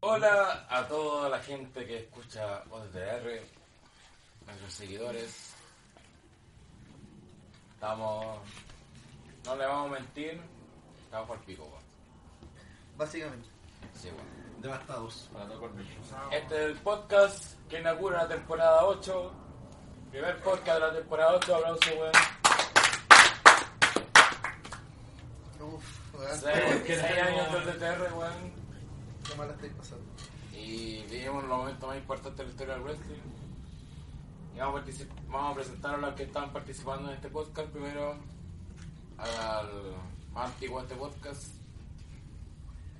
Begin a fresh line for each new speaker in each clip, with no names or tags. Hola a toda la gente que escucha ODR, nuestros seguidores. Estamos. No le vamos a mentir, estamos por pico, weón.
Básicamente.
Sí, weón.
Devastados.
Este es el podcast que inaugura la temporada 8. Primer podcast de la temporada 8, aplauso, weón.
Uf, weón.
Seis seis años de ODR, weón.
Qué mal la estáis pasando.
y vivimos los momentos más importantes de la historia del wrestling. Y vamos a, partici- vamos a presentar a los que están participando en este podcast. Primero al más antiguo de este podcast,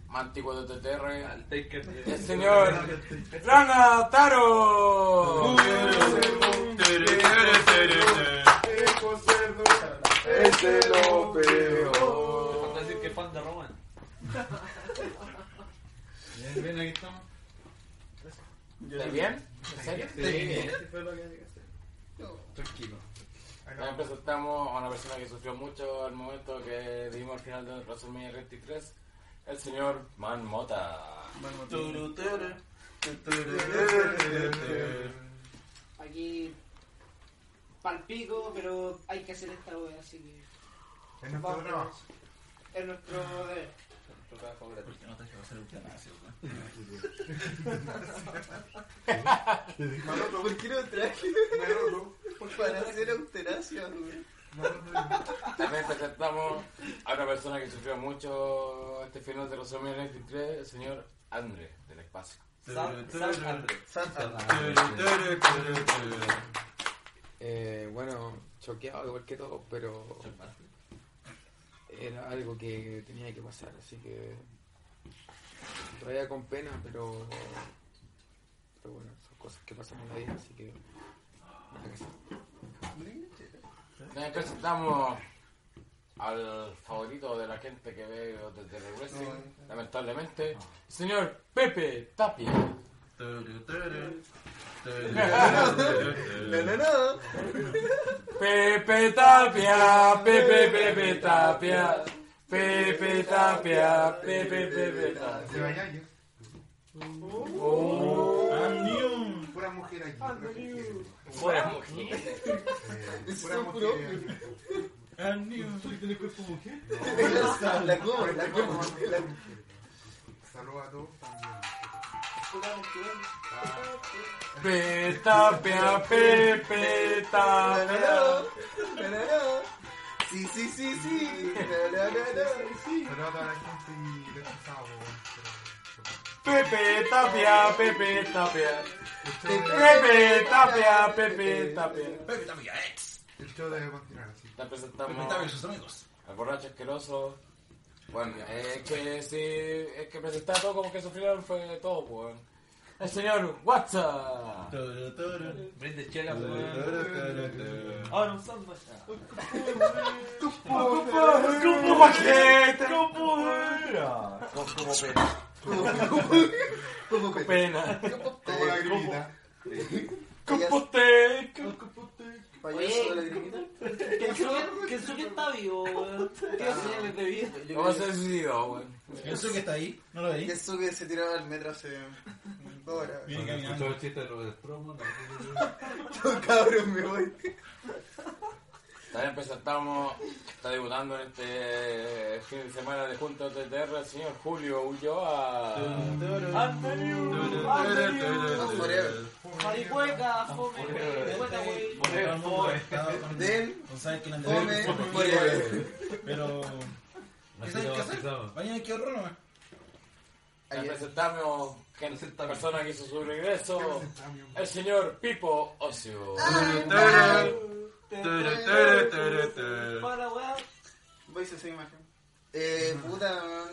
más antiguo de TTR, el señor Rana Taro.
Es de lo peor.
Falta decir que fan de Roman.
Bien, aquí estamos.
¿Estás bien? ¿En serio?
Tranquilo.
También presentamos a una persona que sufrió mucho al momento que dimos al final de WrestleMania 33, el señor Man Mota.
Aquí palpico, pero hay que hacer esta wea, así que
En nuestro
Vamos.
programa.
es nuestro eh, deber.
Manolo, ¿por qué no traje? Para hacer eutanasia, weón.
También presentamos a una persona que sufrió mucho este final de WrestleMania 93, el señor André del Espacio.
San, San Andrés.
Santa.
Eh, bueno, choqueado igual que todos, pero era algo que tenía que pasar, así que todavía con pena, pero, pero bueno, son cosas que pasan en la vida, así que nada que hacer.
También presentamos al favorito de la gente que ve desde el wrestling, lamentablemente, señor Pepe Tapia.
No, no, no.
Pepe Tapia, Pepe Pepe Tapia, Pepe Tapia, Pepe Pepe
Se
Tapia.
vaya ayer. Pura mujer aquí. pura mujer.
Buena mujer.
Eh,
Es
Pura
un
mujer.
propio.
Ah, ¿Tienes cuerpo mujer?
La como, la como. La...
Saludos a todos también.
Pepe Tapia, Pepe
No, no,
Tapia.
no. No, no, no. Sí, sí, sí, sí. No, no, no, no. Sí.
Saludos a toda la gente y de este sábado, pero-
Pepe Tapia, Pepe Tapia.
El
Pepe Tapia, Pepe Tapia.
Pepe Tapia, ex.
show- El show debe continuar así.
Te
Pepe Tapia y
presentamos
sus amigos.
al borracho asqueroso. Bueno, es que sí, es que presentar todo como que sufrieron fue todo, weón. El señor WhatsApp.
Brinde chela, weón. Ah, Ahora un sándwich.
¡Como gente!
Como
¡Qué
pe-
pena!
Como la grita.
¡Compote!
Payaso de la grimita.
Kensuke está vivo, weón. Tiene señales de vida.
¿Cómo se suicidó, weón?
Pienso que está ahí, no lo veí.
Eso que se tiraba al metro hace dos horas.
Viene caminando.
Yo, cabrón, me voy.
También presentamos, está debutando en este fin de semana de Juntos de TR, el señor Julio Ulloa.
Andrew,
No,
Andrew.
forever.
Maricueca, fome, maricueca, wey.
Todo el mundo conectado con-
Del,
con saber que no te
fome,
ven, porque-
forever.
Pero. ¿Qué saben qué hacer? Vayan aquí a Rolo, ¿no?
También presentamos gente, persona que hizo su regreso, el señor Pipo Ocio.
Ah.
Para, weón.
Vais a esa imagen. Eh, puta, man,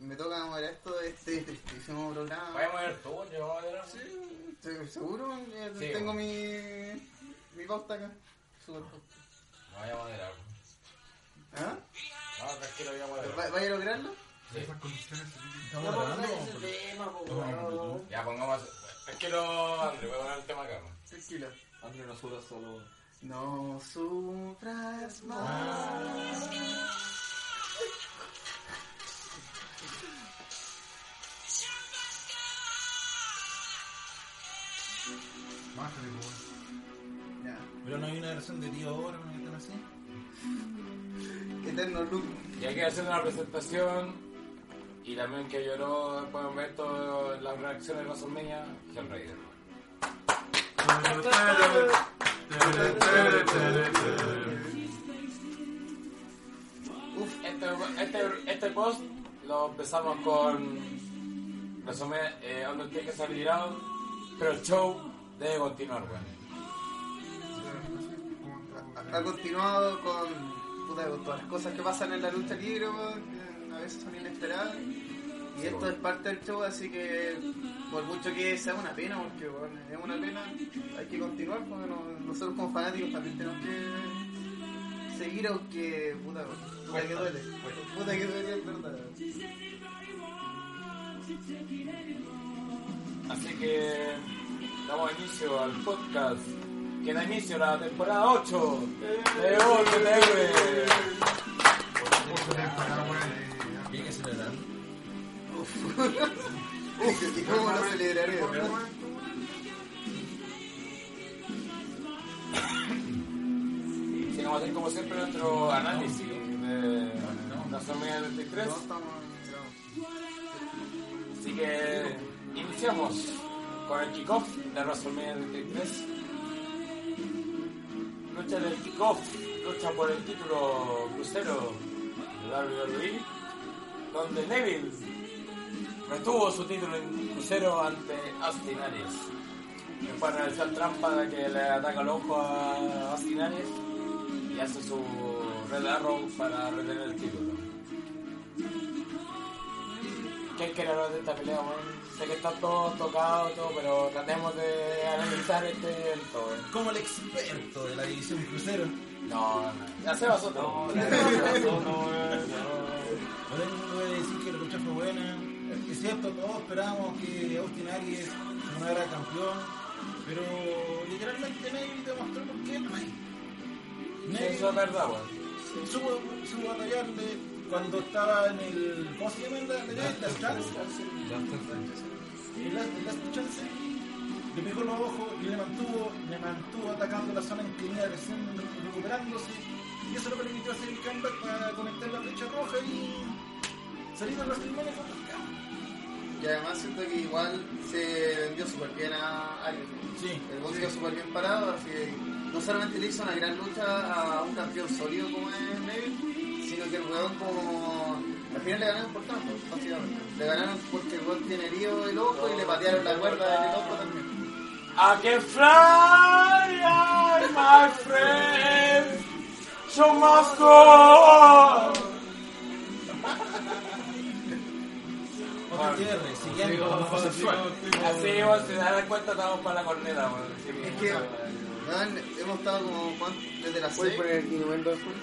me toca amar esto. Este es tristísimo programa.
Podemos ver tú, yo voy a ver.
Estoy Seguro, Eh,
Sí,
tengo mi. mi pauta acá. Super pauta.
No voy a moderar.
¿Ah?
No, tranquilo, voy a moderar.
¿Va- ¿Vais a lograrlo?
Esas condiciones.
Estamos
No vamos a
grabando.
hacer ese tema, po, weón.
Ya pongamos. Tranquilo, André, voy a poner el tema acá. man.
Tranquilo.
Andrew no solo solo.
No sufras más.
Bájale, po, weón.
Ya.
Pero no hay una versión de tío ahora, una que están así.
Eterno loop.
Y hay que hacer una presentación. Y también que lloró después de Humberto las reacciones de los Ormeña, Hellraider. Uf, este, este, este post lo empezamos con. Resumen, eh, Undertaker se ha retirado, pero el show debe continuar, weón.
Ha- Ha continuado con, puta, con todas las cosas que pasan en la lucha libre, weón, que a veces son inesperadas. Y esto es parte del show, así que por mucho que sea una pena, porque weón, es una pena, hay que continuar, porque no- nosotros como fanáticos también tenemos que seguir, aunque puta, weón, puta que duele, puta que duele, es verdad. weón.
Así que damos inicio al podcast que da inicio a la temporada 8 de Golden Ever.
Mucho tiempo, ya, weón,
¿Qué hay que celebrar?
Uf, ¿y cómo lo
y-
celebraré?
Por
weón?
momento, weón.
Y vamos a hacer como siempre nuestro análisis de la semana 23.
No estamos, no.
Así que iniciamos con el kickoff de WrestleMania 33. Lucha del kickoff, lucha por el título crucero de WWE, donde Neville retuvo su título en crucero ante Austin Aries. Es para realizar trampa de que le ataca el ojo a Austin Aries y hace su Red Arrow para retener el título. ¿Qué quiere hablar de esta pelea, weón? Sé que está todo tocado, todo, pero tratemos de analizar este evento, weón.
Como el experto de la división crucero. No
No, no. Ya se basó todo.
No, la verdad, no, no, weón, no.
tengo que decir que la lucha fue buena. Es cierto, todos esperábamos que Austin Aries no era campeón, pero literalmente nadie demostró por qué no hay.
Sí, Eso es verdad, weón.
subo, subo a tallarle cuando estaba en el. ¿Cómo se llama? En la- en la- en Las Chance. En la- en Las Chance. Le pegó los ojos y le mantuvo, le mantuvo atacando la zona inclinada, recién recuperándose. Y eso le permitió hacer el comeback para conectar la flecha roja y salir de los limones con los cambios.
Y además siento que igual se vendió súper bien a Ariel.
Sí,
El box quedó súper bien parado, así que no solamente le hizo una gran lucha a un campeón sólido como es Neville, sino que el weón como... Al final le ganaron por tanto, básicamente. Le ganaron porque el weón tiene herido el ojo y le patearon la cuerda del ojo también.
I can fly, I'm my friend. You must go.
Otro cierre, siguiente, homosexual.
Así, weón, si se dan cuenta, estamos para la corneta, weón. Así
Es que, weón, hemos estado como ¿cuánto? desde las
¿Puedes
6.
poner el innuendo azul?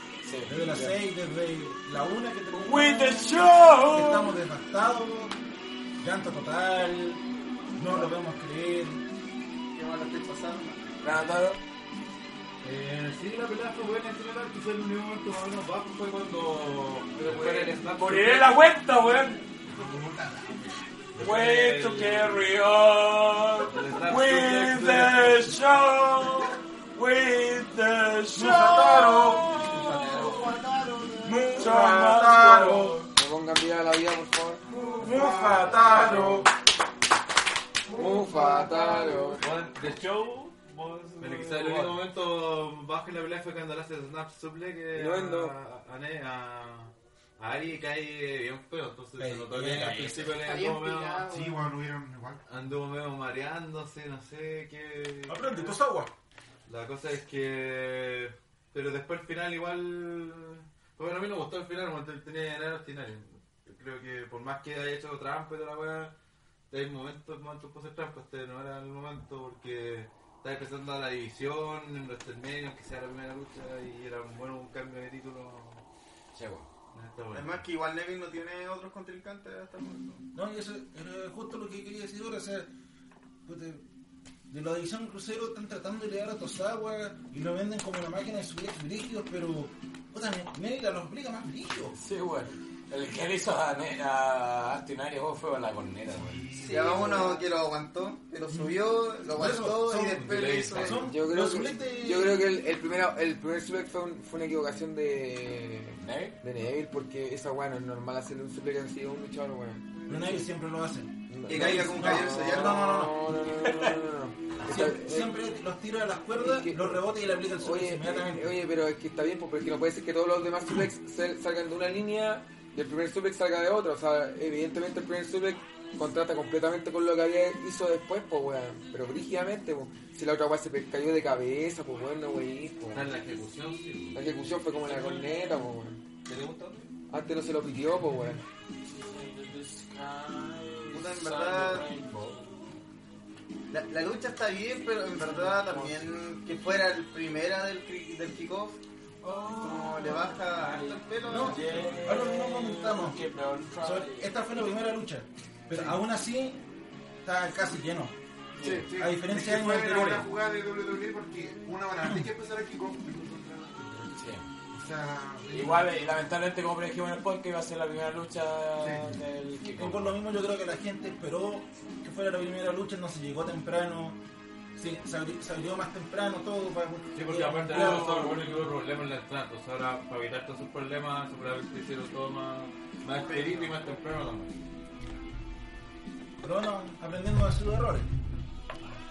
Desde las 6, desde la 1 que te
With the show.
Estamos devastados, llanto total, no lo podemos creer.
Que mal lo estoy pasando.
Ganador.
Eh, Sí, la pelea fue buena en general, quizás el único momento más o menos bajo fue cuando fue el snap.
Moriré la vuelta, weón. Way to carry on with the show, with the show. Mufataro,
No pongan vida a la vida, por favor.
Mufataro,
Mufataro.
Bueno, The show. bueno,
Pero quizás el único momento bajo en la pelea fue cuando le hace snap suple que
Inuendo.
a, a, Ne- a- a Ari cae bien feo, entonces se
Pero
notó
bien
que al
ahí,
principio le
Está
anduvo
bien
medio,
pillado.
Sí,
weón.
weón, hubieron igual.
anduvo medio mareándose, no sé qué.
Aprende, Kosawa.
La cosa es que. Pero después el final igual. Bueno, a mí no me gustó el final cuando tenía que ganar al final. Creo que por más que haya hecho trampa y toda la weá, hay momentos, momentos para hacer trampa. Este no era el momento porque estaba empezando a la división, en WrestleMania, aunque sea la primera lucha, y era un, bueno un cambio de título. en esta weá.
Además que igual Neville no tiene otros contrincantes hasta el momento.
No, y eso era justo lo que quería decir ahora, o sea, puta, de la división crucero están tratando de llegar a Tosawa y lo venden como la máquina de subir brígidos, pero puta, Neville los obliga más brígidos.
Sí, weón. El que le hizo a, Ne- a Artinaria vos fue a la corneta, güey.
Y a uno que lo aguantó, que lo subió, lo
Por eso,
aguantó
son
y después le hizo.
son-
Yo creo
Los
que,
suplentes-
yo creo que el, el primero- el primer suplex fue, un- fue una equivocación de,
¿Neville?
de Neville porque esa weá no es normal hacerle un suplex así a un luchador, weón.
Pero nadie siempre lo hace.
Que caiga como cayó el sellar.
no, no, no.
No, no, no, no, no, no. Está-
Siempre, siempre los tira de las cuerdas,
es que-
los rebota y le aplica el suelo
Oye,
inmediatamente.
eh, oye, pero es que está bien, pues, porque no puede ser que todos los demás suplex sal- salgan de una línea y el primer suplex salga de otra. O sea, evidentemente el primer suplex contrata completamente con lo que había hizo después, pues, weón. Pero brígidamente, pues. Si la otra weá se pe- cayó de cabeza, pues, weón, no, weón.
Está en la ejecución, sí.
La ejecución fue como la corneta, pues, weón.
¿Te le gusta?
Antes no se lo pidió, pues, weón.
Puta, en verdad. La, la lucha está bien, pero en verdad también que fuera el primera del, cri- del kickoff, como le baja harto el pelo.
No, ahora no comentamos.
Qué peor
So,
Friday.
Esta fue la primera lucha, pero aún así está casi lleno.
Sí, sí.
A diferencia
es que
de años
fue una buena
anteriores.
jugada de WWE porque una hora antes que empezara el kickoff,
Sí.
o sea,
Igual, y lamentablemente, como dijimos en el podcast, iba a ser la primera lucha
Sí.
del
Y
Kiko.
por lo mismo yo creo que la gente esperó que fuera la primera lucha, no se llegó temprano, se, se, abri- se abrió más temprano todo para...
Sí, porque aparte de
Claro.
eso, bueno, que hubo problemas en la entrada, entonces ahora para evitar todos esos problemas, seguramente hicieron todo más, más expedito y más temprano también.
Pero bueno, aprendiendo de sus errores.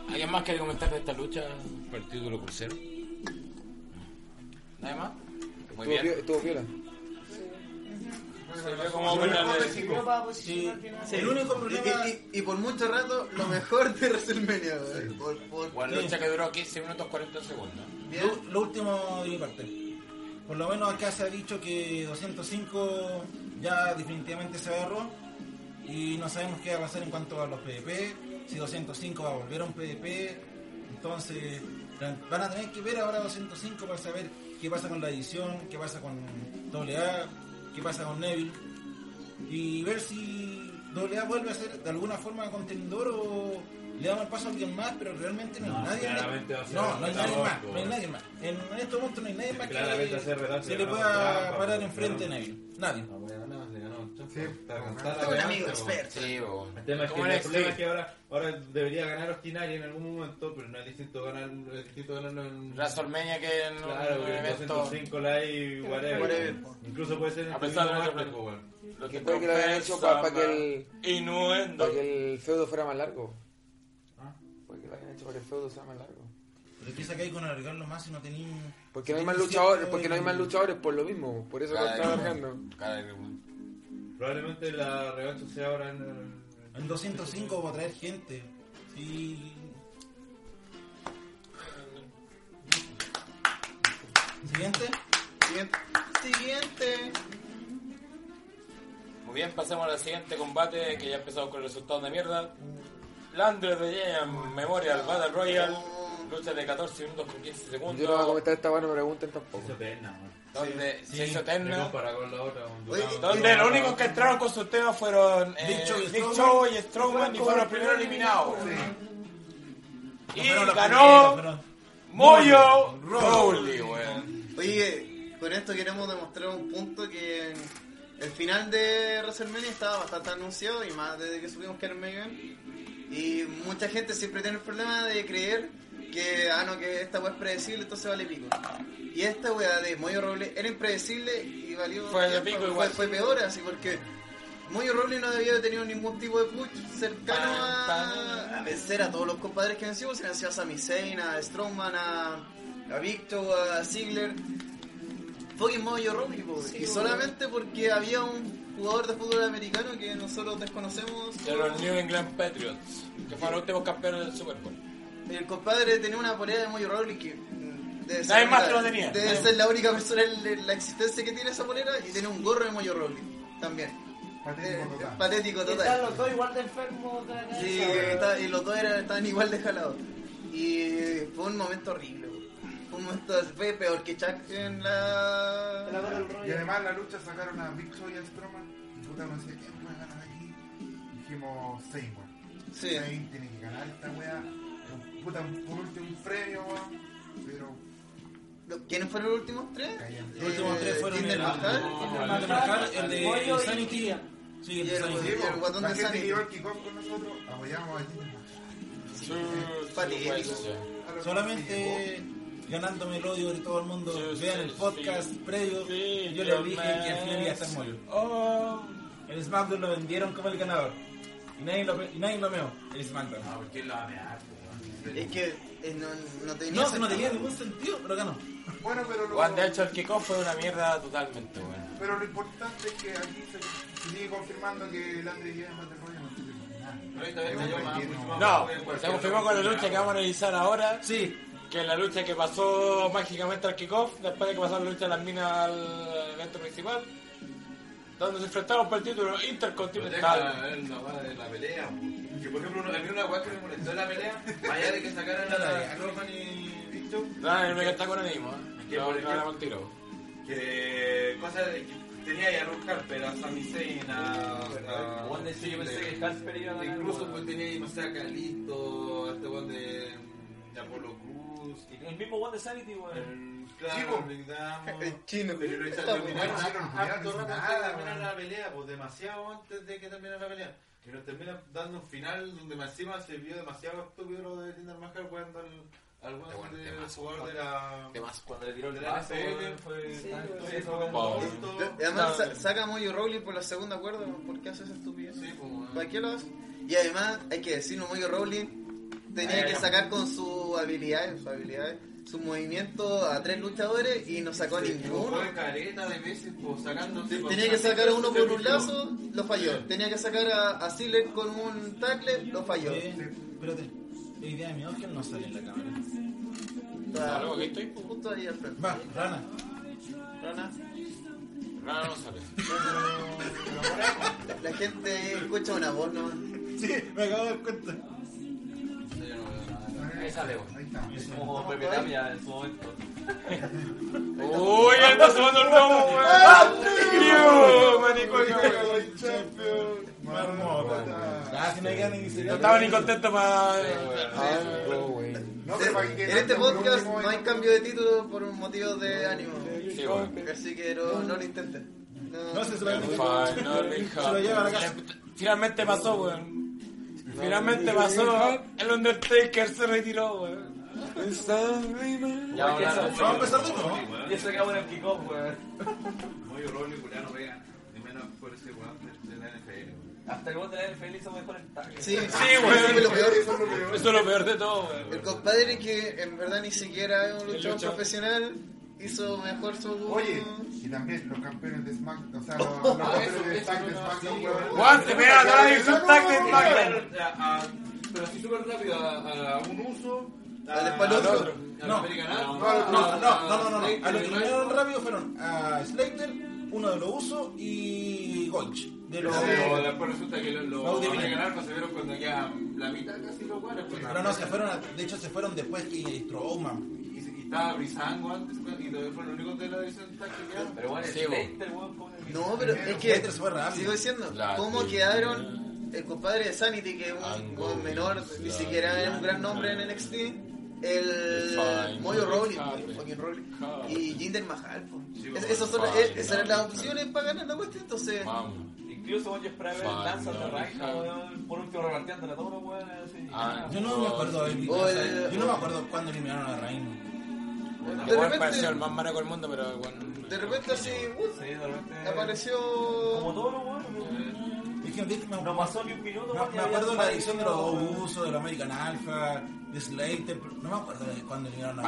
¿Alguien más quiere comentar de esta lucha? Partido de los cruceros. ¿Nadie más? Muy
Estuvo,
bien.
vi- estuvo viola.
Como buena de-
Sirvió para posicionar
Sí.
final.
El único
Y,
problema...
y- y- y por mucho rato, lo mejor de WrestleMania. güey. Por, por-
Bueno, lucha que duró 15 minutos 40 segundos.
bien.
Lo, lo último de mi parte. Por lo menos acá se ha dicho que 205 ya definitivamente se agarró y no sabemos qué va a pasar en cuanto a los PDP, si 205 va a volver a un PDP, entonces van a tener que ver ahora 205 para saber qué pasa con la edición, qué pasa con AA, qué pasa con Neville y ver si AA vuelve a ser de alguna forma contendor o le damos el paso a alguien más, pero realmente no hay
No,
nadie más.
claramente va a ser
No, no hay nadie
Tabaco,
más, no hay
bueno.
nadie más. En, en este momento no hay nadie
Sí,
más
claramente
que
hacer verdad,
se
se
le
ganó
pueda
trampa,
parar
se
enfrente a
ganó-
nadie. Nadie.
No, bueno, no, se ganó el
Sí.
chance, está con tal
Tengo un
la
amigo
ganancia,
experto.
Sí, bo.
po. El tema es que
¿Cómo
el
era? este?
problema
Sí.
es que ahora, ahora debería ganar Ostinari en algún momento, pero no es distinto ganar, es distinto ganarlo en
WrestleMania que en
Claro,
un
porque en
evento
205 live, whatever.
Whatever, po.
Incluso puede ser en
A
el
pesar de
mismo
la-
martes, po, bueno.
lo
Que puede que lo hayan hecho para que el...
Inuendo.
Para que el feudo fuera más largo.
Ah.
Porque lo hayan hecho para que el feudo sea más largo.
Pero piensa que hay con agregarlo más y no tenía.
Porque no hay más luchadores, porque no hay más luchadores por lo mismo. Por eso lo
Cada
están
vez más.
alargando.
Cada vez más.
Probablemente la revancha sea ahora en el...
En 205 va a traer gente. Sí. Siguiente.
Siguiente. Siguiente.
Muy bien, pasemos al siguiente combate que ya empezamos con el resultado de mierda. Landry de Jam Memorial Battle Royal. Lucha de 14 minutos con 15 segundos.
Yo no voy a comentar esta weá, no me pregunten tampoco.
Eso pena, man.
Donde
Sí,
se hizo
Me
eterna.
compara con la otra. con
Oye,
Duran,
Donde
Duran,
los
Duran.
únicos que entraron con sus temas fueron eh,
Big Show y
Big
Strowman.
Show y Strowman y fueron los primeros eliminados. Y
Fueron los
ganó
primeros,
Moyo Rowley, weón.
Oye, con esto queremos demostrar un punto que el final de WrestleMania estaba bastante anunciado y más desde que supimos que era el main event. Y mucha gente siempre tiene el problema de creer que, ah, no, que esta weá es predecible, entonces vale pico. Y esta weá de Moyo Robles era impredecible y valió.
Fue de pico
fue-
igual.
fue peor, así porque. Moyo Robles no debió haber tenido ningún tipo de push cercano
Pan, pan.
a, a vencer a todos los compadres que vencimos. Se venció a Sami Zayn, a Strowman, a, a Victor, a Ziggler. Fucking Moyo Robles, po,
Sí,
y
po.
solamente porque había un jugador de fútbol americano que nosotros desconocemos.
De los New England Patriots, que fueron los últimos campeones del Super Bowl.
El compadre tenía una polea de Moyo Rowley que mm, debe
Nadie más
la-
que lo tenía.
debe
Nadie.
ser la única persona en la existencia que tiene esa polera y tiene un gorro de Moyo Rowley también.
Patético
Eh,
total.
patético
Están
total.
los dos igual de enfermos de la cabeza.
Sí, está- y los dos eran, estaban igual de jalados. Y fue un momento horrible. Fue un momento fue peor que Chuck en la.
De la Battle
Y
Royale.
además en la lucha sacaron a Big Show y a Strowman. Y puta, no sé quién puede ganar aquí. Dijimos Seymour.
Sí.
Seymour tiene que ganar esta wea. Puta, por último un premio, weón. Pero
¿Lo- ¿Quiénes fueron los últimos tres? Eh,
Los últimos tres fueron
Kinder
el-
Mastar
Mata Majar, el de
Pollo y-
Insanity. Sí, el
y
de
Pues, el,
Insanity.
y el guatón
La
de
gente que
Sanity.
lleva el kickoff con nosotros, apoyamos a Kinder Majar.
Patético.
A los que
Solamente ganándome el odio de todo el mundo. Vean el podcast previo. Yo les dije que al final iba a estar Moyo.
Oh.
El SmackDown lo vendieron como el ganador. Y nadie lo, y nadie lo meó. El SmackDown.
Es que eh, no, no tenía
No, no
sentido.
tenía ningún sentido, pero ganó.
llegó. Bueno, pero lo,
Juan, de hecho, el kickoff fue una mierda totalmente, weón.
pero lo importante es que aquí se se sigue confirmando que el Andre llega más de rollo. No sirve para nada.
No, se confirmó con la lucha que vamos a revisar ahora,
Sí,
que es la lucha que pasó mágicamente al kickoff, después de que pasó la lucha de las minas al evento principal, donde se enfrentaron por el título
Pero
intercontinental.
deja ver la weá de la pelea. po. Que por ejemplo, uno- a mí una weá que me molestó de la pelea, allá de que sacaran a Roman y Big Show,
eh.
No, no me está con Ah, el mismo, ¿eh?
¿Qué?
No,
¿Por
no,
qué?
no, no, tiro.
que cosas de que tenía ahí a Luke Harper, a Sami Zayn, a. a- de- Incluso pues tenía ahí, no sé, a Calito, a este weón de. de Apolo Cruz.
El mismo One de Sanity, weón.
el-
po.
Claro, Big
Eh,
Damo.
El chino.
Pero lo
Esta
echaron
weá.
terminar la pelea, pues demasiado antes de que termine la pelea. Que nos termina dando un final donde más encima se vio demasiado estúpido lo de Tinder Masker cuando al, al weón
Bueno,
de-
temas.
jugador de la.
Demás,
Cuando le tiró el
de la
brazo,
NFL,
weón, fue...
Sí,
tan-
weón.
todo eso,
como pues,
como-
Pobre.
bulto.
Además, sa- saca a Mojo Rowley por la segunda cuerda. ¿Por qué hace esa estupidez?
Sí, pues, weón.
¿Para qué lo hace? Y además, hay que decirlo, Mojo Rowley tenía que sacar con sus habilidades, sus habilidades, su movimiento a tres luchadores y no sacó a
Se
ninguno.
equivocó de careta de veces, pues sacándose. pues,
Tenía que sacar a uno
se
con un
metió.
lazo, lo falló. Tenía que sacar a, a Ziggler con un tackle, lo falló.
oye, eh, espérate. La idea de mi ángel no sale en la cámara.
O sea,
Algo que estoy-
Justo ahí al frente.
Va, rana.
Rana.
no, no sale.
La gente escucha una voz nomás.
Sí, me acabo de dar cuenta.
Ahí sale, weón.
Ahí está.
Como
Pues,
Pepe Tapia en su momento.
Uy, anda sumando el lomo,
¡Ah!
weón. Yo, manico,
Marmota.
Ah, si no hay ganas ni
No
siquiera.
estaba ni contento para.
Ah, Algo, weón.
No, pero para que
En este
quede por
podcast
último, eh.
no hay cambio de título por motivos de ánimo.
Sí, weón.
Así que no, no lo intenten. No.
No sé, se lo lleva.
Finally
Se lo lleva a la casa.
happened. Finalmente pasó, weón. Finalmente pasó. El Undertaker se retiró, weón.
Ya,
Porque
ahora-
eso-
Vamos a empezar de nuevo.
Y eso que ahora el kickoff, weón.
Moyo Rollo, culiano, vea. De menos por ese weón de de la NFL.
Hasta el gol de la NFL hizo mejor el tackle.
Sí,
weón.
fue lo peor.
Eso es lo peor de todo, weón.
El compadre que en verdad ni siquiera es un luchador
luchador.
profesional hizo mejor su.
Oye, y también los campeones de SmackDown, o sea, los, los
Ah,
campeones de SmackDown, SmackDown, weón.
Juan, te pega atrás y su tag de SmackDown.
Claro, a- a- Pero así súper rápido, a, a un uso. a-
Al después al otro.
al
No.
American Ah, Alpha,
No, no, no, no, no,
Snake,
no. A los que
Snake.
ganaron rápido fueron a Slater, uno de los usos y Goich. De los.
Pero después resulta que los
No,
lo,
dime.
American Alpha se vieron cuando ya la mitad casi los guanes. pues,
Pero no, se fueron a- de hecho se fueron después que Strowman.
Y, y estaba Brisango antes pues, y todavía fueron los únicos de la división tag que quedaron.
Pero bueno, el
Sí, weón.
Slater, weón, pone-
No, pero es que.
Slater se fue rápido.
Sigo diciendo,
La
¿cómo
tira.
quedaron el compadre de Sanity, que es un
And
buen
goes
menor, ni
la
siquiera es un gran
tira.
nombre en NXT?
Fine.
El Moyo Rowley,
Harvey.
el fucking Rowley,
Harvey.
y Jinder Mahal. po.
Sí,
Es-
bueno,
esas son-
fine.
es- Esas eran las opciones para ganar la cuestión, entonces.
Vamos.
Incluso weón, yo esperaba ver
Fan,
el Danza de
no,
Reina,
hija.
weón. Por último, regateándola a todos, weón. así.
Ah,
Yo no me acuerdo de
O el-
Yo no me acuerdo cuándo eliminaron a Reino.
De
Juan pareció el
repente,
más maraco del mundo, pero weón.
de repente así, uh,
Sí, de repente- Como
apareció.
todos los weones, weón.
Es que me- me-
No pasó ni un minuto,
No,
weón,
me
ya
acuerdo de
habían
la edición de los
salido, weón.
Usos, de los American Alpha, de Slater, pero no me acuerdo de cuándo llegaron a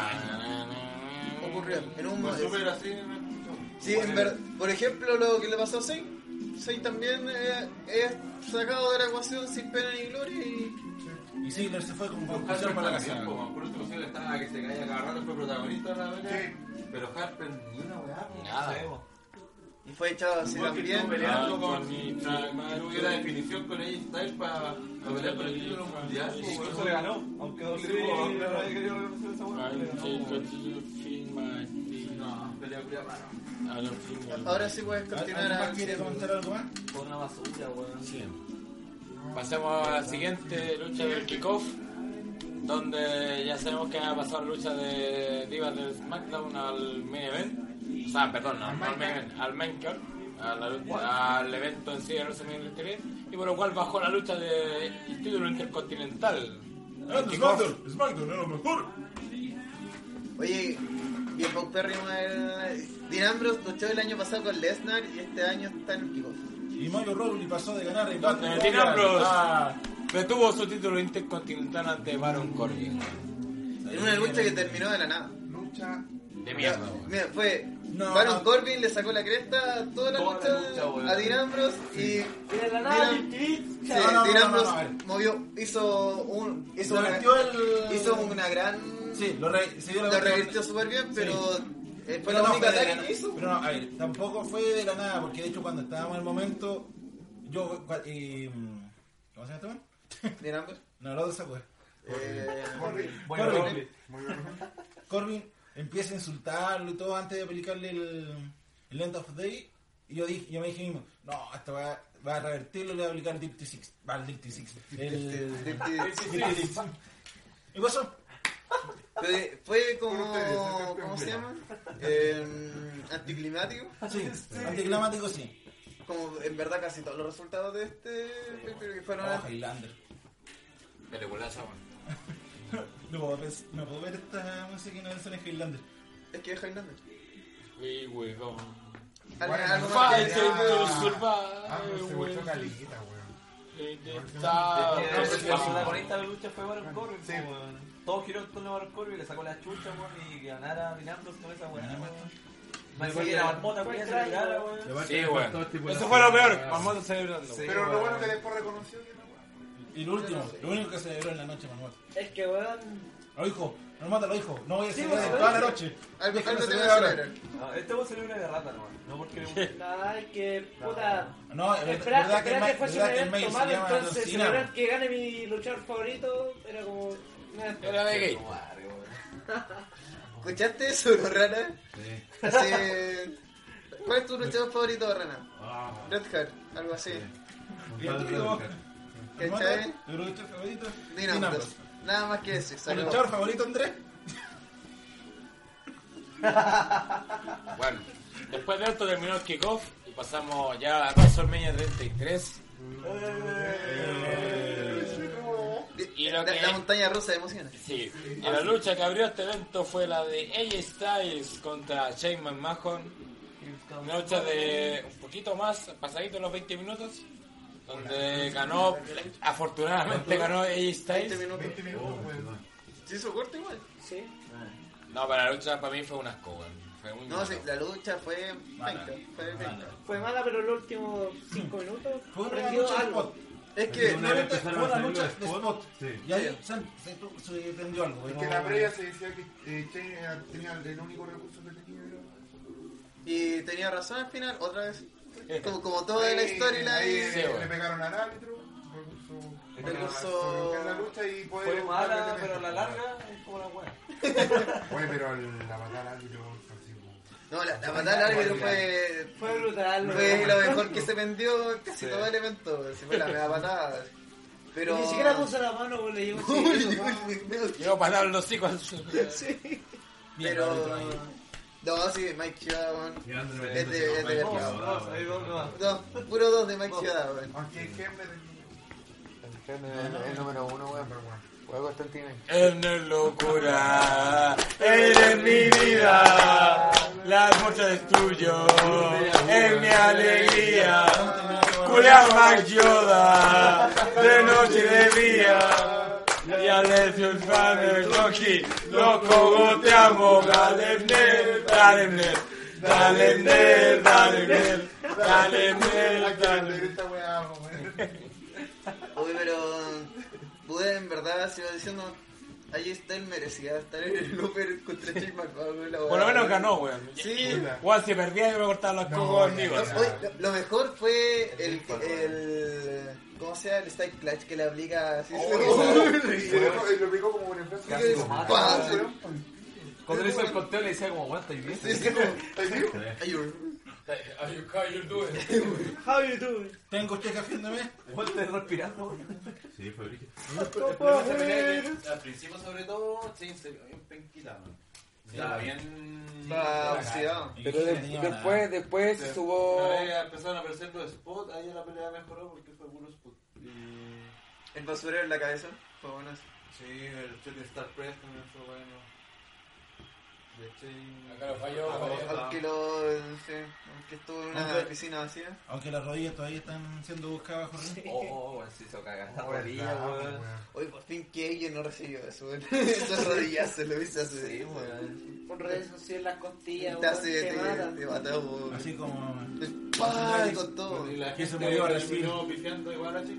Ocurrió en un
Pues
momento.
súper así. ¿no?
Sí, en ver- por ejemplo, lo que le pasó a Sei. Sei también eh, es sacado de la ecuación sin pena ni gloria y.
Y Ziggler se fue con
Con
conclusión
Harper
para la
también,
casa.
po, man. pues, Por último, sí, le estaba que se caía cada rato, fue protagonista de la pelea. Pero Harper ni una weá. po.
Nada.
Sí, po.
Y fue echado así
Igual que estuvo
también.
peleando
Ah,
con.
Bonnie,
tra- Tuviera definición con ella Styles para pelear por el título mundial. po, weón.
Incluso le ganó,
pues,
aunque dos
Sí,
sí, weón,
claro.
pero nadie quería reconocer esa weá, le ganó, weón.
No, pelea culiá, mano.
Ah,
Ahora sí puedes continuar
¿Alguien
a.
más Ah, quiere comentar algo más?
Fue una basura, weón.
Pasamos a la siguiente lucha del kickoff. donde ya sabemos que va a pasar lucha de divas del SmackDown al main event, o sea, perdón, no, no al main event, al main card, a la lucha- al evento en sí de WrestleMania del TV, y por lo cual bajó la lucha del título intercontinental.
Grande SmackDown, SmackDown era lo mejor.
Oye, bien paupérrimo el... Dean Ambrose luchó el año pasado con Lesnar y este año está en el kickoff.
Y Mario Rowley pasó de ganar en
Donde
Battle
Dean
Royale
Ambrose
a-
retuvo su título intercontinental ante Baron Corbin.
En una lucha que terminó de la nada.
Lucha.
De mierda, weón.
Mira, fue.
No.
Baron Corbin le sacó la cresta a toda la
Toda
lucha,
la lucha, weón.
a Dean Ambrose y.
Y de la nada,
Mira.
Dirty.
Sí,
No, no, no,
Dean
no, no,
Ambrose
no, a ver.
movió. hizo un. hizo
Lo
una,
revirtió el-
hizo una gran.
Sí, lo re- se dio la
Lo
vuelta.
revirtió súper bien, pero. eh, Fue
Pero
la
no,
única
fue de la
ataque
nada.
que hizo.
Pero no, a ver, tampoco fue de la nada, porque de hecho cuando estábamos en el momento, yo... cua- eh, ¿Cómo se llama este man?
Dean Ambrose.
No, no lo sacó.
Eh,
Bueno,
Bueno,
Corbin. Corbin empieza a insultarlo y todo antes de aplicarle el, el End of Day. Y yo, dije, yo me dije mismo, no, hasta va, va a revertirlo y le va a aplicar Dirty Six. Va al Dirty Six.
Este,
El
Este,
Dirty Six. ¿Y pasó?
fue- Fue
Por ustedes, el
como.
campeón
¿Cómo se
mundial.
llama? Eh, anticlimático.
Ah,
Este,
Sí, anticlimático sí.
Como en verdad casi todos los resultados de este. creo que fueron.
Oh, Highlander.
Peliculaza, weón.
No puedo, ver- no puedo ver esta música y no pensar en Highlander.
Es que es Highlander.
We will go.
Algo,
Bueno,
algo más.
Fight
que-
to
Ah, pero se
survive.
mucho
weón.
calita, weón.
Eh, Ah,
El
Está.
protagonista de la lucha fue Baron Corbin.
Sí.
po, weón. Todos giraron con la Baron Corbin, le sacó la chucha, weón, y ganara Dinambros con esa weá,
Ah.
weón. Más encima que la marmota, weón, se retirara, weón.
Sí, weón. Eso fue lo peor. Vamos a celebrarlo. weón.
Pero lo bueno que después reconoció que no, weón.
Y lo último, lo único que se celebró en la noche, Marmota.
Es que, weón.
Lo dijo, Marmota lo dijo, no voy a
Sí,
celebrar
pues,
toda la
lo
noche.
Algo,
Déjenlo
algo te voy
celebrar
a
ahora.
celebrar.
No, Este weón celebra de rata, weón. No porque le guste.
Nada, es que, puta.
No, es verdad-
Esperar
verdad que el
esperar que
ma-
fuese
verdad que el
un
mail se
evento malo,
llama John
entonces
Cena,
celebrar
weón.
que gane mi luchador favorito era como. nah.
Era de gay.
¿Escuchaste eso, no, Rana? Hace- ¿Cuál es tu
Pues-
luchador favorito, Rana?
Ah,
Red Heart, algo así.
Y el típico,
¿Cachai?
Marmota, tu luchador favorito,
Dean Ambrose.
Dinambros.
Nada más que eso. se
¿Tu
acabó.
luchador favorito, Andrés?
Bueno, después de esto terminó el kickoff y pasamos ya a WrestleMania 33. Y lo
La,
que-
la montaña rusa de emociones.
Sí, y la lucha que abrió este evento fue la de AJ Styles contra Shane McMahon. Una lucha de un poquito más, pasadito los 20 minutos, donde ganó, afortunadamente ganó AJ
20
Styles.
minutos.
20 minutos, weón.
¿Se hizo corto igual?
Sí.
No, para la lucha para mí fue un asco, weón. Fue muy
No,
malo.
sí, la lucha fue penca. Fue penca.
Fue mala, pero los últimos 5 minutos.
Fue una
aprendió
lucha de
algo.
spot.
Es que.
Una lucha-
empezaron
fue
a
una
salir
lucha
los
de
spots.
spot.
Sí.
Y ahí se, se, se entendió algo.
Es
pero-
que en la previa se decía que eh, Shane era- tenía el único recurso que tenía. era-
Y tenía razón al final, otra vez. Como, como toda la
Ahí- ahí,
storyline.
Sí,
eh,
weón.
Le pegaron al árbitro. Recurso.
Recurso-
En la lucha y poder.
Fue
buscar
mala,
el
pero a la
elemento.
larga es como la weá.
Oye, pero el- la batalla al árbitro fue así, weón.
No, la, la patada al árbitro fue.
Fue brutal,
Fue
weón.
lo mejor que se vendió casi todo el evento. Se fue la mega patada. Pero.
Y Ni siquiera puso la mano, weón. Le llevó un
Uy,
chiquito,
uy,
weón.
uy, uy.
Llegó para dar los hijos.
Pero. No, sí, Mike Chiada, weón. Es de, es de
Dos,
verga, weón.
dos, ahí dos nomás.
este. Dos, puro dos de Mike Chiada, weón.
Aunque el Kemmer
El número uno, weón. Juego Constantine.
En el locura, eres mi vida, la lucha es tuyo, es mi alegría, Julián Max Yoda, de noche y de día, y Alessio el fan del Rocky, loco go, te amo, dale nel, dale nel, dale nel, dale nel, dale nel, dale nel.
Esta weá, weón.
Uy, pero. Pude, en verdad, sigo diciendo. Ahí está el merecía estar en el Looper contra Chase McMahon, weón, la
Por lo
weá,
menos
weón.
ganó, weón.
Sí,
Weón, si perdía yo me cortaba los cocos en vivo.
Oye, lo- lo mejor fue el, el ¿cómo se llama? el Strike Clutch que le aplica así
Oh,
se lo-
Y lo- y lo picó como un enfrasco.
Casi lo mata.
Ah, weón.
Cuando le hizo el conteo le decía como, weón, estoy bien.
Sí, sí, como-
¿Estás vivo?
Ay, un-
How you doing?
Tengo usted que haciéndome.
Weón, estoy respirando, weón.
Sí, fue brillo.
Al principio, sobre todo, sí, se vio bien penquita, man. Se
Ya.
vio bien.
Está oxidado.
Pero de- después, después
Sí.
Oh.
subo.
Una vez empezaron a aparecer los spots, ahí la pelea mejoró porque fue puro spot. Y...
El basurero en la cabeza. Fue bueno eso.
Sí, el Shooting Star Press también fue bueno. De hecho,
Acá lo falló,
Ah,
falló.
ah,
Aunque lo. sí, aunque estuvo en una
Aunque-
piscina vacía.
Aunque las rodillas todavía están siendo buscadas pues, bajo el
Oh, bueno, se hizo cagar esta rodilla,
pues.
weón.
Pero
Hoy por fin que ella no recibió eso. Esa rodillazo lo viste hace.
Sí, weón.
Con redes sociales, las costillas,
Te
weón,
hace.
te
Te,
matan.
te mató, weón.
Así como.
¡Pah! Con todo.
Y la
Que se
gente
murió
que
recién.
terminó pifiando igual así.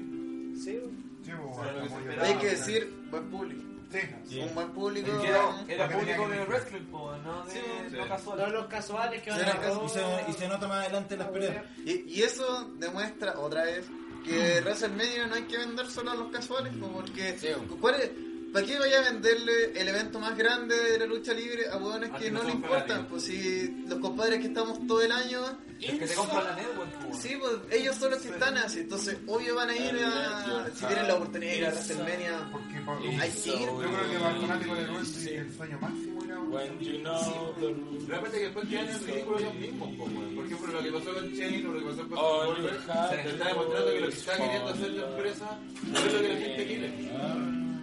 Sí, weón.
Sí,
Pero lo
pues,
que se
apoyo.
esperaba.
Hay que decir, buen público.
Sí.
Sí.
Un buen público.
Porque
¿no?
Era, era
Lo que tenía
público
que
de
ver.
wrestling, po, no de
Sí,
sí.
no casual.
No los casuales que van
Será
a
que-
Y se, y se nota más adelante en las peleas.
Y, y eso demuestra otra vez que WrestleMania no hay que vender solo a los casuales, po, porque
Sí.
¿cuál es- ¿para qué vaya a venderle el evento más grande de la lucha libre a hueones
Ah,
que
que no
no le
son
importan?
fanáticos.
Pues si los compadres que estamos todo el año,
El que se compra la network, po.
sí, pues ellos son los que están así, entonces obvio van a ir a, si tienen la oportunidad de ir a WrestleMania,
Porque pa-
hay que ir.
yo creo que para el fanático de Wrestling el sueño máximo era
When you know the rules.
Realmente que después quedan en el ridículo ellos mismos, po, weón. Por ejemplo, lo que pasó con Chain o lo que pasó con
Oh,
Goldberg,
you have
te
to
está demostrando que lo que
do
está
is
queriendo hacer la empresa no es lo que la gente quiere.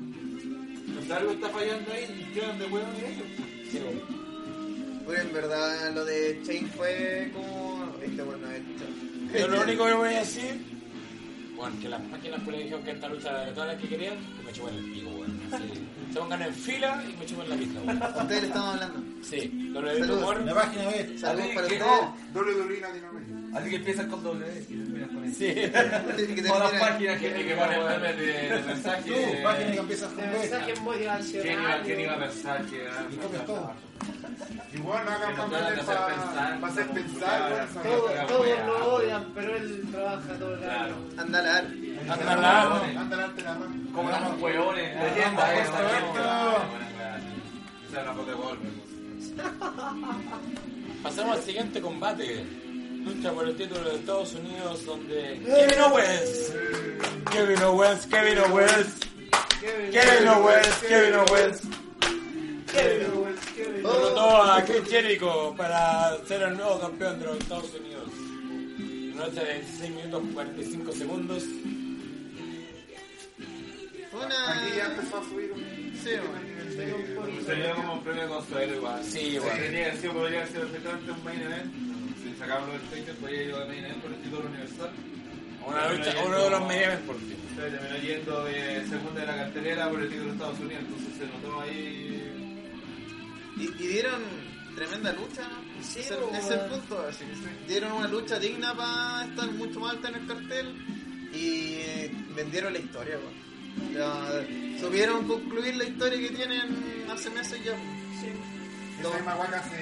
O sea, algo está fallando ahí y quedan de huevos ellos.
Pero Pues, en verdad lo de Chain fue como este bueno esto.
Yo lo único que voy a decir, bueno, que las máquinas pues le dijeron que esta lucha era de todas las que querían, que me chupan el pico, weón. Así, Se pongan en fila y me chupan la pista, weón.
Ustedes le estamos hablando.
Sí, lo de
Saludos.
humor.
La página web.
Saludos
Así
para
que-
ustedes.
WWE Latinoamérica.
Así que empiezan con W y terminas con S.
Sí.
Ustedes que
Todas las
terminan-
páginas que
Tiene
tienen
que
que
poner
poner
memes de, de mensaje.
Tú, página que empiezas con web.
mensajes
¿Quién iba, quién iba a
motivacionales.
pensar que era?
Y copias todo.
Igual no hagan
Que nos tratan de hacer
campeones para
pensar,
hacer
como
pensar.
cultura,
weón,
todo.
sobre-
Todos, todos lo odian, pero él trabaja todo el
Claro.
año.
Anda a lavar.
Anda la
Anda adelante la mano.
Como unos hueones, leyenda, eh,
Ah, buena weá, sí. Esa era una foto de Goldberg.
Pasamos al siguiente combate. Lucha por el título de Estados Unidos donde... Kevin Owens. Kevin Owens, Kevin Owens. Kevin Owens, Kevin Owens. Derrotó a Chris Jericho para ser el nuevo campeón de los Estados Unidos. En una lucha de 16 minutos 45 segundos.
Fue
Aquí ya
una.
empezó a subir un
Sí, bueno.
nivel de.
Sería como un premio de consuelo igual.
Sí,
Sí,
weón.
tenía sido, podría ser perfectamente un main event. Si sacamos los Taker, podría ir a main event por el título universal.
Una lucha, uno de los medianos por fin.
Se terminó yendo de segunda de la cartelera por el título de Estados Unidos, entonces se notó ahí.
Y, y dieron tremenda lucha, ¿no?
Sí,
ese,
po,
ese es el
weón.
punto, así que dieron una lucha digna para estar mucho más alta en el cartel y eh, vendieron la historia, weón. Ya, supieron concluir la historia que tienen hace meses ya.
Esa misma guaca se.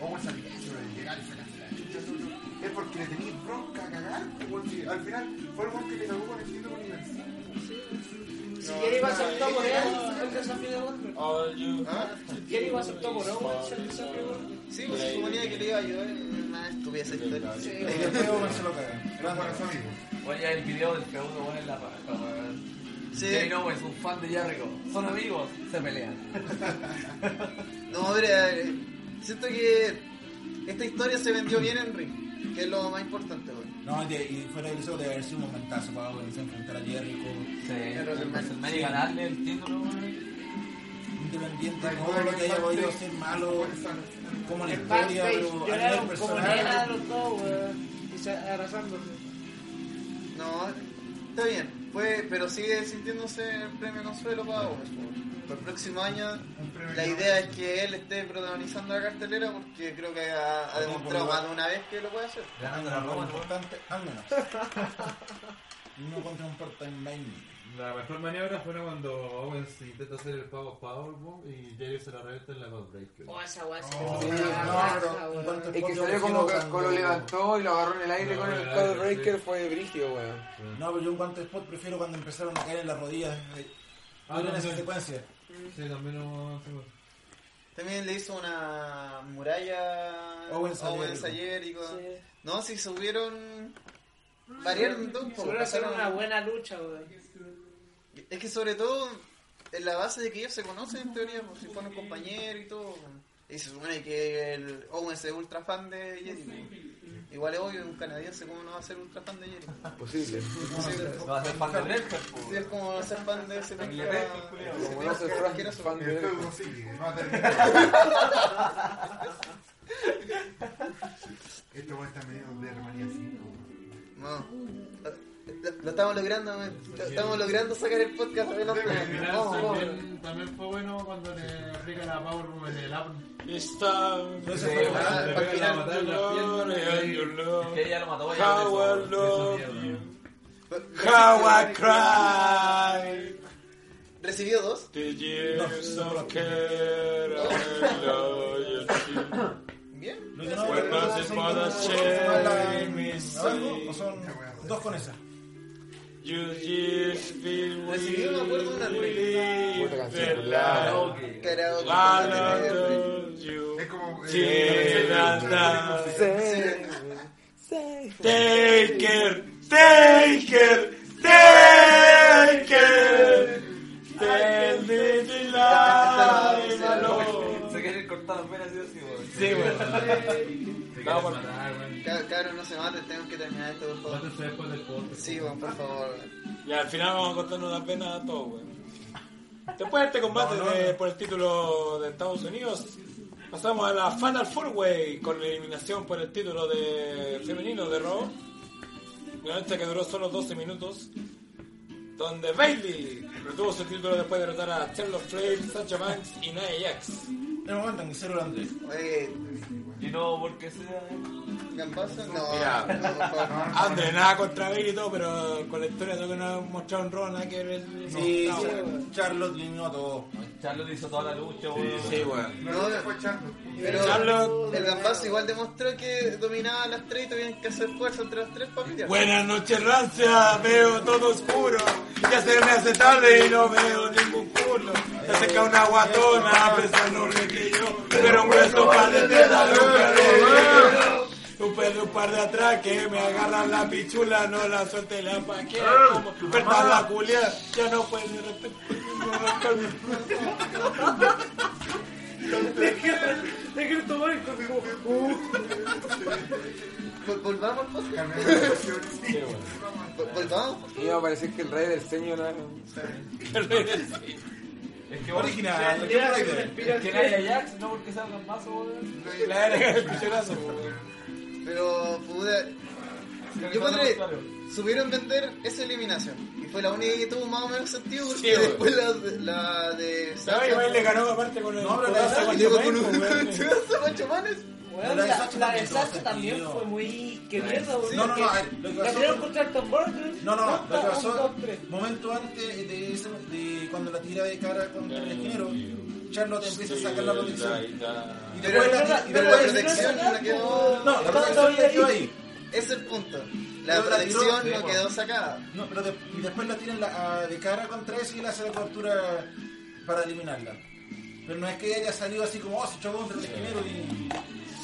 Owens al inicio de llegar y sacarse la chucha solo. Es porque le tenéis bronca a cagar, weón, si Al final fue el weón que le cagó con el título universal.
Si Jericho aceptó por él, ¿eh? el desafío de Goldberg.
All you
¿Ah?
Jericho aceptó por Owens ¿eh? el desafío de Goldberg.
Sí, pues se suponía que le iba a ayudar en una estupidez esa historia.
Sí,
Y después Owen se lo caga.
Gracias a los amigos.
Oye, el video del feudo, weón, en la paja, weón.
Sí.
Jay Novo es un fan de Jericho. Son amigos, se pelean.
No, hombre, eh, siento que esta historia se vendió bien en ring, que es lo más importante,
Eh,
weón.
No, y, de- y fuera de eso debe haber sido un momentazo para Owen se enfrentar a Jericho.
Sí, WrestleMania ganarle el título, weón.
Independiente de todo lo que haya podido ser malo, como la
El
historia,
backstage
pero a nivel
lloraron como nena
personal.
los dos, weón. eh, Y se arrasándose.
No, está bien, fue, pero sigue sintiéndose el premio consuelo para Owens. po. Para el próximo año, la idea es que él esté protagonizando la cartelera porque creo que ha, ha demostrado más de una vez que lo puede hacer.
Ganando la
Una ropa
Roma,
importante, al menos. Uno contra un part-time
La mejor maniobra fue cuando Owens intenta hacer el pavo Powerbomb y Jerry se la reventa en la Godbreaker.
Oh, esa weá se
Oh,
me
sí,
hizo
no,
cagar,
pero
weón.
en cuanto-
Ah, Es que
Porque
salió como
lo
que
hicieron
lo
cuando-
levantó y lo agarró en el aire
Lo
con el
agarró en el
Code
aire,
Breaker,
sí.
fue brigio, weón.
No, pero yo en cuanto a spot prefiero cuando empezaron a caer en las rodillas. eh,
Ah,
en
no,
esa
sí.
secuencia.
Sí, también no.
También le hizo una muralla
Owens a
Owens
Jericho.
ayer.
Sí.
No, si subieron variando un poco.
Seguro hacer
pasaron-
una buena lucha, weón.
Es que sobre todo en la base de que ellos se conocen en teoría, pues, si fueron compañeros y todo. pues. Y se supone que el Owens es ultra fan de Jericho. Igual es obvio, un canadiense como no va a ser ultra fan de Jericho.
Posible.
No va a ser fan de pues. Lerger,
Sí, es como no ser fan de ese
Inglaterra, culiao.
ese
Como
penca
no se
cualquiera
fran-
su-
fan
El
de
feudo sigue, no ha terminado. Esto va a estar medio de Hermanía 5.
No. Lo, lo estamos logrando, man. Lo estamos logrando sacar el podcast adelante.
Debe
man. Vamos, vamos.
También, también fue bueno cuando le aplican a Power Woman el apron.
Está.
Eso fue
bueno.
bacán.
para
la
final,
batalla, and your love.
Que ella lo mató varias
How I
veces, weón.
love
Esa mierda.
you. How I
Recibió-
cry.
Recibió dos.
The years of care and loyalty.
Bien.
Lo que no-
We're
no
nothing
son-
but a
no son
shame
malas en
inside.
algo, o son dos con esa.
You years filled
Recibí un acuerdo de una
with
Otra
the
canción.
light.
Karaoke.
I love you.
Es como. eh,
Sí,
eh,
la-
eh,
la-
no sé.
Say, say.
Take care, take care, take care. Tell me the light, my lord.
Se quieren cortar las venas, sí o sí, weón.
Sí, bueno. No, por-
Ca- Cabrón, no se maten, tengo que terminar esto, por favor.
Mátense después del podcast.
Sí, bueno, por favor. man.
Y al final vamos a contarnos las penas a todos, weón. Después de este combate de- por el título de Estados Unidos, pasamos a la Final Four Way con la eliminación por el título de femenino de Raw. Una lucha que duró solo 12 minutos, donde Bailey retuvo su título después de derrotar a Charlotte Flair, Sasha Banks y Nia Jax.
En el momento en que se lo Andrés.
Oye,
Y no porque sea. eh.
¿Gambazo? No,
Mira.
no, por favor.
Ah,
André, nada contra Bailey y todo, pero con la historia de lo que nos han mostrado en Raw, nada que ver.
Sí,
No,
sí,
weón.
Charlotte eliminó a todos.
Charlotte hizo toda la lucha, weón.
Sí, weón.
No, no fue Charlo.
Pero
Charlotte.
el Gambazo igual demostró que dominaba a las tres y tuvieron que hacer fuerza entre las tres familias.
Buenas noches, rancia. Veo todo oscuro. Ya se me hace tarde y no veo ningún culo. Se acerca una guatona, pesa enorme que yo. Pero un grueso par de tetas, nunca lo vi. Un pelo, un par de atrás que me agarran la pichula, no la suelte la paquera. Como perdón la culia, ya no puede respetar.
Dejen tomar el cuerpo.
Vol- Volvamos, por favor.
Cambiamos de opción.
Vol- Volvamos.
Iba a parecer que el rey del seño era.
Es que bueno,
Original. ¿qué por ahí viene?
Es que Naya Jax, no porque sea un mazo, weón.
La verga del pichulazo, weón.
Pero pude.
Creo que
Yo
no lo
podré.
tengo claro.
Supieron vender esa eliminación. Y fue la única que tuvo más o menos sentido. Porque
Sí, güey.
después la, la de.
¿Sabes? Igual le ganó aparte con el.
No,
pues,
pero la
codazo pues, a
Y
saca
luego con
Guachamain,
un
weón.
chudazo, macho manes.
Weón,
La de
la,
Sacha
la de
también tuvo
Sacha también
sentido.
fue muy. ¡Qué mierda, weón!
No, no, no,
porque
a ver, lo que
La
pasó-
tiraron contra el tambor, weón.
No, no, no, lo que
Nota, un,
pasó
dos, tres.
momento antes de, ese- de cuando la tira de cara contra el esquinero, Charlotte empieza a sacar la protección. Y
Pero,
después la,
pero la
después la
protección no la quedó.
No, la protección la tiró ahí.
Ese es el punto. La
Pero la tiró,
protección
sí,
no
güey.
quedó sacada.
No, pero de- y después la tiran la- a- de cara contra eso y le hace la cobertura para eliminarla. Pero no es que haya salido así como, oh, se echó contra el esquinero y...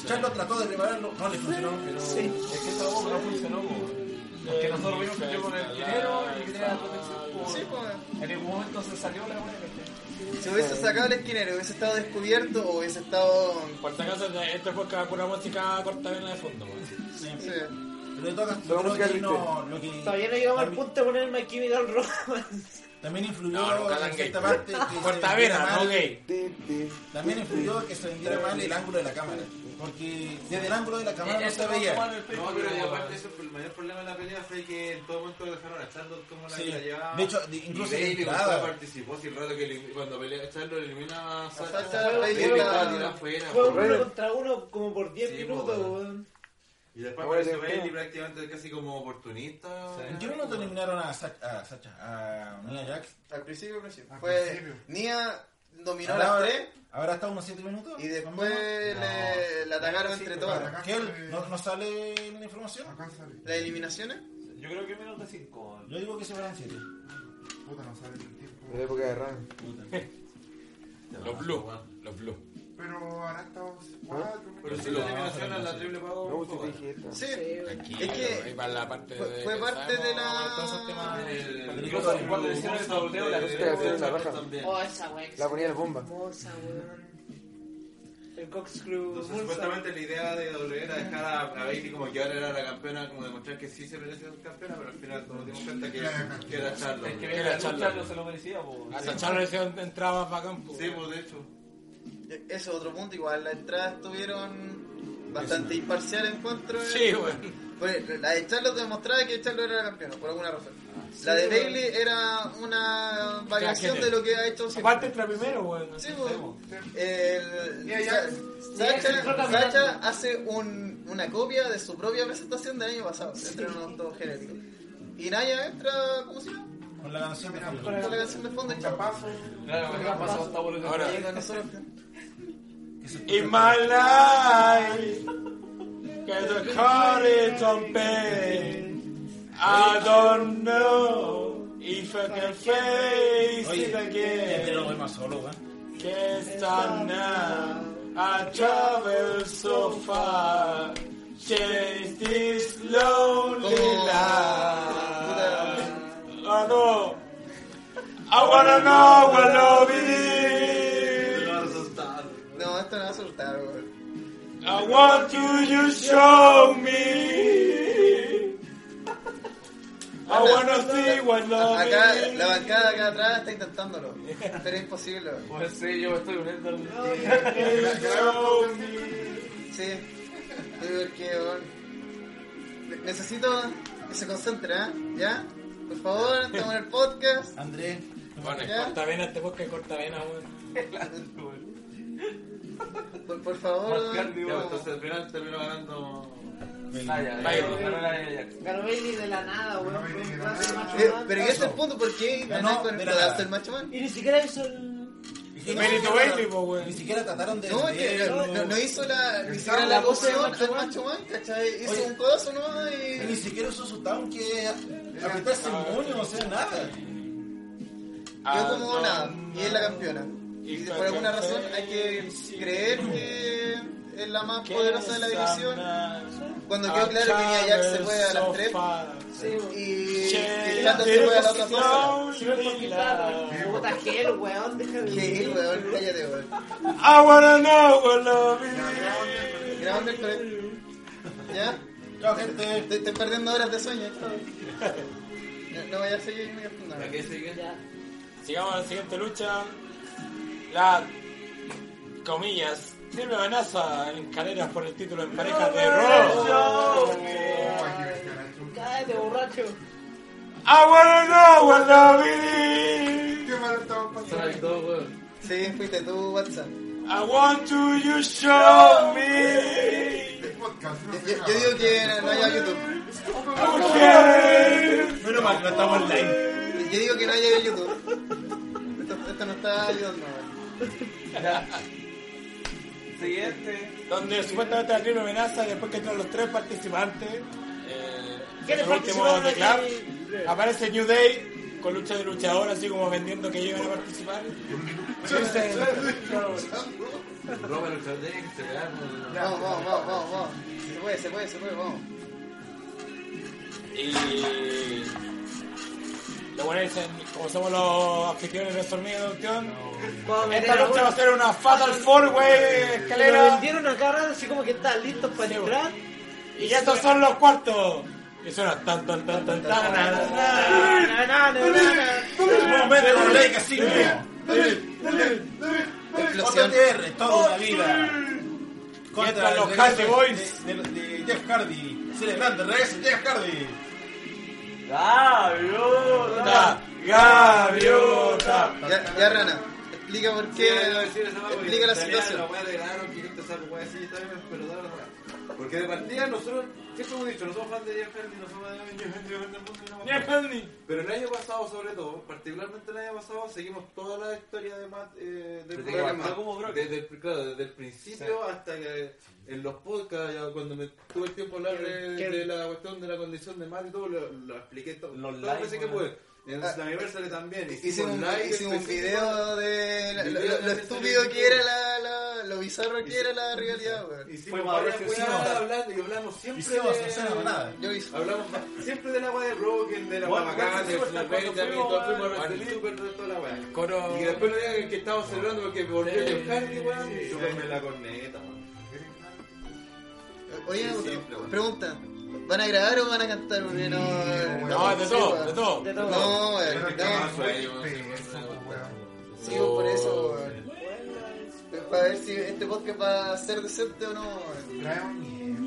Charlotte trató de repararlo, no le funcionó, pero...
Es que esa bomba no funcionó, weón. Porque nosotros vimos que yo con el dinero y que tenía la protección, weón.
Sí, pues.
En ningún momento se salió la weón. ¿cachai?
Si hubiese sacado el esquinero, hubiese estado descubierto o hubiese estado.
Por si acaso, este podcast va a pura música corta bien de fondo, pues. weón.
Sí.
Pero de todas maneras,
Solo música
creo que
triste.
no, lo que
Todavía no llegamos al
también-
punto de poner My Chemical Romance.
También influyó
No, no,
en
cagan
cierta
gay.
parte que se
Corta vena,
vendiera mal-
no gay.
Ti, ti.
También influyó que se vendiera mal el ángulo de la cámara. Porque desde el ángulo de la cámara no se veía.
No, pero y aparte eso, el mayor problema de la pelea fue que en todo momento dejaron a Charlotte como la
Sí.
que la llevaba.
De hecho, de- incluso
y Bailey
en la
González
entrada.
participó, si el rato que elim- cuando pelea Charlotte elimina a Sacha,
Sacha, Bailey
Bailey
la-
estaba tirada pues. afuera,
Fue
po.
uno contra uno como por 10
Sí,
minutos,
pues, weón.
weón.
Y después
Ahora
apareció
le-
Bailey prácticamente casi como oportunista.
¿En qué minuto eliminaron a Sacha? A, Sacha, a Nia Jax?
Al principio, al principio.
Al
Fue.
principio.
Nia dominó
¿Habrá,
las tres
habrá estado unos 7 minutos?
y después le, la atacaron entre todas.
¿Qué? ¿No, no sale la información?
Acá sale.
Las eliminaciones.
Yo creo que menos de 5.
Yo digo que se fueron 7.
Puta, no sale el tiempo.
En la época de Ram.
Los Blue, los Blue.
Pero han estado cuatro
Pero si la eliminación a la triple pues, pago.
No, si te dije esto.
Sí,
Sí,
es
Y
que
para la parte
fue,
de-
fue
de
parte
Simon,
de
todos esos temas.
El-
la...
el-
Incluso en cuanto le hicieron el sorteo, la
Te hacían la raja.
también.
Oh, esa weón.
La ponía el bomba.
Hermosa, weón. El corkscrew.
Entonces, supuestamente la idea de W era dejar a, a Bailey como que ahora era la campeona, como demostrar que sí se merece ser campeona, pero al final todos nos dimos cuenta que, que era Charlotte.
Es que la lucha no se lo merecía, pues. po.
A Ah, esa charla decían, entraba para campo.
Sí, pues de hecho.
Eso es otro punto, igual las entradas estuvieron bastante imparciales en contra.
Sí, weón.
Pues, la de Charlotte demostraba que Charlotte era campeona, por alguna razón. la de Bailey era una variación de lo que ha hecho siempre.
Aparte entra primero, weón.
Sí, po. El-
Mira, ya-
Sa-
ya se
Sacha,
entró caminando.
Sacha hace un- una copia de su propia presentación del año pasado. Entra en un auto genérico. Y Naya entra, ¿cómo se llama?
Con la canción de
Con la canción de fondo y chao.
Claro, me ha pasado hasta por el
Ahora.
Llega a nosotros.
In my life, get the courage on pain. I don't know if I can face it
Ya te lo
again.
veo más solo, weón.
Can't stand now. I travel so far. Change this lonely
Como-
life. I know. I wanna know what love is.
No, esto no va a soltar, weón.
I want to you show me. I wanna see what love
Acá,
is.
la bancada acá atrás está intentándolo. Pero es imposible, weón.
Pues sí, yo me estoy uniendo al.
Show me.
Sí. Estoy porque, weón. Ne- Necesito que se concentre, ¿ah? ¿Ya? Por favor, estamos en el podcast.
Andrés.
¿Ya?
venas, este bosque corta venas, weón.
Por, por favor, weón.
pues, Ya, pues, entonces al final terminó ganando.
Ah, ya, ya,
Bailey.
ganó la de Ajax.
Ganó Bailey de la nada, weón.
Ganó Bailey de la
Fue un
nada.
macho
Eh,
más.
pero ¿y ese es el punto? ¿Por qué
Ganó
ganar con
de
el
la
pedazo
nada.
del macho man?
Y ni siquiera hizo el.
Y
Benito
no-
Bailey, po,
Ni
weón.
siquiera trataron de.
No, es que
defenderlo.
no, no- no hizo la, no hicieron
la
la
pose del
opción
macho
al
man.
macho man, ¿cachai? Hizo
Oye.
un codazo nomás
Ni
y...
siquiera usó su town que apretarse el moño, o sea, nada.
Yo como nada, y es la campeona. Y por alguna razón hay que creer que es la más poderosa de la división. Cuando quedó claro que ni Ajax se fue a las 3
Sí, weón.
y que Chato se fue a la otra cosa.
Sí, weón, porque estaba. Puta, gel, weón. Deja de.
Que weón, cállate, weón.
I wanna know what love is.
Grabando el pre. ¿Ya?
Chao, gente.
Estoy, estoy perdiendo horas de sueño. chao. No, no voy a seguir ni haciendo nada.
¿La que sigue?
Ya.
Sigamos a la siguiente lucha. La comillas. Triple amenaza en carreras por el título en pareja de Raw.
Cállate, borracho.
I wanna know what love is.
Qué mal estamos pasando.
Strike dos, weón.
Sí, fuiste tú, WhatsApp.
I want to you show me.
El podcast, no
Yo,
se
yo- yo
graba.
digo que no, no haya YouTube.
Okay.
Menos mal, no estamos online.
Yo digo que no haya YouTube. Esto, esto no está ayudando. weón.
Siguiente.
Donde supuestamente la triple amenaza después que entran los tres participantes. Eh,
¿Quiénes
los últimos
participaron
de
en
Club.
el-
Aparece New Day con lucha de luchador así como vendiendo que ellos iban a participar.
Robert Chardet, que se pues, ganó.
Vamos, vamos, vamos, vamos, vamos. Se puede, se puede, se puede, vamos.
Y lo bueno dicen, como somos los anfitriones de WrestleMania de opción,
Vamos a meter
esta
a
lucha
uno.
va a ser una Fatal Four Way
Lo
escalera.
vendieron acá, ahora, así como que están listos para
Sí,
entrar.
Y ya estos son los cuartos. Y suena tan tan tan tan tan na, na, na.
Na, na, na, na, na.
Momento online, casino.
Explosión.
JTR, toda una vida.
Mientras los
el
Hardy
regreso
Boys.
De, de- de Jeff Hardy. Celebrando el regreso de Jeff Hardy.
Ta, Gaviota.
Ya, ya, Rana, explica por
Sí,
qué.
iba a decir esa weá, porque
Explica la
italiano,
situación.
weá, de ganar, que no te saco weá así, tal vez, pero da la weá. Porque de partida nosotros, siempre hemos dicho, no somos fans de Jeff Hardy, no somos de Jeff Hardy, Jeff Hardy, Jeff Hardy, no somos- Pero el año pasado, sobre todo, particularmente el año pasado, seguimos toda la historia de Matt, eh, del
Desde que
programa.
partió como Brock.
Desde, el- claro, desde el principio hasta que en los podcasts, ya cuando me tuve el tiempo de hablar de,
¿Qué?
de la cuestión de la condición de Matt y todo, lo, lo expliqué todo,
Los
todas las
live,
veces que
bueno.
pude. En
Ah,
la Universal también.
Hicimos un,
live
hicimos un
específico.
video de la- lo, lo-
Video
lo
de-
estúpido que era la, la, weón, lo bizarro que era la rivalidad, weón.
Hicimos
Fue más
varias
reflexivo.
weas hablando y hablamos siempre
Hicimos
de-
escena manada.
Yo hice.
Hablamos siempre del agua de Roken, de la
Bueno,
Guamacán,
bueno,
del
sí,
Final
cuando
Benjamin,
fuimos
todos
a-
fuimos a
al
Wrestling Super, de toda la wea.
Coro.
Y que después no digan que estábamos celebrando porque volvió John Hardy, weón.
Sí,
y
sí.
súbeme la corneta, weón.
Oye,
Sí,
otra-
siempre, weón.
pregunta. ¿Van a grabar o van a cantar? Porque no, no,
No, de
sí,
todo,
weón.
de todo.
De todo.
No, weón,
Pero es que
no.
más sueño, weón.
Sí, weón, por eso, weón. Pero Para ver si este podcast va a ser decente o no, weón.
Grabemos mierda.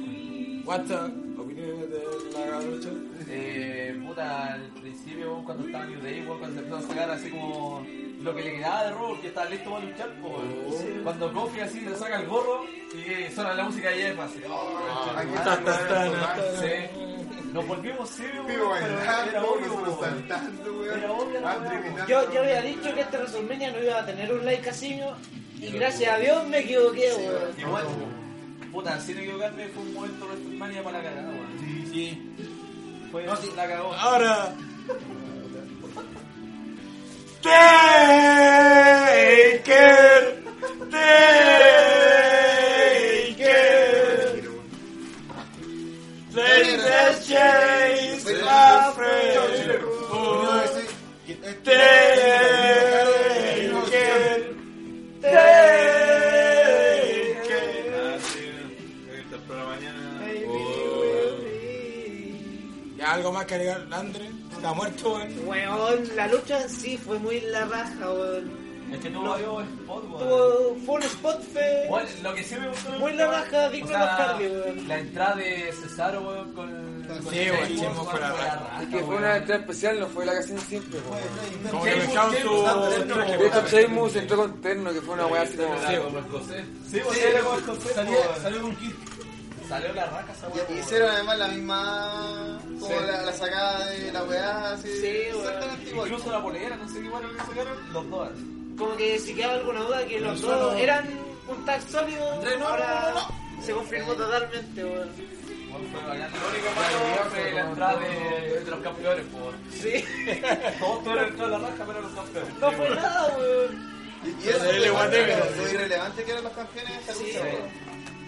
WhatsApp, opiniones de la garocha.
Eh, puta, al principio weón, cuando estaba New Day, weón, cuando se empezó a sacar así como lo que le quedaba de Raw, que estaba listo para luchar, po,
Oh.
weón. cuando Kofi así le saca el gorro y suena la música de Jeff así. oh,
Aquí
weón,
está,
weón,
está, está,
weón,
está.
sí. Nos volvimos serios,
Vivo
weón, pero era
bailando,
obvio,
nosotros
weón.
saltando,
Era obvio
weón.
la
André
weá,
gritando.
Yo, yo había dicho que este WrestleMania no iba a tener un like casino y gracias a Dios me equivoqué, weón.
Igual, puta, sin equivocarme, fue un momento WrestleMania para la cagada, weón.
Sí, sí.
Fue la cagó.
Ahora. Taker. Taker. Let's chase my friend.
Yo
for
decía que este-
Taker. Taker.
Ah, sí, ahorita por la mañana.
Ya algo más que agregar, Andre. Está muerto, weón.
Weón, la lucha en sí fue muy la raja, weón.
Es que no vio spot, weón.
Tuvo, fue un spot fe.
Bueno, lo que sí me gustó
Muy
mucho,
la
weón,
raja, digno de Oscarle, weón.
La entrada de Cesaro, weón, con. con
Sí,
Jay
weón,
Uso,
Chemo fue la raja.
Es Ah, que fue una entrada especial, no fue la canción siempre, po, weón.
Como que me echaron
De hecho,
su.
Sheamus entró con terno, que fue una weá así como...
Como escocés.
Sí, weón,
Sí,
era como el concepto,
salía-
weón.
Salió con Kid.
Salió la raja esa weón.
Y- y Hicieron además la misma. como
Sí.
la, la sacada de la weá, así.
Sí, weón.
exactamente igual.
Incluso la polera, no sé qué bueno que sacaron, los dos.
Como que si quedaba alguna duda que los
solo-
dos eran un tag sólido,
Andrés, no,
ahora
no,
se confirmó totalmente, weón.
Weón, fue bacán. Lo único malo fue la entrada de, de los campeones, po, weón.
Sí,
Todos tuvieron entrada de la raja, pero los campeones.
no fue nada, weón.
Y, y eso
Dale,
fue
guateque.
lo- lo irrelevante que eran los campeones de esta
Sí,
lucha,
weón.
weón.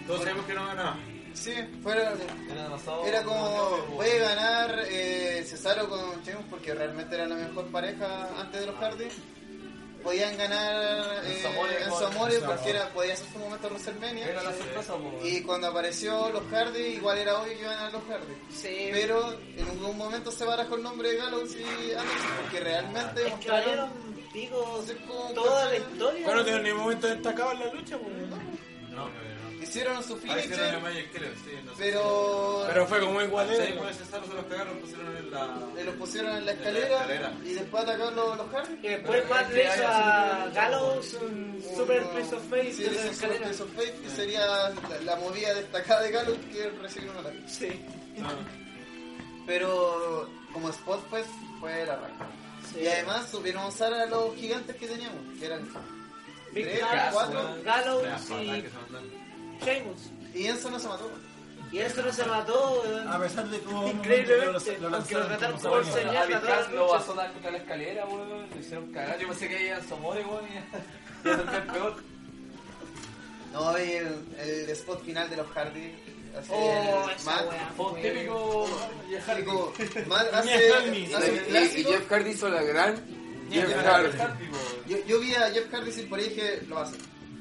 Todos sabemos que no ganaba.
Sí, fuera.
Era demasiado-
Era como, voy a ganar eh, Cesaro con Sheamus porque realmente era la mejor pareja antes de los Hardy. Podían ganar eh,
Enzo Amore
Enzo
con-
Amore
Enzo
porque
Amore.
era, podía ser su momento en WrestleMania.
Era la sorpresa, po, weón.
Y cuando apareció los Hardy, igual era obvio que iban a ganar los Hardy.
Sí,
Pero en algún momento se barajó el nombre de Gallows y Anderson porque realmente
Ah, es que
mostraron
valieron, digo,
ser como-
toda la historia.
Bueno, tiene ningún momento destacado en la lucha, weón.
No, no,
hicieron su
no. Ahí se
finisher,
lo Magic Killer, sí, no sé.
pero,
Pero fue como igual
Sí, pues Cesaro se los cagaron, pusieron en la.
eh, los pusieron en la
En la
escalera,
escalera.
y después atacaron los, los Hardy.
Que después Matt le hizo a Gallows un super face of face
Sí,
de
es
la
un Super
escalera.
Prince of Fate, que sería la, la movida destacada de Gallows que recibió una ataque.
Sí,
Pero como spot pues fue la raja.
sí.
Y además supieron usar a los gigantes que teníamos, que eran
Big
tres,
Cass,
cuatro,
Las
Gallows
patas
y
que se mandan.
Sheamus.
y Enzo no se mató.
Y eso no se mató, weón.
A pesar de cómo.
Increíblemente,
Ah, lo- lo
aunque lo
lanzaron
trataron
como
por
sabanero.
señor.
A mi Cass lo azotaron contra la escalera, weón. Lo hicieron cagar. Yo pensé que iba a Somore, weón. Y iba a ser el peor.
No, y el, el spot final de los Hardy. Así
Oh,
el
esa
Matt,
weá.
Fue un típico.
digo, Matt
Ni
hace,
a Hardy.
hace un
Y- Y,
clásico.
Jeff Hardy hizo la gran Jeff
Jeff
Hardy.
Yo, yo vi a Jeff Hardy sin polera y dije, lo hace.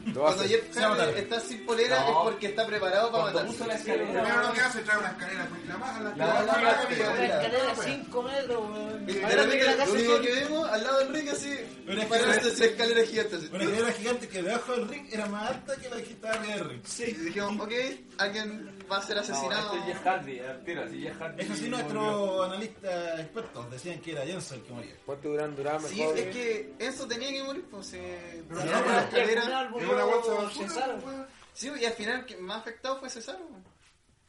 Lo
Cuando
hace.
Jeff
Se va a
Hardy
matar.
está sin polera
No.
es porque está preparado para
Cuando
matar.
puso la
Primero lo que
escalera.
hace es traer una escalera, pues, la baja, la
La
la-
baja,
la-
la-
la-
Una
la-
escalera de 5 metros, weón. Ahora
Literalmente
tengo la
lo
casa
único que
llena.
vemos al lado del ring así,
Una
para
escalera.
estas escaleras gigantes. así.
Una escalera gigante que debajo del ring era más alta que la que estaba arriba del ring.
Y dijimos, ok, alguien va a ser asesinado.
No, este es Jeff Hardy, al tiro, así Jeff Hardy.
Eso sí, nuestros analistas expertos decían que era Jensen el que moría.
¿Cuánto duran duraba
Sí,
mejor? eh.
es que eso tenía que morir, pues eh,
Pero
se
no,
abre la
pero-
escalera.
pues.
Es una bolsa de basura,
Cesaro.
pues.
weón.
Sí, y al final el que más afectado fue Cesaro. weón.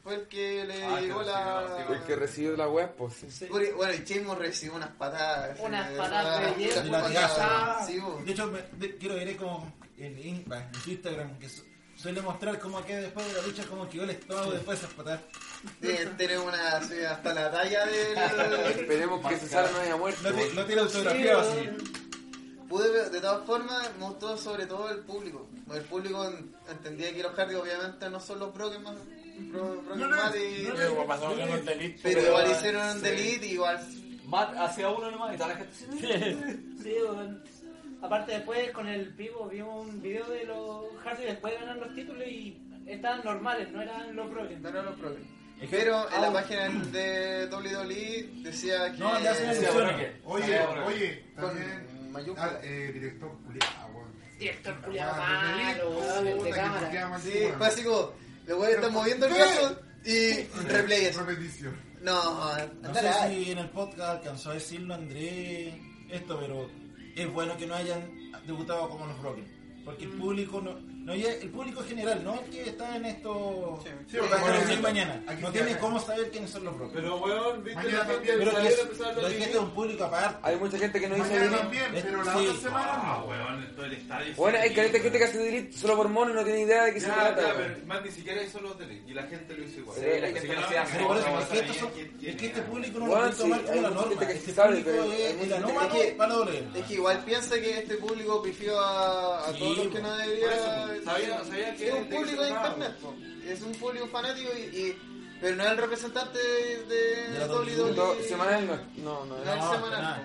Fue el que le
Ah, que
llegó
recibió, sí,
la...
El que recibió la web, pues. sí.
Porque, Bueno, el Chemo recibió unas patadas.
Unas
eh,
patadas de hierro,
unas
Y la
patadas,
patadas.
Sí, pues. weón.
De hecho, me- de- quiero ver como en, in- bah, en su Instagram que su- suele mostrar como que después de la lucha como que el estado después de esas patadas.
Deben tener una... sí, hasta la talla del...
Esperemos que Cesaro no haya muerto.
Lo, ti-
weón.
lo tira autografiado
Sí,
así.
pude ver- de todas formas, me gustó sobre todo el público. El público en- entendía que los Hardy obviamente no son los Broken Man, Bro- Broken Man y-
Yo digo, pasamos con los delitos.
pero igual hicieron un delete, igual
Matt hacía uno nomás y toda la gente se
Sí, weón. Aparte después con el vivo vimos un video de los Hardy después de ganar los títulos y estaban normales, no eran los broken.
no eran los Broken. Pero en la
Ah.
página de WWE decía que...
No, ya se
decía,
menciona.
bueno, que-
Oye,
Ahora,
oye,
con
también.
mayúsculas.
Ah, eh, director culiado, weón.
Director
Ah,
culiado malo, weón, el de cámara.
Sí, fue así como, los güeyes están moviendo el brazo y replay eso.
Repetición.
No,
No
anda
sé
la-
si en el podcast alcanzó a decirlo Andrés esto, pero es bueno que no hayan debutado como los Broken. Porque el público no, no llega- el público general, no el que está en esto
Sí.
Sí, porque
Bueno,
hasta las
sí.
seis mañana.
Aquí
no
se
tiene
acaba.
cómo saber quiénes son los Broken.
Pero weón, viste
Mañana
la
también,
también,
Pero
salieron
que
Ah,
es,
a empezar
pero
los
que este es un público aparte.
Hay mucha gente que no dice
Mañana
delete.
también,
Es-
pero la
sí.
otra semana
Ah,
no.
weón, en todo el estadio.
Bueno, hay caleta que te
que
hace delete solo por mono, no tiene idea de qué se
Ya,
trata.
ya,
weón.
pero Matt ni siquiera hizo los delitos y la gente lo hizo igual.
Sí, la
Así
gente
que
lo
no,
hacía
no,
hacer.
Pero por eso,
no,
es que, estos son-
sabía quién-
es que este público no
Bueno,
lo puede
sí,
tomar
hay
como la
mucha gente
norma.
que
Este
sí sabe,
público
pero hay
es el
mucha gente
anómalo
que-
para doble.
Es que igual piensa que este público pifió a, a
Sí,
todos los que
bueno.
no
Por
debería.
eso, sabía, sabía que
es un
de qué se
público de
trataba,
internet,
po.
es un público fanático y, y- pero no es el representante de, de
De la
WWE.
Do- Semanal no, no, E. no.
No, es
No,
semanal.
nada.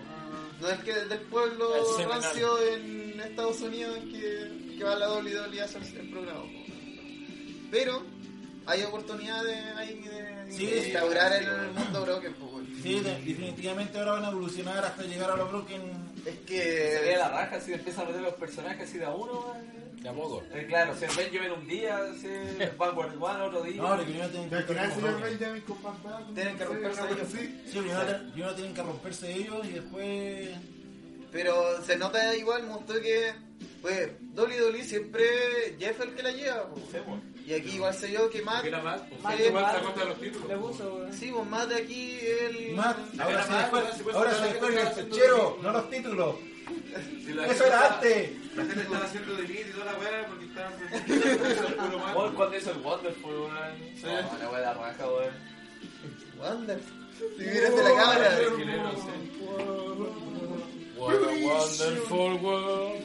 No es que del pueblo
Es semanal.
rancio en Estados Unidos que, que va a la WWE a hacer el programa. po. Pero hay oportunidad de, hay de
Sí,
instaurar
sí,
el
bueno.
mundo broken. po, güey.
Sí, de- definitivamente ahora van a evolucionar hasta llegar a los Broken.
Es
veía
que
la raja, así empieza a meter los personajes así de a uno. eh.
De a modo.
Eh, claro, se ven yo en un día, se Vanguard One otro día.
No, ahora que primero tienen
Y al
que
final
estar
se
como
llama
Broken.
Benjamin con papá.
Tienen que romperse ellos.
Sí.
Sí, primero, primero tienen que romperse ellos y después.
Pero se nota igual, mostró que, pues, Dolly Dolly siempre Jeff es el que la lleva, po.
Sí, po.
Y aquí igual se vio que Matt,
Porque era más, po.
Matt
Sí, igual
Matt
se acuerda de los títulos.
Le puso, weón.
sí, pues Matt de aquí el...
Más, ahora
Era
se
más,
descuelga,
ahora se cuesta
ahora
la
se
gente
descuelga
que
el
está haciendo
perchero,
los-
no los títulos.
Si la
Eso
gente
era
está-
antes.
La gente estaba haciendo delete y toda la weá porque estaban puro mal.
Weón, cuando hizo el Wonderful, weón.
Sí.
No, la wea de la raja, weón.
Wander. Oh, Si miras de Ah, la cámara.
Es que no sé.
What a wonderful world.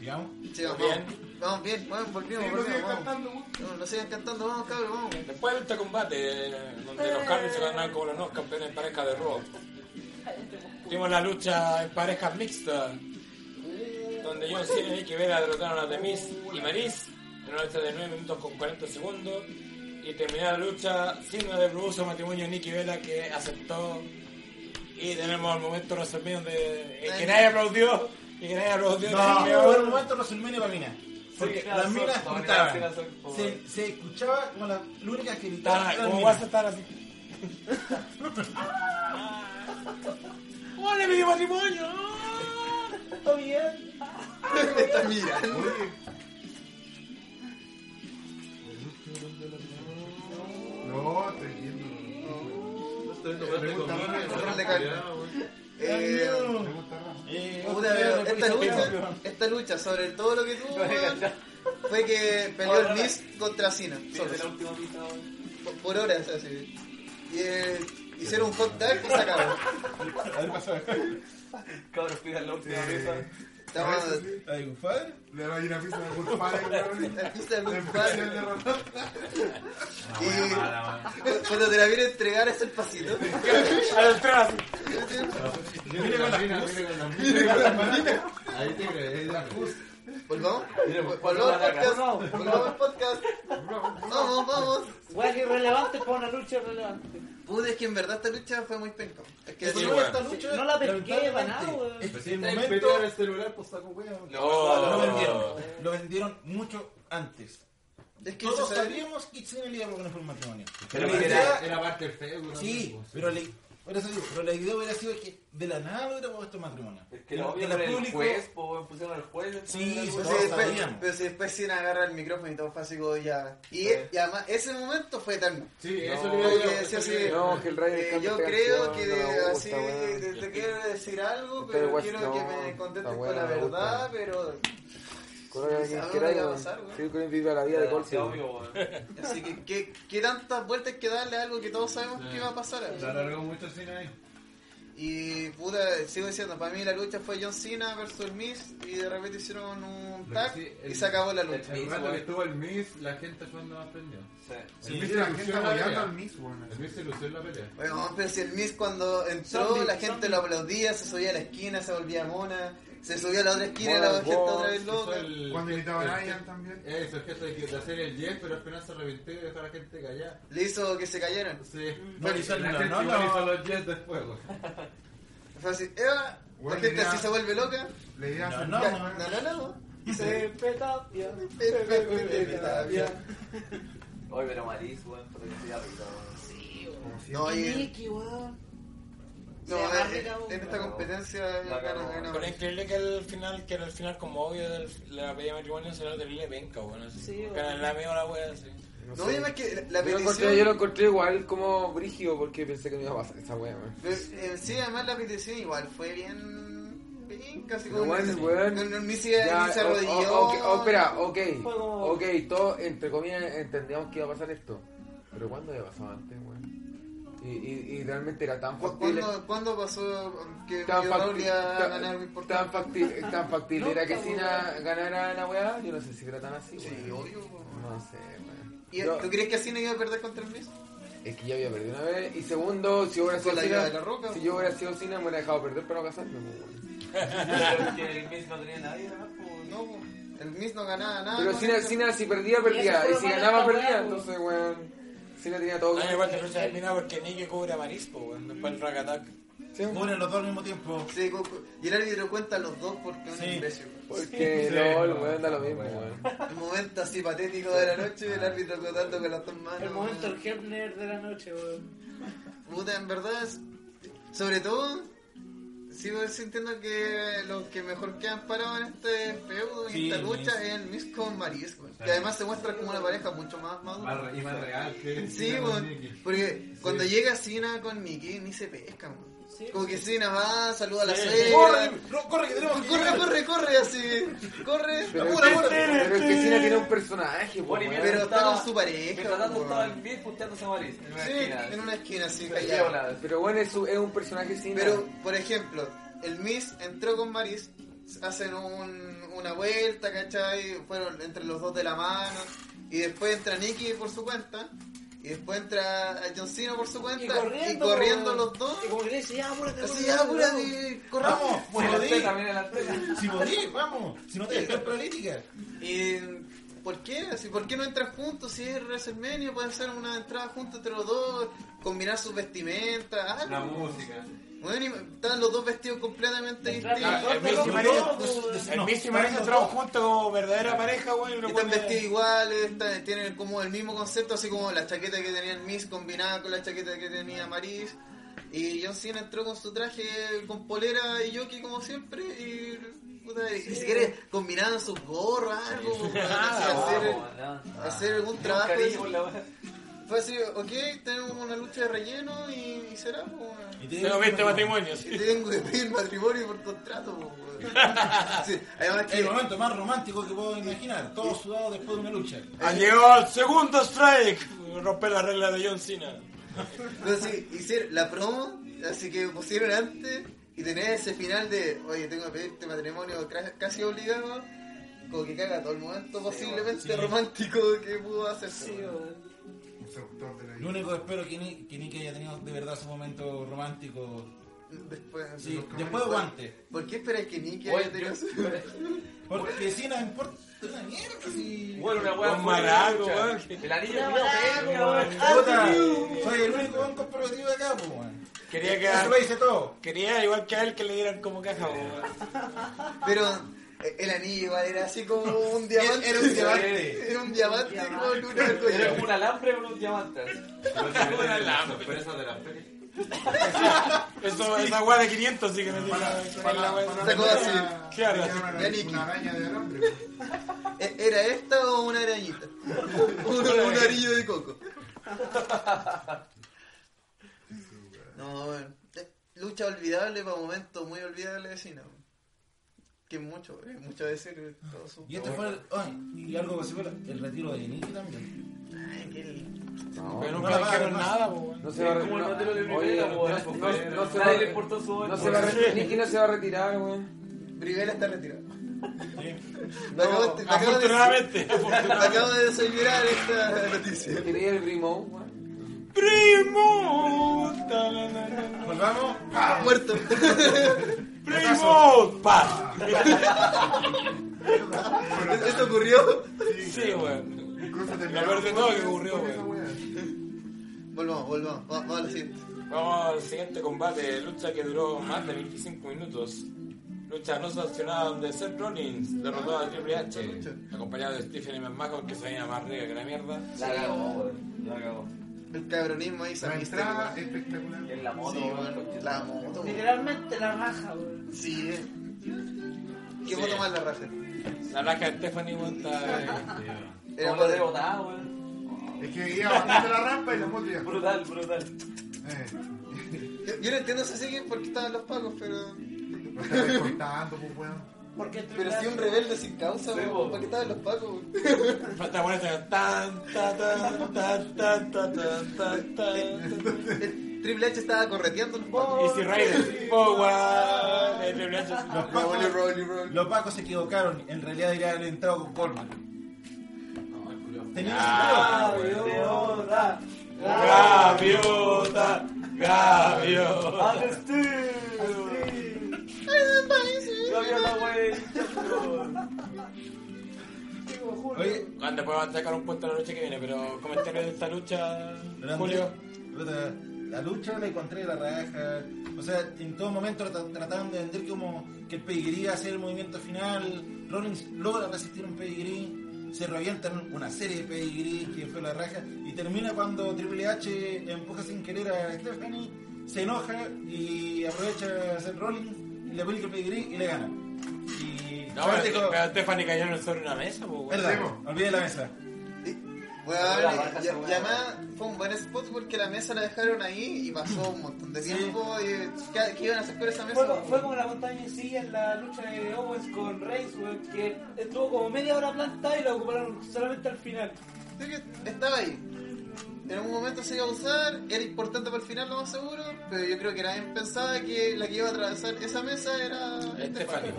Digamos.
Sí, vamos bien. Vamos bien, vamos, volvimos,
Sí, lo
volvimos,
siguen
vamos.
cantando, güey.
No, no sigan cantando, vamos, cabrón, vamos.
Después de este combate, eh, donde los Hardy se ganaron como los nuevos campeones en pareja de Raw. Tuvimos la lucha en parejas mixtas, donde John Cena y Nicky Vera derrotaron a The Miz y Maris en una lucha de 9 minutos con 40 segundos. Y terminó la lucha, signo de producto matrimonio de Nicky Vera que aceptó. Y tenemos el momento resumido de en que nadie aplaudió. Y que nadie aplaudió.
No,
que-
fue el momento WrestleMania para minas. Porque
Sí,
las
razón,
minas
no,
gritaban.
gracias, Ah, razón,
Se, se escuchaba como las la únicas que gritaban.
Está-
eran
¿Cómo
minas.
vas a estar así? ¡Hola, mi matrimonio!
Todo bien.
Me está mirando.
No, estoy viendo.
No estoy viendo, weón,
Me gusta
tengo
más,
miedo,
me
gusta
weón.
más.
Ya, weón.
Eh,
Me gusta más.
Eh,
puta,
otra vez,
esta
repito,
lucha,
campeón.
esta lucha sobre todo lo que tuvo,
No,
güey,
ya,
fue que peleó
Ahora,
el Miz contra Cena. solo.
Desde la última pista, weón.
por, por horas así. Y, eh, hicieron un hot dive y se acabó.
Cabros, pidan la última pista.
Estamos
Ay, compadre.
Le doy una pista de culpable, weón.
la pista de
Le
Luke
empecé a
Park.
derrotar.
Una weá mala, weón.
Cuando te la viene a entregar es el pasito.
Mira con la mina, Ahí te crees, es la justa.
Volvamos.
Mira, pues,
Volvamos al
la
podcast.
cagó.
Volvamos al podcast. Vamos, vamos.
Weón irrelevante para una lucha relevante.
Pude, es que en verdad esta lucha fue muy penca. Es que
Pero
Sí,
no,
weón.
esta lucha,
No la pesqué
lamentablemente,
para nada, weón.
Pues
Es
Está
el
en
momento.
pelea del celular, pues saco weón.
Lo
Oh.
vendieron. Lo vendieron mucho antes.
es que
Todos
se sabe-
sabíamos que Cena le iba a proponer un matrimonio.
Era,
Pero la idea-
era, era parte del feo, weón.
Sí, pero, le, por eso digo, pero la idea hubiera sido que de la nada hubiera puesto matrimonio.
Es que lo
Como
vio
la
el
público-
juez, po, weón, pusieron al juez.
Sí,
weón.
sí,
Pero
todos
si después,
sabíamos.
pero si después Cena agarra el micrófono y todo fue así como ya. Y, y además, ese momento fue eterno.
Sí, eso le iba a
Porque
decir.
decía así,
No, que el Rey
eh,
canta
yo
esta
creo
canción,
que
no me
así
gusta, weón.
te, te quiero decir algo,
Estoy
pero
guas-
quiero
no,
que me contestes
esta
con la
weá no me gusta.
verdad, pero
Colócale a quien
Algo
queráis,
le va a
weón.
pasar, weón.
Sí, con viva la vida de
Era
golpe.
demasiado
weón.
obvio, weón.
Así que, ¿qué, qué tantas vueltas hay que darle a algo que todos sabemos que va a pasar?
Se alargó mucho el cine ahí.
Y puta, sigo diciendo, para mí la lucha fue John Cena versus Miz y de repente hicieron un tag
sí,
y
el-
se acabó la
El
lucha.
rato que estuvo el Miss, la gente fue donde más prendió.
El Miss la gente
ilusión la
apoyando
pelea.
al Miss, weón.
El Miz se lució en la pelea.
Bueno, pero si el Miz cuando entró,
Zombie,
la gente
zombie.
lo aplaudía, se subía a la esquina, se volvía mona, se subía a la otra esquina, la
Moral
gente otra vez
Eso
loca.
es el-
Cuando invitaba
el-
a Ryan también.
Eso, el gesto de, que- de hacer el yes, pero al final se arrepintió y dejó a la gente callada.
Le hizo que se cayeran.
Sí.
No,
la
y sale una
gente
nota,
igual
o-
hizo los yes después, güey.
Fue así, ¡Eva!
Bueno,
la gente
mira.
así se vuelve loca.
La idea
No,
es-
no,
Ya,
no,
no, no, no.
Pepe Tapia.
Oye, pero Maris, weón, por el diablo, weón.
como siempre.
No, y-
Nicky, weón.
eh, no,
Se
en-
amarga,
en,
weón.
esta competencia
La cagó.
gana- gana-
Pero es increíble que al final, que era el final como obvio de la pelea de matrimonio, se lo terrible penca, bueno, así.
Sí,
Sí,
bueno.
la amigo la wea, así.
No, oye, más que la- la
Yo lo, encontré, yo lo
petición...
encontré igual como brígido porque pensé que no iba a pasar esa wea, weón.
En sí, además la petición igual fue bien... bien casi
No,
como...
bueno,
un-
weón.
un- un Miz se
Ya,
Miz se
o- o-
arrodilló.
ok, oh, espera, ok,
Fue como-
ok, todos entre comillas entendíamos que iba a pasar esto, pero ¿cuándo había pasado antes, weón? Y, y, y realmente era tan
¿Cu-
factible,
¿Cuándo, ¿Cuándo pasó que
tan
Miguel
facti-
Raúl iba a
tan-
ganar algo
tan
importante?
factible, tan factible era que
Nunca,
Cena ganara la weá, yo no sé si era tan así,
Sí,
weón.
obvio. weón.
No sé, weón.
¿Y
Yo-
tú crees que así no iba a perder contra el Miz?
Es que ya había perdido una vez, y segundo, si yo hubiera
Con
sido
la ayuda de
Cena,
la roca.
si yo hubiera sido Cena me hubiera dejado perder para no casarme, weón.
Pero es que el Miss no tenía nadie, ¿no? Pues,
No, weón. el Miz no ganaba
Ah,
nada.
Pero
con
Cena,
esto.
Cena si perdía,
Y eso
perdía,
fue
y
lo
si
malo de
ganaba,
esta weá, pues.
perdía,
weón.
entonces, weón, Cena tenía todo
A mí me
que...
eh,
parte no se termina porque Nicky cubre a Marisco, weón, después el rack attack.
Sí, weón.
Mueren los dos al mismo tiempo.
Sí, cu- cu- y el árbitro cuenta los dos porque es un
Sí.
imbécil.
Porque
Sí,
LOL,
no,
weón, da lo
no,
mismo,
weón.
weón.
El momento así patético de la noche, el árbitro contando con las dos manos.
El momento,
weón.
el Hebner de la noche, weón.
Puta, en verdad, es- sobre todo, sigo sintiendo que los que mejor quedan parados en este feudo, en
Sí,
esta
el
lucha,
Miz.
es el Miz con Maris, weón. Que además se muestra como una pareja mucho más madura.
Más re- Y más real que.
Sí, weón. Porque cuando llega Sina con Mickey, ni se pesca, weón.
Sí.
Como que Sina va, saluda a la suegra.
¡Corre! no, ¡Corre que tenemos que
Corre,
llegar!
corre, corre, así. Corre,
Pero, este
apura,
es que-
apura.
pero es que Cena tiene un personaje, po,
Bueno, y
weón.
Pero está con su pareja,
Mientras tanto
weón.
estaba el Miss puteándose a Maris. En una
Sí,
esquina.
en una esquina, así,
Sí,
callado.
hola.
Pero bueno, es, su- es un personaje Cena.
Pero, por ejemplo, el Miss entró con Maris, hacen un, una vuelta, ¿cachai? Fueron entre los dos de la mano. Y después entra Nicky por su cuenta. Y después entra John Cena por su cuenta.
Y corriendo,
corriendo
weón.
los dos.
Y como que le dice, ya, apúrate,
Así,
apúrate,
ya,
weón.
apúrate, corramos.
¡Vamos!
Bueno, usted
¡Podí!
también en la antena.
¡Si podí! ¡Vamos! ¡Si no te dejas paralítica!
¿Y por qué? Así, ¿Por qué no entran juntos? Si es WrestleMania, pueden hacer una entrada juntos entre los dos, combinar sus vestimentas,
La
algo.
música.
Bueno, y están los dos vestidos completamente
Entraron
Ah,
distintos.
el Miz y
No,
Maris-
no, no,
El
no,
Miz y
no,
Maris
no,
entraron
no.
juntos como verdadera pareja, weón, y
Y
lo
están
ponen-
vestidos iguales, están- tienen como el mismo concepto, así como la chaqueta que tenía el Miss combinada con la chaqueta que tenía Maris. Y John Cena entró con su traje con polera y jockey como siempre y puta, y ni siquiera combinaban sus gorros, algo, así, hacer, hacer algún trabajo. de ese- Fue así, ok, tenemos una lucha de relleno y, y será, po, weón.
Y te
Se lo viste matrimonio,
Y
sí.
tengo que pedir matrimonio por contrato, po, weón. Sí, además que...
El momento más romántico que puedo imaginar. Todo sudado después de una lucha.
Ha llegado el segundo strike. Romper la regla de John Cena.
No, sí, hicieron la promo, así que pusieron antes y tener ese final de, oye, tengo que pedirte matrimonio cra- casi obligado, como que caga todo el momento posiblemente
sí.
romántico que pudo hacerse.
Sí,
weón.
weón.
Un seductor de la
Lo
vida.
único que espero que ni que, ni que haya tenido de verdad su momento romántico.
Después,
Sí,
¿por-
después
por-
aguante.
¿Por qué esperas que Nicky
Oye,
haya tenido su-
Porque si no importa una mierda. Si...
Bueno, una hueá
Un
fuera de
maraco,
lucha.
weón.
El anillo
Ya,
culiao,
maraco,
pega,
weón.
weón.
Ah,
Puta, Ah, soy el único buen comprometido de acá, pues, weón.
Quería
Eso lo
que
dice todo.
quería igual que a él que le dieran como caja, weón.
Pero eh, el anillo igual era así como un diamante.
Era un diamante.
Era un diamante
Diamante.
como el uno del collar.
Era como un alambre con unos diamantes.
Una
Las
lámpara.
sorpresas de las pelis.
Eso, esa weá de 500 sí que no tiene nada
Para-
que ver
para-
la weá.
para-
Sacó
para-
así. Claro.
tenía una-
Ya, Nicky.
Una araña de pues, alambre. weón.
Eh, ¿Era esta o una arañita? un, un arillo de coco. No, bueno. Eh, Lucha olvidable para momentos muy olvidables de Cena. weón. Que es mucho, es mucho decir. eh, Todo su...
Y este fue el, ay, y algo que se fue el retiro de Nicky también.
Ay, que el-
No.
Pero
No
nunca dijeron
no,
nada, po, weón.
No se
Es
va a
como el
retirar.
Matelo de
Oye,
primera, po,
no-
weón.
no- no se va
Nadie le importó su
a-
gol,
No
po.
se va a retirar. Nicky no se va a retirar, weón.
Brizuela está retirado.
No,
Me acabo de- me acabo de-
afortunadamente, afortunadamente.
Me acabo de desoliviar esta noticia.
Quería el Brimo, weón.
Primo. ta, na, na, na.
Volvamos.
Ah, muerto.
Primo. Paz.
¿Esto ocurrió?
Sí, weón.
Incluso
La peor de todo que ocurrió,
Esa
weón.
wea.
Volvamos, volvamos. Va- Vamos a la siguiente.
Vamos al siguiente combate, lucha que duró más de 25 minutos. Lucha no sancionada donde Seth Rollins derrotó a Triple H, acompañado de Stephen McMahon que se veía más rica que la mierda.
La cagó, weón. La cagó.
El cabronismo ahí se
La
viste,
entrada
weón.
espectacular.
En la moto,
Sí,
weón.
weón. La moto. weón.
Literalmente la raja, weón.
Sí, eh. ¿Qué
Sí.
foto más la raja?
La raja de Stephanie Monta. eh,
Era
Como la
padre.
rebotada, weón.
Es que iba bajando la rampa y la moto iba.
Brutal, brutal.
Eh,
Yo yo no entiendo si siguen porque estaban los pagos, pero.
lo estaba descontando, pues, weón.
Porque el
Pero
Triple
si un
H-
rebelde sin causa,
Sí,
weón.
po.
¿Por qué estaban los pagos, weón?
Falta por eso. Tan, tan, tan, tan, tan, tan, tan, tan, tan.
Triple H estaba correteando los pagos.
Easy Rider. Power. de Triple H.
Los
Ah,
pacos,
Rolly, rolly, rolly.
los pacos se equivocaron. En realidad deberían haber entrado con Coleman. Tenían
Ah,
Gaviota.
Gaviota. Gaviota.
Understood. Gaviota, weón.
Oye,
Cuando podemos sacar un punto de la noche que viene, pero comentarios de esta lucha,
durante-
Julio.
puta, la lucha la encontré la raja. O sea, en todo momento tra- trataban de vender como que el pedigree hacer el movimiento final. Rollins logra resistir un pedigree. Se revientan una serie de pedigree que fue la raja. Y termina cuando Triple H empuja sin querer a Stephanie. Se enoja y aprovecha a hacer Rollins. y Le aplica el pedigree y le gana. Y
No,
Charles
pero,
dijo,
pero Stephanie cayó sobre una mesa, pues, güey.
verdad,
Sí, po.
olvidé la mesa.
Y-
La
Weón,
raja
y-
esa
y- y
weá.
además fue un buen spot porque la mesa la dejaron ahí y pasó un montón de
Sí.
tiempo. Y, ¿qué, qué iban a hacer con esa mesa?
Fue, co- fue como la montaña en silla en la lucha de Owens con Reigns, weón, que estuvo como media hora plantada y la ocuparon solamente al final.
Así que estaba ahí. En algún momento se iba a usar, era importante para el final, lo más seguro. Pero yo creo que nadie pensaba que la que iba a atravesar esa mesa era.
Stephanie.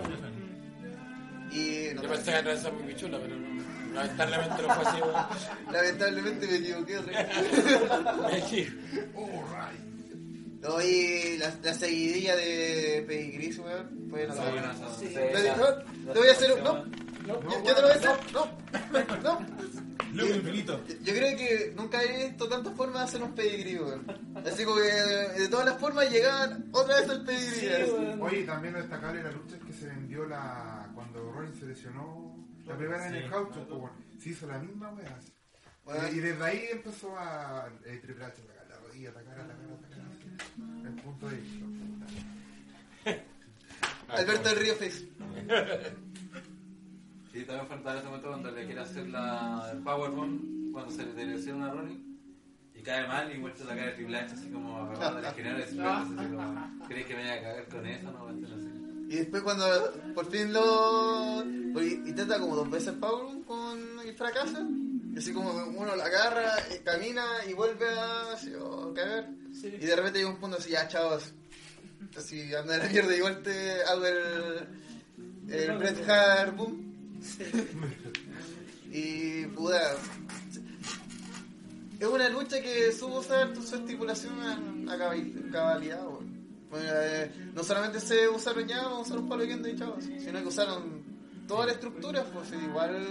Y no,
Yo pensé que atravesaba mi pichula, pero no. Lamentablemente no fue así, güey.
lamentablemente me equivoqué otra vez.
Me equivoqué.
No, y la, la seguidilla de Pedigris, weón, fue notable.
Sí.
Le dije, "No, Te voy a hacer un. No,
No,
yo, yo te lo voy a hacer. No, no.
Luego infinito.
Yo creo que nunca he visto tantas formas de hacer un pedigrí, weón. Así como que de, de todas las formas llegaban otra vez al pedigrí.
Sí,
así.
weón.
Oye, también lo destacable de la lucha es que se vendió la. Cuando Rollins se lesionó la primera en el caucho, pues, weón. Se hizo la misma wea. así.
Weón,
Y desde ahí empezó a. eh, Triple H, atacar la rodilla, atacar, atacar, atacar. así. El punto de vista.
Ah, Alberto del Río Face.
Y también faltaba ese este momento cuando le quiere hacer la el Powerbomb, cuando se le lesiona a Ronnie. Y cae mal y vuelve a sacar el triple H así como "Ah, agarrando las generales expertas, así como, ¿crees que me vaya a cagar con eso? No, Cuestión así.
Y después cuando por fin lo... porque intenta como dos veces Power con y fracasa. Y así como uno la agarra, y camina y vuelve a así, oh, caer.
Sí.
Y de repente llega un punto así, ya chavos. Así anda a la mierda, igual te hago el... El Bret Hart boom. Y puta. Es una lucha que supo usar su estipulación a, a cabal- cabalidad, weón. Bueno, eh, no solamente se usaron ya, usaron palo de chavos, sino que usaron toda la estructura, pues igual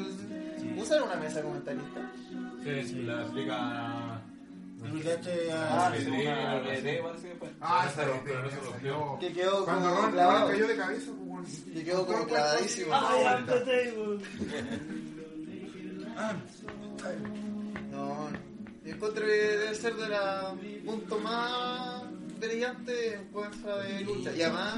usaron una mesa comentarista.
Sí, sí, Ah, la explica.
Triple H a-
Ah, sí, una RT, parece que fue.
Ah,
se
esa
rompió,
idea,
no se
esa
rompió.
idea.
Que quedó
Cuando
como
Ron
clavado.
cayó de cabeza, pues, weón.
Que quedó como
Todo el cuerpo
clavadísimo.
así,
Ay,
vuelta.
ándate, weón.
Ah,
No, yo encuentro que debe ser de la punto más brillante en fuerza de lucha. Y además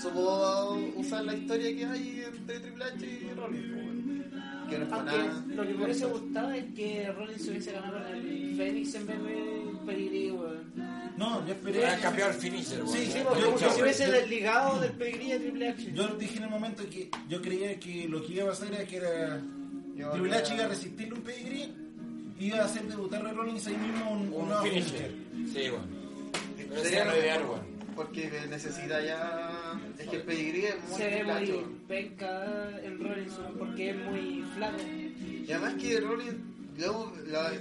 supo usar la historia que hay entre Triple H y Rollins, pues, bueno. que no es para
Aunque
nada.
lo que me hubiese gustado es que Rollins hubiese ganado con el Fénix en vez de Pedigrí, weón.
no, yo esperé.
Habían cambiado el finisher, güey.
Sí, sí,
Sí,
porque
porque
yo-
si hubiese
yo-
desligado del Pedigrí a Triple H.
Yo dije en el momento que yo creía que lo que iba a pasar era que era
Yo
Triple H
creo-
iba a resistirle un pedigree y iba a hacer debutar a Rollins ahí mismo un, un nuevo finisher.
Sí, bueno. Pero
Sería
sería lo
lo
ideal,
mejor.
weón.
Porque necesita ya. Es que el pedigrí es muy
Se ve
muchacho.
muy penca en Robinson porque es muy flaco.
Y además que Rollins, luego, la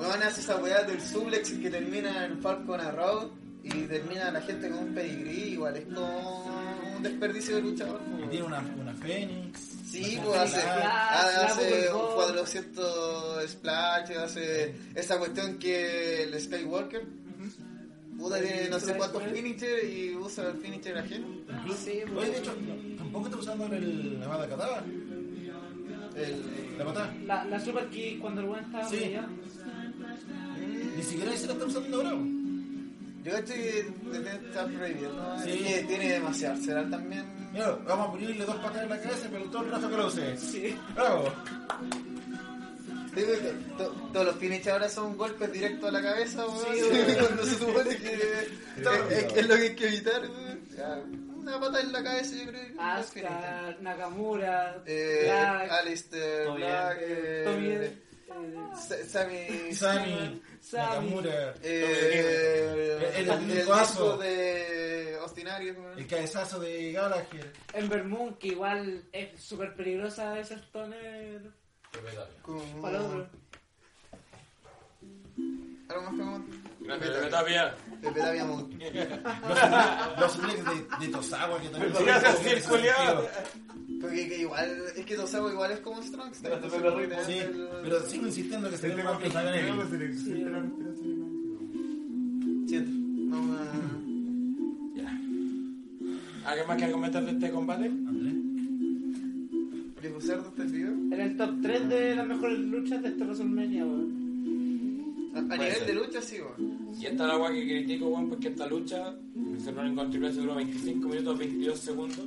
weón hace esa weá del suplex que termina en Falcon Arrow y termina la gente con un pedigrí, igual es como un desperdicio de luchador. po,
Y
weón.
tiene una, una Fénix.
Sí,
una
pues hace,
Fénix.
ha- hace
Flaco,
un
golpeó.
400 splash, hace esa cuestión que el Skywalker. Puta tiene no sé cuántos finisher y usa el finisher de la gente.
Incluso-
Sí, pues.
Oye, de hecho, tampoco está usando el, la bata kataba,
El-
la patada.
La, la super kick cuando el buen estaba
Sí.
peleado.
Ni siquiera se la está usando ahora. po.
Yo creo que está prohibido, ¿no?
Sí.
Es que tiene demasiado será también.
Mira, vamos a ponerle dos patadas en la cabeza, pero todo el rato que lo use.
Sí.
Bravo.
Sí, güey, to- todos los finishes ahora son golpes directos a la cabeza, weón. Cuando se supone que es, es- es lo que hay que evitar, weón. Ya, Una pata en la cabeza, yo creo. que es finito.
Asuka, Nakamura,
Eh,
Ah, Black,
Alistair,
Tommy
Black,
Tommy,
eh,
eh,
Sa- Sammy.
Sami,
Sammy.
Nakamura,
eh,
El-
el,
el
el
coazo.
disco de Austin Aries, weón.
el cabezazo de Gallagher.
Ember Moon, que igual es súper peligrosa de esos toner
Como-
para el otro.
Algo más que comentar.
Grande, Pepe Tapia.
Pepe Tapia Mount.
Los suplex de, de Tosawa que también.
Gracias, sí, el culiao.
Porque que igual, es que Tosawa igual es como Strong Style.
Pero Pepe Tapia Mount.
Sí, pero sigo insistiendo que se le más pesada en él.
Siento. No, no.
¿Alguien más que comentar de este combate?
Viejo cerdo, ¿estás vivo?
En el top 3 de las mejores luchas de este WrestleMania, weón.
A, a nivel
ser.
de lucha, sí, weón.
Y esta es la agua que critico, weón, porque esta lucha se lo encontré seguro 25 minutos 22 segundos.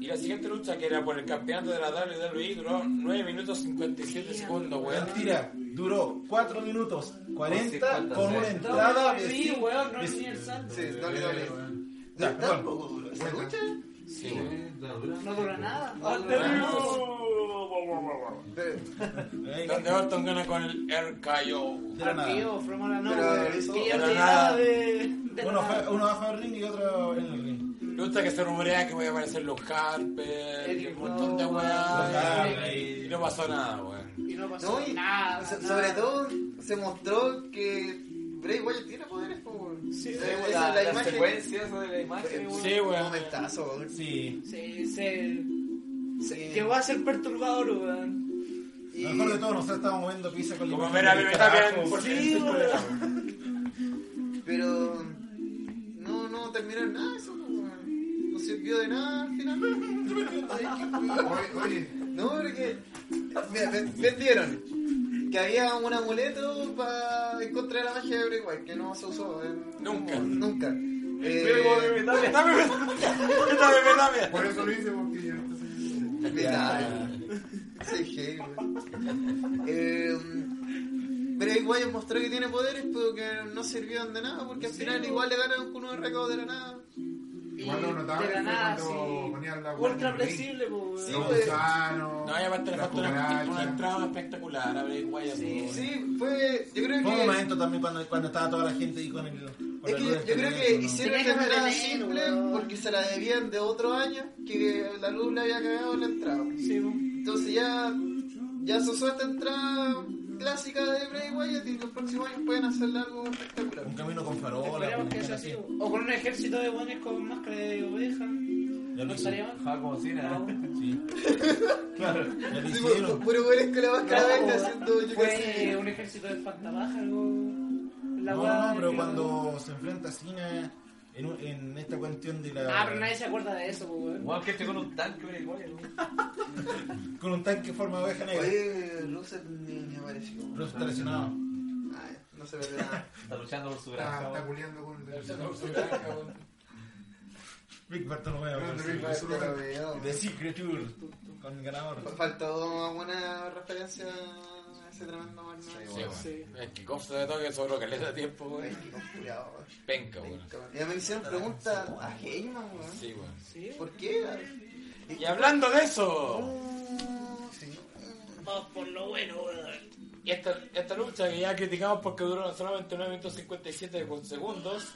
Y la siguiente lucha, que era por el campeonato de la WWE, duró 9 minutos 57 segundos, weón.
Mentira, duró 4 minutos 40
50,
con
sí.
una entrada de
sí,
Sting.
weón, no es
de-
ni el santo.
Sí, dale, dale.
Ya,
¿Está
perdón.
poco duro esa lucha?
Sí, weón.
No dura nada.
Pero,
Ahí,
Donde Orton gana con el RKO.
de la nada.
Arqueo, from out of
Pero
nowhere.
eso-
Que ya
de la
llegaba
nada.
de- de
Uno,
la-
afa- uno abajo del ring y otro en el ring.
Lucha que se rumorea que voy a aparecer los Harper, y
Eddie
un montón de
Rowan,
weá.
Harper,
Y no pasó nada, weón.
Y no pasó
no, y
nada.
so-
nada.
sobre todo se mostró que Bray Wyatt tiene poderes, po, weón.
Sí,
Eh,
sí,
esa es
La,
la
la
imagen.
secuencia esa de la imagen, weón.
Sí,
Un
weón.
momentazo, weón.
Sí.
Sí, se.
Sí.
se- Llegó a ser perturbador, weón.
Y-
Lo mejor de todo, nosotros estábamos moviendo pizza con la
Como
imagen
ver a
del
Pepe
carajo.
Tapia por
Sí, weón.
Pero no, no terminó en nada eso, po, weón. No sirvió de nada al final.
Oye, oye,
No, porque. Mira, me- me vendieron que había un amuleto para encontrar la magia de Bray Wyatt, que no se usó. en-
Nunca.
Nunca. Eh,
por eso lo hice, porque yo no sé.
Mira, sí, gay, güey. Eh, Bray Wyatt mostró que tiene poderes, pero que no sirvieron de nada, porque al final igual le ganaron con un recado de la nada.
Igual lo notaba
de la
fue
nada,
cuando
sí.
ponían la guardia
Ultra
en el ring.
flexible, po, weón.
Sí,
Los
pues.
No,
gusanos,
y aparte le
las
falta una, una
cucarachas.
entrada espectacular a Bray Wyatt.
Sí,
weón.
Sí, fue. Yo creo
Fue un
que.
momento también cuando, cuando estaba toda la gente ahí con el. con
Es
la
que
luz
yo, yo creo
del
que
teléfono.
hicieron la
Tenía que
entrada
haber dinero,
simple
weón.
porque se la debían de otro año que la luz le había cagado la entrada.
Sí, weón.
Entonces ya, ya se usó esta entrada clásica de Bray Wyatt y los próximos años pueden hacerle algo espectacular.
Un camino con farola.
Esperemos que sea así. weón. O con un ejército de weones con máscara de oveja.
Ya
No
lo
estaría
hicieron.
mal.
Ah, como si nada.
Claro. Ya lo
Sí, pu-
hicieron.
puro güeyes con la máscara
No,
verde haciendo yo qué
Fue
sé.
un ejército de fantabájaros. La
No,
weá
no, pero
que-
cuando se enfrenta a Cena en, un- en esta cuestión de la.
Ah, pero nadie se acuerda de eso, po, weón.
Weón, que esté con un tanque, weón, igual, weón.
Con un tanque en forma de oveja negra.
Oye, Rusev ni, ni apareció.
Pero está lesionado.
Ay, no se perdió nada.
Está luchando por su
Está,
Ah,
granja,
está
weón.
culiando con el...
Big
Ah,
Bartolomeo.
Pero
versus
de Big Bartolomeo.
Pero, weón,
The Secret Tour. Con
fa-
ganador.
Faltó una referencia a ese tremendo mal.
Sí,
Sí,
weón.
Sí.
Es que costa de toque sobró que le da tiempo, weón. Penca, weón.
ya me hicieron preguntas a Heyman, weón.
Sí, weón.
Sí.
¿Por qué?
Y hablando de eso,
Mm, sí.
Vamos por lo bueno, weón.
Y esta, esta lucha que ya criticamos porque duró solamente 9 minutos 57 con segundos,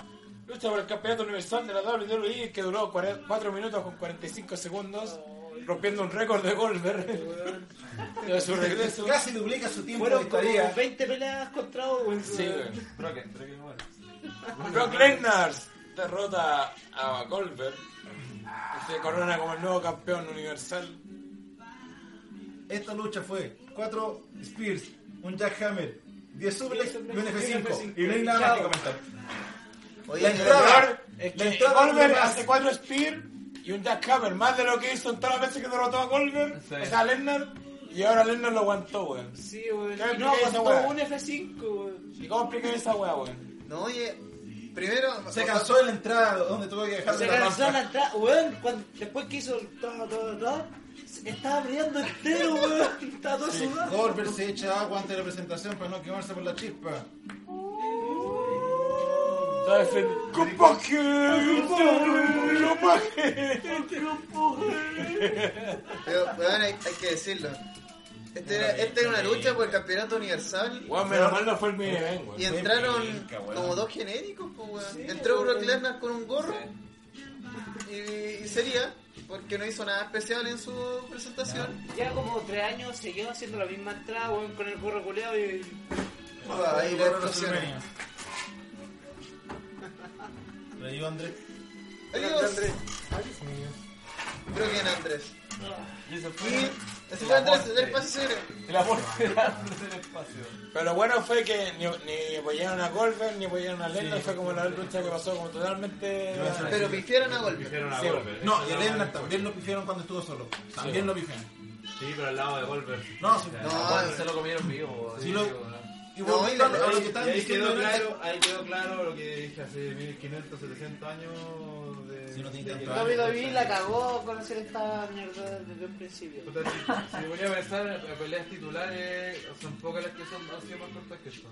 lucha por el campeonato universal de la WWE que duró 4 minutos con 45 segundos, rompiendo un récord de Goldberg de su regreso.
Casi duplica su tiempo
Fueron
de
como
tarea.
20 peleas contra Owen.
Sí,
weón.
güey.
Broken, Broken, bueno.
Brock Lesnar derrota a Goldberg. y Se corona como el nuevo campeón universal.
Esta lucha fue 4 Spears, un Jackhammer, 10 suplex y un F5. Y no hay nada más que comentar.
Oye,
La
yo-
Lo
entrada.
peor es
La
que
entrada
Goldberg
de-
hace cuatro Spear y un Jackhammer, más de lo que hizo en todas las veces que derrotó a Goldberg,
Sí.
o sea, a Lesnar, y ahora Lesnar lo aguantó, weón.
Sí, weón.
Claro,
Y no
porque esa
aguantó
weá.
un F5, weón.
¿Y cómo explicar esa weá, weón?
No, oye, primero...
Se cansó de la entrada donde tuvo que dejar
Se
la
cansó
rampa.
la entrada, weón. cuando- Después que hizo el todo, todo, todo, se- estaba peleando entero, weón. Estaba todo sudado.
Goldberg se echa agua antes de la presentación para no quemarse por la chispa.
Pero, weón, hay, hay que decirlo. Este era, esta era una lucha por el campeonato universal.
Weón, menos mal no fue el main event, weón.
Y entraron como dos genéricos, pues, weón. Entró Brock Lesnar con un gorro. Y, y sería, porque no hizo nada especial en su presentación.
Ya como tres años siguió haciendo la misma entrada, weón, con el gorro culeado y.
Ah, ahí la explosión.
Le digo a Andrés.
Adiós. Creo que en Andrés.
Y eso fue
Y ese fue Andrés, el espacio cero.
el aporte de Andrés en el espacio.
Pero lo bueno fue que ni, ni apoyaron a Goldberg, ni apoyaron a Lesnar, fue como la lucha que pasó como totalmente...
Pero pifieron a golpe.
Dijeron a
Sí,
Goldberg.
No,
Eso
y a
no-
Lennar también lo pifieron cuando estuvo solo. También lo pifieron.
Sí, pero al lado de Goldberg.
No, sí.
No,
Se lo comieron vivo.
Sí, lo-
digo, ¿no?
Y
No,
volviendo
y la-
a lo que
Y
estaban
ahí
diciendo
quedó
en ese-
claro, ahí quedó claro lo que dije hace 1500, 700 años de...
Si no tiene
de
tanto
que-
año.
WWE la cagó con hacer esta mierda desde un principio.
Puta, Si si me ponía a pensar en peleas titulares, son pocas las que son, han sido más cortas que esto.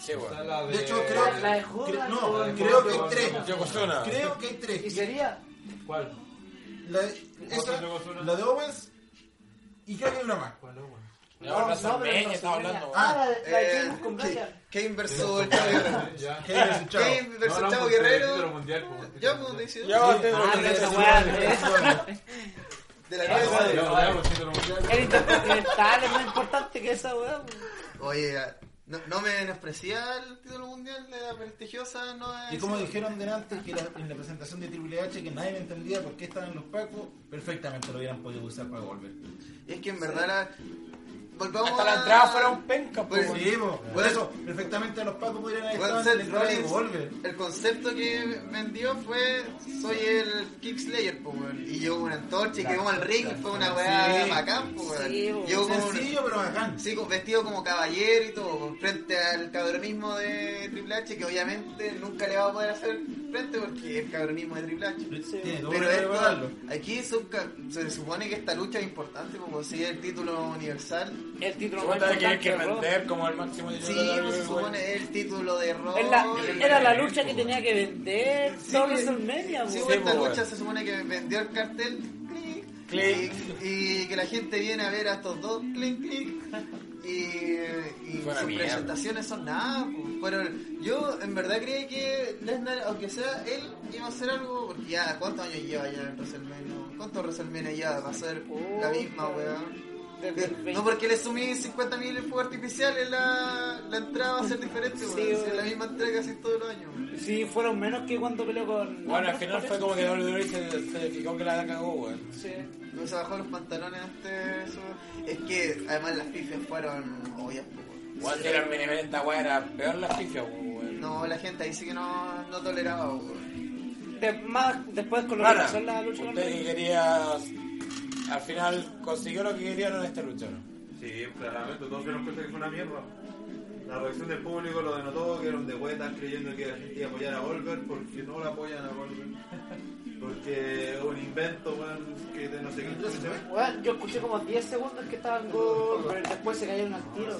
Sí,
O sea,
weón.
la
De hecho, creo
La-
que.
la de Judas,
cre-
la de
no, creo que hay
Judas.
tres.
Yokozuna.
Creo que hay
¿Y
tres.
sería?
¿Cuál?
La, esa, la de Owens y creo que hay una más.
¿Cuál, Owen?
Y ahora
pero
WrestleMania,
no,
estaba
WrestleMania.
hablando, weón.
Ah,
Ah, la de la de
eh,
Kane con Brian.
Kane versus el Chavo Guerrero.
Ya.
Kane versus Chavo.
Kane versus
No, no,
Chavo
pues, el título
Guerrero.
mundial, pues.
Ya, pues, decidió.
Ya va, tengo
Ah,
que
pero esa
hacer-
weá, weón.
De la
Ya,
cabeza.
ya, ya, pues, título mundial.
El Intercontinental es más importante que esa weá. weón.
Oye, no, no me despreciar el título mundial de la prestigiosa, no es.
Y como dijeron delante que la- en la presentación de Triple H que nadie me entendía por qué estaban los pacos, perfectamente lo hubieran podido usar para volver.
Es que en verdad la. Volvamos
Hasta
a.
la entrada fueron penca,
Pues
weón.
Sí, po. por
Bueno.
eso, perfectamente los pacos podrían haber
Bueno,
estado en
Seth
el entrada de
Rollins,
volver.
El concepto que vendió fue soy el Kickslayer, po, weón. Y yo una antorcha y
Claro,
quedó como el ring,
claro.
fue una weá
Sí.
bacán, po, weón.
Sí, po.
Llegó como un-
Sencillo pero bacán.
sí, con- vestido como caballero y todo, con- frente al cabronismo de Triple H, que obviamente nunca le va a poder hacer frente porque el cabronismo de Triple H.
Tiene todo
Pero
para recordarlo.
esto, aquí son ca- se supone que esta lucha es importante, como si es el título universal.
El título más
Supongo que hay
importante
que
de Raw.
vender como el máximo de
Sí,
WWE,
pues se
weón.
supone es el título de Raw.
Es la-
y-
era la lucha que tenía que vender
Sí,
todo
güey.
WrestleMania,
Sí,
weón.
güey, esta
po,
lucha
weón.
se supone que vendió el cartel. clic,
Clic.
Y, y que la gente viene a ver a estos dos. Clic, clic. Y, y
Fue una
sus
mierda.
presentaciones son nada. po. Pero el- yo en verdad creí que Lesnar, aunque sea él, iba a hacer algo. Porque ya, ¿cuántos años lleva ya en WrestleMania? ¿Cuántos WrestleMania ya va a ser la misma, weón?
Desde el
No
20.
porque le sumí 50.000 fuegos artificiales, la, la entrada va a ser diferente,
Sí,
weón. Si es
weón.
la misma entrada casi todos los años, weón.
Sí, fueron menos que cuando peleó con.
Bueno, al final fue como que WWE E se, se fijó que la cagó, weón.
Sí.
No se bajó los pantalones antes eso. Es que además las pifias fueron obvias. po, weón.
Igual si era el main event, esta weá era peor la pifia, weón.
No, la gente ahí sí que no, no toleraba. weón.
De- más después con lo que
Rara,
pasó en la lucha con
usted que quería. Al final consiguió lo que quería en esta lucha, ¿no?
Sí, claramente, todos se dieron cuenta que fue una mierda. La reacción del público lo denotó, que eran de vueltas creyendo que la gente iba a apoyar a Goldberg porque no la apoyan a Goldberg. Porque es un invento, weón, que de no sé qué.
Bueno, yo escuché como 10 segundos que estaban gol, pero después se cayeron al tiro.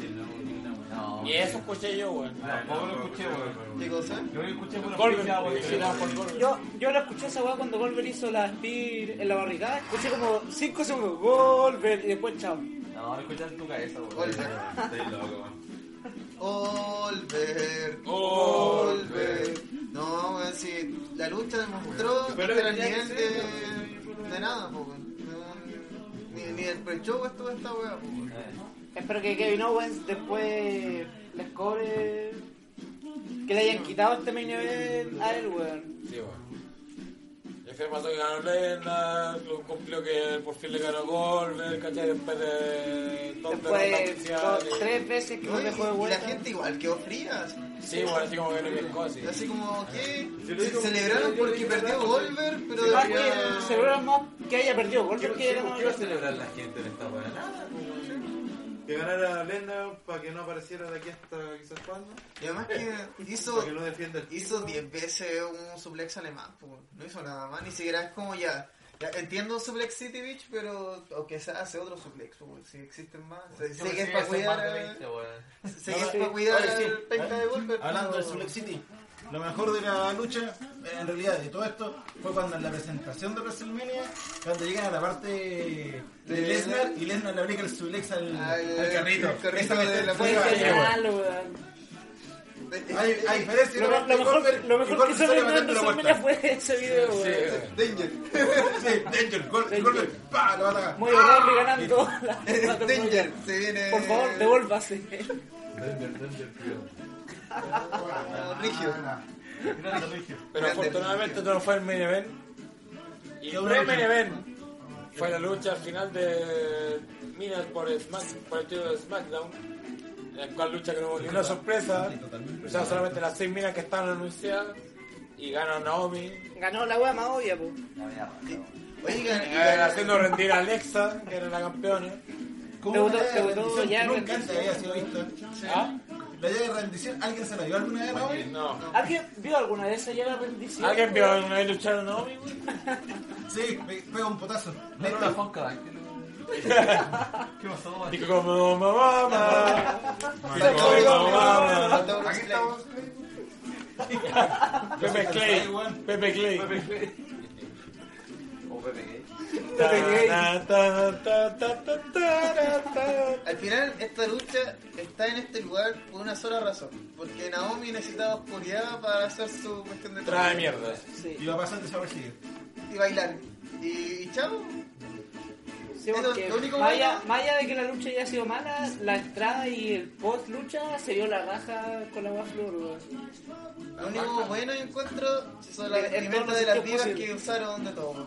No,
Y eso escuché yo, weón.
tampoco lo escuché, weón.
¿Qué cosa?
Yo lo escuché por
Goldberg,
la
vigilado por Goldberg.
Yo, yo la escuché esa weá cuando Goldberg hizo la spear en la barricada. Escuché como 5 segundos, Goldberg, y después chao.
No, lo escuché en tu cabeza, weón.
Goldberg.
Estáis loco, weón.
Olver.
Olver.
No, weón, si la lucha demostró que
Pero
era el
ya
nivel
sé,
de, de nada, po, weón. No, Ni, ni el pre-show estuvo esta weá, po, weón.
Espero que Kevin Owens después les cobre que le hayan quitado este main event a él, weón.
Sí, bueno. Y ese paso que ganó Lennart, lo cumplió que por fin le ganó Goldberg, ¿cachai? Después de dos derrotas
Después dos,
oficiales.
tres veces que no
No, y-
dejó de
y la
vuelta.
gente igual quedó fría. así.
Sí, bueno, así como que no es cosa.
Así como, ¿qué?
Yo le
Se
digo- yo
celebraron
le digo
porque
que
perdió
ganamos.
Goldberg, pero
Más
después...
que seguro más que haya perdido
¿Qué,
Goldberg que
qué-
ganó
qué va a
Goldberg.
celebrar la gente en esta weá? Nada, pues, po, weón.
Que ganara Lennart para que no apareciera de aquí hasta quizás cuándo.
Y además que hizo...
Para que no defienda el
Hizo
título.
10 veces un suplex alemán, po. no hizo nada más, ni siquiera es como ya. ya entiendo suplex City Beach, pero o que se hace otro suplex, po, si existen más. Sé, sé
Yo
que es
pensé
para
que iba a
cuidar,
ser más de
a-
20, weón.
sé que es para cuidar al penca de Wolver.
Hablando
pero-
del Suplex City, lo mejor de la lucha, en realidad, de todo esto, fue cuando en la presentación de WrestleMania, cuando llegan a la parte de Lesnar y Lesnar le aplica el Suplex al,
Al-
al carrito.
al carrito
Esa
de
cuestión
la
fue
fuerza.
bacán,
Genial, weón.
weón. Hay, hay diferencia.
Lo,
entre
lo mejor,
Goldberg
lo
y
mejor que
Goldberg
hizo
sale
Leonardo
batiendo la
Sumera
puerta.
fue ese video, weón.
Danger. Sí, Danger. Gold- Goldberg. pa, Lo va a atacar.
Muy honorable ganando la- la
Danger, se viene.
Por favor, devuélvase.
Rigio.
Pero
Grande.
afortunadamente no fue el main event. Y
Yo
el
creo que-
main event fue la lucha al final de Minas por el Smack, por el título de SmackDown. En la cual lucha que no hubo ninguna sorpresa. O sea, solamente las seis minas que estaban anunciadas. Y gana Naomi.
Ganó la weá más obvia, po.
La mierda, weón.
Oigan, y
eh,
la-
haciendo rendir a Alexa, que era la campeona.
Como
Debutó-
una llave de
debutó
rendición
ya
que
en
Nunca antes
rendición.
había sido vista.
¿Ah?
La llave de rendición, ¿alguien se la dio alguna vez a hoy?
No.
¿Alguien vio alguna de esas ya la bendición?
¿Alguien vio alguna vez luchar a Naomi? güey?
Sí, pe- pega un potazo.
No, no,
Neta.
la fonca, dactilo. ¿Qué pasó, weón?
Dijo como mamá. Dijo
Soy
como mamá.
Falta un
Aquí
suplex.
estamos.
Pepe Clay. Pepe Clay.
O Pepe Gay.
Ta, ta, ta, ta, ta, ta, ta.
Al final, esta lucha está en este lugar por una sola razón. Porque Naomi necesitaba oscuridad para hacer su cuestión de
Trae mierda.
Y
Sí,
lo pasan desapercibido.
y bailar. Y, y chao.
sí,
Eso,
porque
lo único
más allá,
bueno-
más allá de que la lucha ya ha sido mala, la entrada y el post lucha se dio la raja con la Waflor, weón.
Lo único bueno yo encuentro son las
En- en
vestimentas
todos los
de las
sitios
divas
posibles.
que usaron de todo.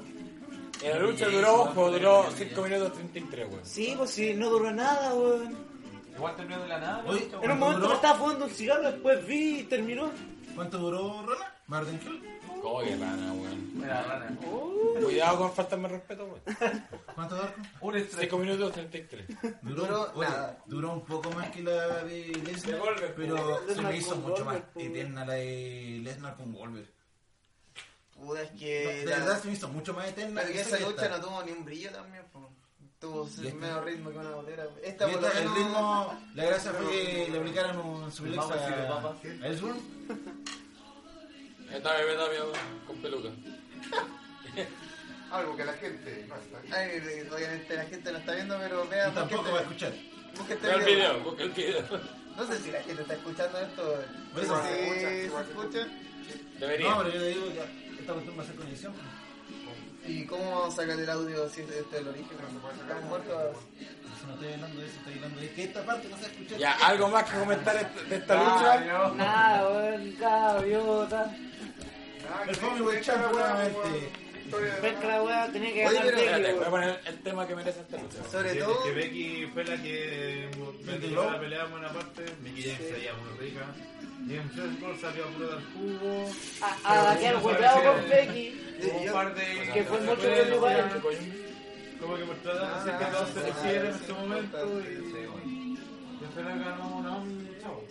Y la lucha duró, ojo, duró 5 minutos 33, weón.
Sí, pues sí, no duró nada, weón.
Igual terminó de la nada,
Oye,
weón.
En un
¿Cuánto
momento
duró?
me estaba fumando un cigarro, después vi y terminó.
¿Cuánto duró Rona? Martin Hill.
Cómo que rana, weón.
Era rana.
Cuidado con faltarme el respeto, weón.
¿Cuánto duró?
Un estrés.
5 minutos 33.
Duró nada.
duró un poco más que la de Lesnar,
Goldberg.
pero se
Lesnar
me hizo
con
mucho más
Goldberg, pues.
eterna la de Lesnar con Goldberg.
Puta, es
No,
que.
de
Eh, la-
verdad se me hizo mucho más eterna.
pero que esa
que
lucha
esta.
no tuvo ni un brillo también, po. Tuvo
Y
el
esta-
medio ritmo que una gotera. Esta
Y
por
esta,
lo
el
menos-
ritmo, la gracia fue que le aplicaron un suplex
Vamos a decirle,
a,
papá.
a Ellsworth.
Esta bebé también, weón, con peluca.
Algo que la gente no está.
Ay, eh, obviamente la gente no está viendo, pero
y
vea,
tampoco va a
busquen este
escuchar.
Busca el video, busca el video.
No sé si la gente está escuchando esto.
Por
Sí,
eso se escucha,
se
igual se
escucha.
Debería.
No, pero yo le digo que esta cuestión va a ser con edición.
¿Y cómo vamos a sacar el audio si este es el origen?
No se puede sacar.
Estamos muertos.
Si no estoy hablando de eso, estoy hablando de que esta parte no se escucha.
Ya, algo más que comentar est- de esta
Ah,
lucha.
yo.
Nada, weón, gaviota.
El Homie Champ
pues,
nuevamente.
Ves que la weá tenía que
Oye,
ganar
pero-
Espérate,
Becky,
voy a
weón.
poner el tema que merece esta lucha. weón.
Sobre
Es
todo,
que Becky fue la que vendió la pelea en buena parte. Mickey James salía muy rica. James Ellsworth salió a puro dar jugo.
A, a quedar golpeado con Becky.
Sí,
Hubo un
yo-
par de...
Que fue mucho
Fue-
de lugar.
Como que mostraron
Ah,
así que todos se
sí,
refieren en
sí,
este
sí,
momento.
sí,
Y y al final ganó una chavo.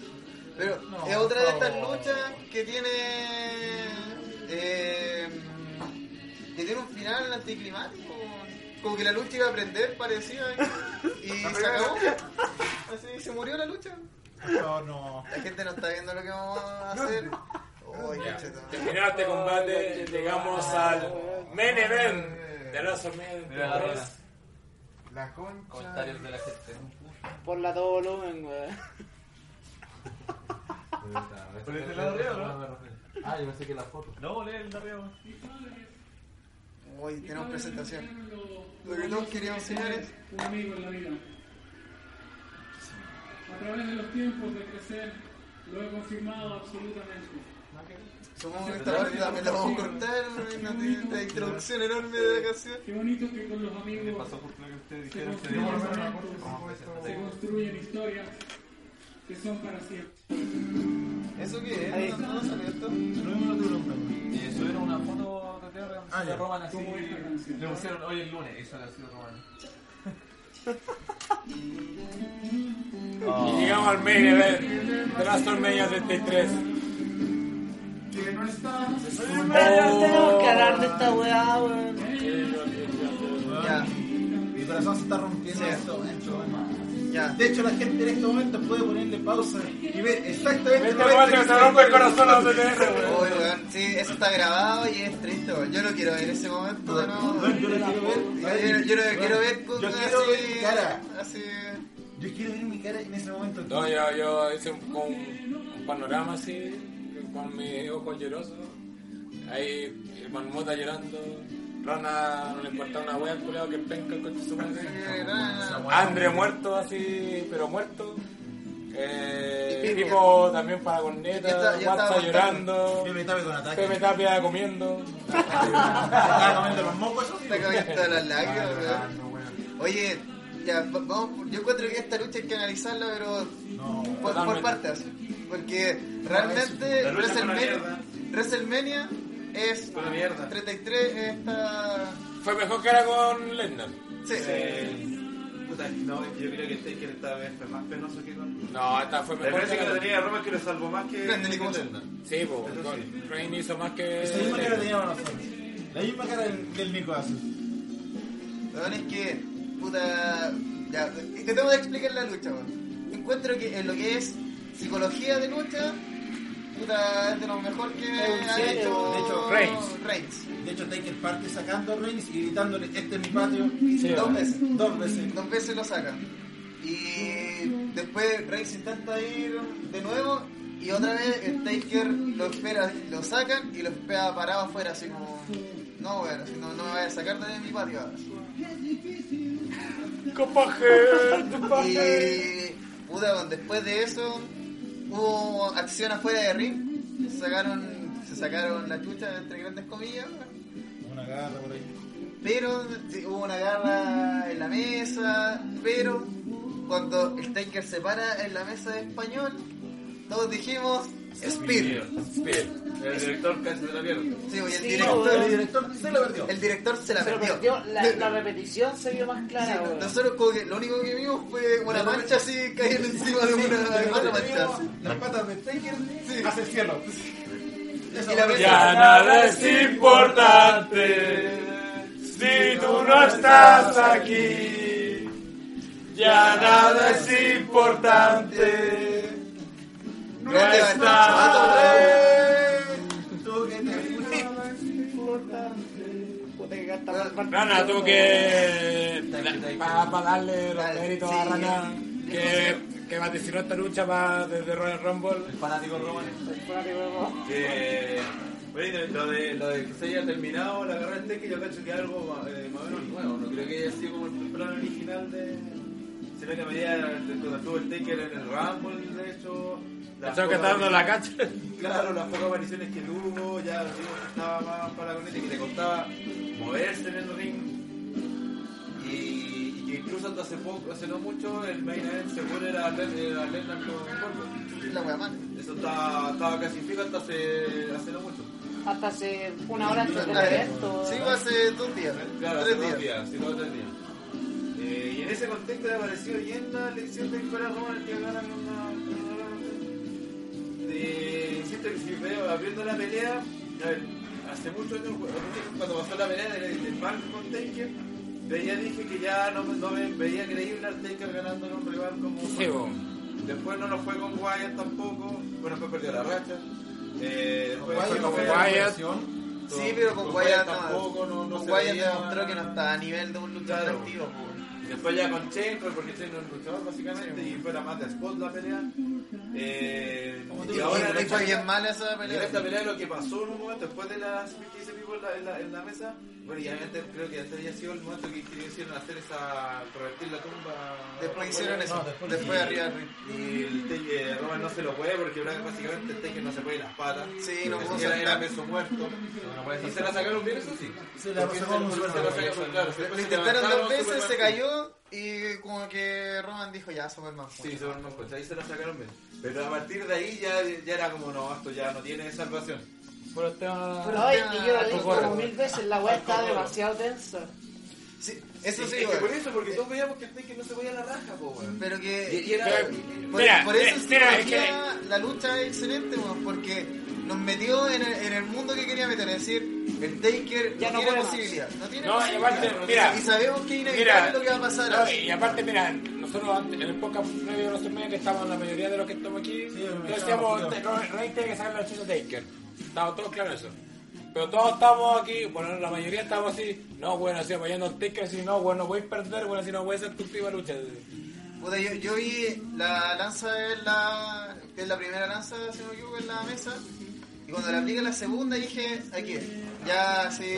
pero
No,
es otra de estas
no.
luchas que tiene. eh, que tiene un final anticlimático. Como que la lucha iba a prender, parecía. Y y se acabó. Así, se murió la lucha.
Por favor, no.
La gente no está viendo lo que vamos a hacer. Uy,
Ya.
cacheta.
Terminado este combate, llegamos al main event de los Omega
Mira la rana.
La concha.
Comentarios de la gente.
Por la todo volumen, weón.
Por ese lado arriba, ¿no? Ah, yo pensé que la foto. No, lee el de arriba.
Hoy tenemos presentación. Lo que todos queríamos, señores.
Un amigo en la vida. A través de los tiempos de crecer, lo he confirmado absolutamente.
Supongo que esta parte también la vamos a cortar. Una una introducción enorme de la canción.
Qué bonito que con los amigos
Pasó justo lo que ustedes
se
dijeron.
construyen
Como
momentos,
presentación.
se construyen historias que son para siempre.
¿Eso qué es? ¿No, no salió esto?
Eh, subieron una foto de Terra donde
Ah,
se
ya.
le roban así.
Como esta canción.
Le pusieron hoy el lunes, eso le ha sido roban.
Y llegamos al main event de WrestleMania 33.
Pero tenemos que hablar de esta weá, weón.
Ya,
Mi corazón se está rompiendo
Sí.
en este momento.
ya.
De hecho, la gente en este momento puede ponerle pausa y ver exactamente.
Este momento que se rompe el corazón a OTTR, weón.
Oye, weón, sí, eso está grabado y es triste, weón. Yo no quiero ver ese momento de nuevo.
Bueno, yo lo quiero ver.
Yo, yo no quiero ver con
Yo
así,
quiero ver mi cara.
así.
Yo quiero ver mi cara en ese momento.
No, yo, yo hice un, con un panorama así, con mis ojos llorosos. Ahí el Marmota llorando. Rana no le importa una wea, culeado, que penca con su madre.
eh, nada.
Andre muerto así, pero muerto. Eh, tipo también para
Ya está-
corneta,
ya estaba
Guasta
bastante.
llorando,
Yo me tape con ataque.
Pepe Tapia comiendo.
Estaba comiendo los mocos. eso sí.
Está cayendo las lágrimas, weón. Oye, ya, va- vamos. por- Yo encuentro que esta lucha hay que analizarla, pero
No.
por, por
Totalmente.
partes. Porque realmente
La lucha fue una
WrestleMania,
mierda.
WrestleMania es
Fue una mierda.
33 esta.
Fue mejor que era con Lennon.
Sí.
Eh, Puta, no, es que yo creo que este que esta vez fue más penoso que con.
No, esta fue
Me
mejor
parece que
la
la tenía Roma que lo salvó más que.
Prendele, ¿cómo se-
Lennon.
Sí, po,
Eso
con-
sí.
Rain hizo más que.
Esa misma cara teníamos nosotros. La misma cara del, del Nico Azul.
La verdad es que, puta. Ya, intentemos de explicar la lucha, weón. Encuentro que en lo que es psicología de lucha, puta, es de lo mejor que
En
ha
serio,
hecho,
de
hecho Reigns.
De hecho, Taker parte sacando a Reigns y gritándole: Este es mi patio.
Dos veces.
Dos veces.
Dos veces lo saca. Y después Reigns intenta ir de nuevo. Y otra vez el Taker lo espera, lo sacan y lo espera parado afuera, así como. No, bueno, así, no, no me vayas a sacar de mi patio. ahora". Y puta, bueno, después de eso hubo acción afuera de ring. Se sacaron, se sacaron la chucha entre grandes comillas.
Una garra por ahí.
Pero sí, hubo una garra en la mesa. Pero cuando el Taker se para en la mesa de español, todos dijimos Spear.
El director casi de la mierda.
Sí, y el
Sí,
director,
El director se lo perdió.
el director se la
Se lo
perdió.
perdió. La, la repetición se vio más
Sí,
clara, weón.
nosotros como que lo único que vimos fue una mancha así cayendo encima de una de otra mancha.
Las patas de Taker
Sí.
hacia el cielo.
Y la mesa-
Ya nada es importante si tú no estás aquí. Ya nada es importante. No
Grande
está.
Tú que te-
Puta que gasta más parte.
Rana tuvo que. Para darle los méritos a Rana que, que vaticinó esta lucha pa- desde Royal Rumble.
El fanático Roman está
Espérate, weón.
que bueno, lo de, lo de que se haya terminado la carrera de que yo cacho que algo eh, más o menos nuevo, no creo que haya sido como el plan original de sino que a medida de cuando estuvo el Taker en el Rumble de hecho las
Pensaba que
pocas
estaba dando la cacha.
apariciones- claro, las pocas apariciones que tuvo ya vimos que estaba más para la corneta y que le costaba moverse en el ring y, y que incluso hasta hace poco, hace no mucho el main event según era, Len- era Lennon con Corbin
La wea mala.
eso estaba, estaba clasificado hasta hace, hace no mucho.
Hasta hace una hora antes del
Ah, ya.
evento.
Sí, fue hace dos días.
Claro, hace
tres
dos
días.
días, sí, dos o tres días. Eh, y en ese contexto me pareció bien la elección de Cora Roman que gana con una. con una- De, siento que si veo abriendo la pelea, a ver, hace mucho años, cuando pasó la pelea del, del Bank con Taker, veía, dije que ya no, me- no me veía creíble al Taker ganando con un rival como.
Sí, po.
Después no lo fue con Wyatt tampoco, bueno, después perdió la racha. Eh, después
Guaya,
fue con
fue
Wyatt.
la
Wyatt.
operación.
Sí, pero con
Con
Guaya
Guaya tampoco, no- no
Con
se
Guaya
veía-
demostró que no estaba a nivel de un luchador
Claro.
activo. po.
Después ya con Chain, pero porque Chain no es luchador básicamente y fuera más de spot la pelea. Eh, y ahora
fue
en
bien mala esa
y en
pelea.
esta pelea lo que pasó en un momento después de las 15 people en la, en la, en la mesa, bueno, y antes creo que antes había sido el momento que quisieron hacer esa, revertir la tumba.
Después hicieron eso.
No, después-
Después arriba del ring.
Y el Teque Roman no se lo puede porque Brock básicamente el Teque no se puede las patas.
Sí,
no
no pudo
Era, era
saltar.
peso muerto. y se la sacaron bien, eso sí.
Se la
Porque
sacó
se-
muy
se la
bueno,
sacaron, claro,
Lo
después se
intentaron
levantaron,
dos veces,
Superman-
se cayó y como que Roman dijo ya Superman.
Sí, Superman Punch, ahí se la sacaron bien. Pero a partir de ahí ya, ya era como, no, esto ya no tiene salvación.
Bueno, tema.
Pero hoy, y yo lo he dicho como mil veces, la weá está demasiado tensa.
Sí, eso sí,
es que
güey.
por eso, porque todos veíamos que el Teque no se podía la raja, po, weón.
Pero que.
Y- y era-
por,
Mira,
por eso
mira,
sí,
mira,
la-
es que-
la lucha es excelente, weón, porque nos metió en el, en el mundo que quería meter. Es decir, el Taker
Ya
no,
no
tiene
puede más.
posibilidad. No tiene
No, y
posibilidad.
aparte, mira.
y sabemos que es inevitable
Mira,
lo que va a pasar. ¿eh?
No, y aparte, mira, nosotros antes, en el podcast previo de los media que estábamos, la mayoría de los que estamos aquí,
Sí, me
que
estaba
decíamos,
metido.
no, no hay que sacar la chucha Taker. Estaba todo claro eso. Pero todos estamos aquí, bueno, la mayoría estamos así, no, bueno, así apoyando al Taker, si no, bueno, voy a perder, bueno, si no, voy a ser tu última lucha.
Puta, yo, yo vi la lanza en la, que es la primera lanza, si no me equivoco, en la mesa. Y cuando la apliqué la segunda dije, aquí, ya sí.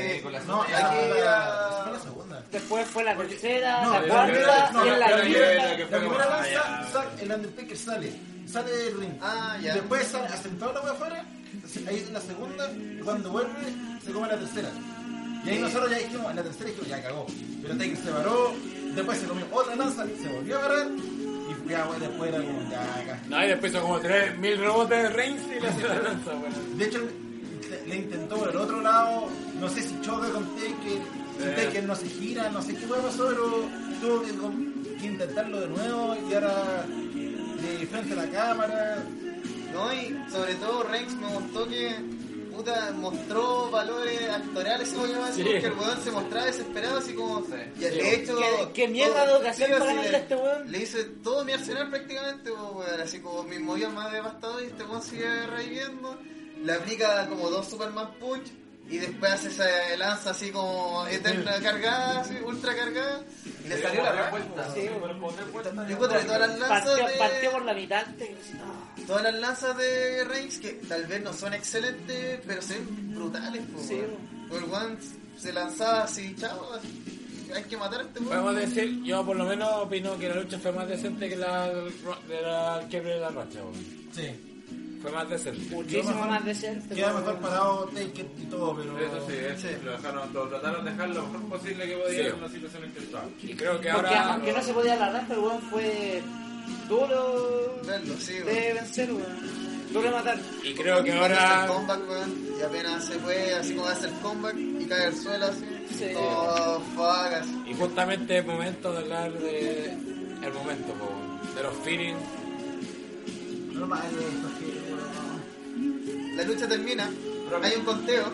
No,
aquí
la, la,
ya-
fue la segunda.
Después fue la tercera,
No,
la
la
cuarta,
primera- no,
y en la
la
primera-
quinta.
que
La
fue
primera
como,
lanza, Zack, el Undertaker sale. Sale del ring.
Ah, ya.
Después sale, hacen toda la wea afuera. se- Ahí es la segunda. y Cuando vuelve, se come la tercera. Y ahí nosotros ya dijimos, en la tercera dijimos, ya cagó. Pero Taker se paró. Después se comió otra lanza, se volvió a parar. Y ya, wey, después era como, ya, acá.
No, y después son como 3.000 robots de Reigns y le hacen la lanza, bueno.
De hecho, le- le intentó por el otro lado, no sé si choca con Taker, si Taker no se gira, no sé qué hueá pasó, pero tuvo que, con- que intentarlo de nuevo y ahora de frente a la cámara.
No, y sobre todo Rex me gustó que puta mostró valores actorales, como yo decía, porque el weón se mostraba desesperado, así como. Y le hecho.
¿Qué- qué mierda de ocasión para ganarle a este weón?
Le hice todo mi arsenal prácticamente, po, weón, así como mis movidas más devastadoras y este weón sigue reviviendo. Le aplica como dos Superman Punch y después hace esa lanza así como eterna cargada, así, ultra cargada. Y le salió la raja.
Sí,
Yo encuentro que todas las lanzas.
partió,
de-
partió por la mitad. te- ah,
Todas las lanzas de Reigns que tal vez no son excelentes, pero son brutales, po,
Sí,
weón. Por el weón se lanzaba así, chavo, hay que matar a este weón.
Podemos decir, yo por lo menos opino que la lucha fue más decente que la del ro- de la quiebre de la racha, bueno.
Sí,
Fue más decente.
Muchísimo
mejor-
más decente.
queda
weón.
mejor parado Taker y todo, pero.
Eso sí, eso sí, Lo, dejaron, lo trataron de dejar lo mejor posible que podía
Sí.
en una situación en que estaba.
Y creo que
Porque
ahora...
aunque no se podía alargar, pero weón fue duro
Verlo, sí, weón.
de vencer, weón. Duro de matar.
Y creo que
Hace
ahora...
el comeback, weón, y apenas se fue, así como hace el comeback y cae al suelo así.
Sí.
Oh, fuck, así.
Y justamente es momento de hablar de el momento, po, weón. de los feelings.
No mal, esto es que, weón.
La lucha termina, hay un conteo.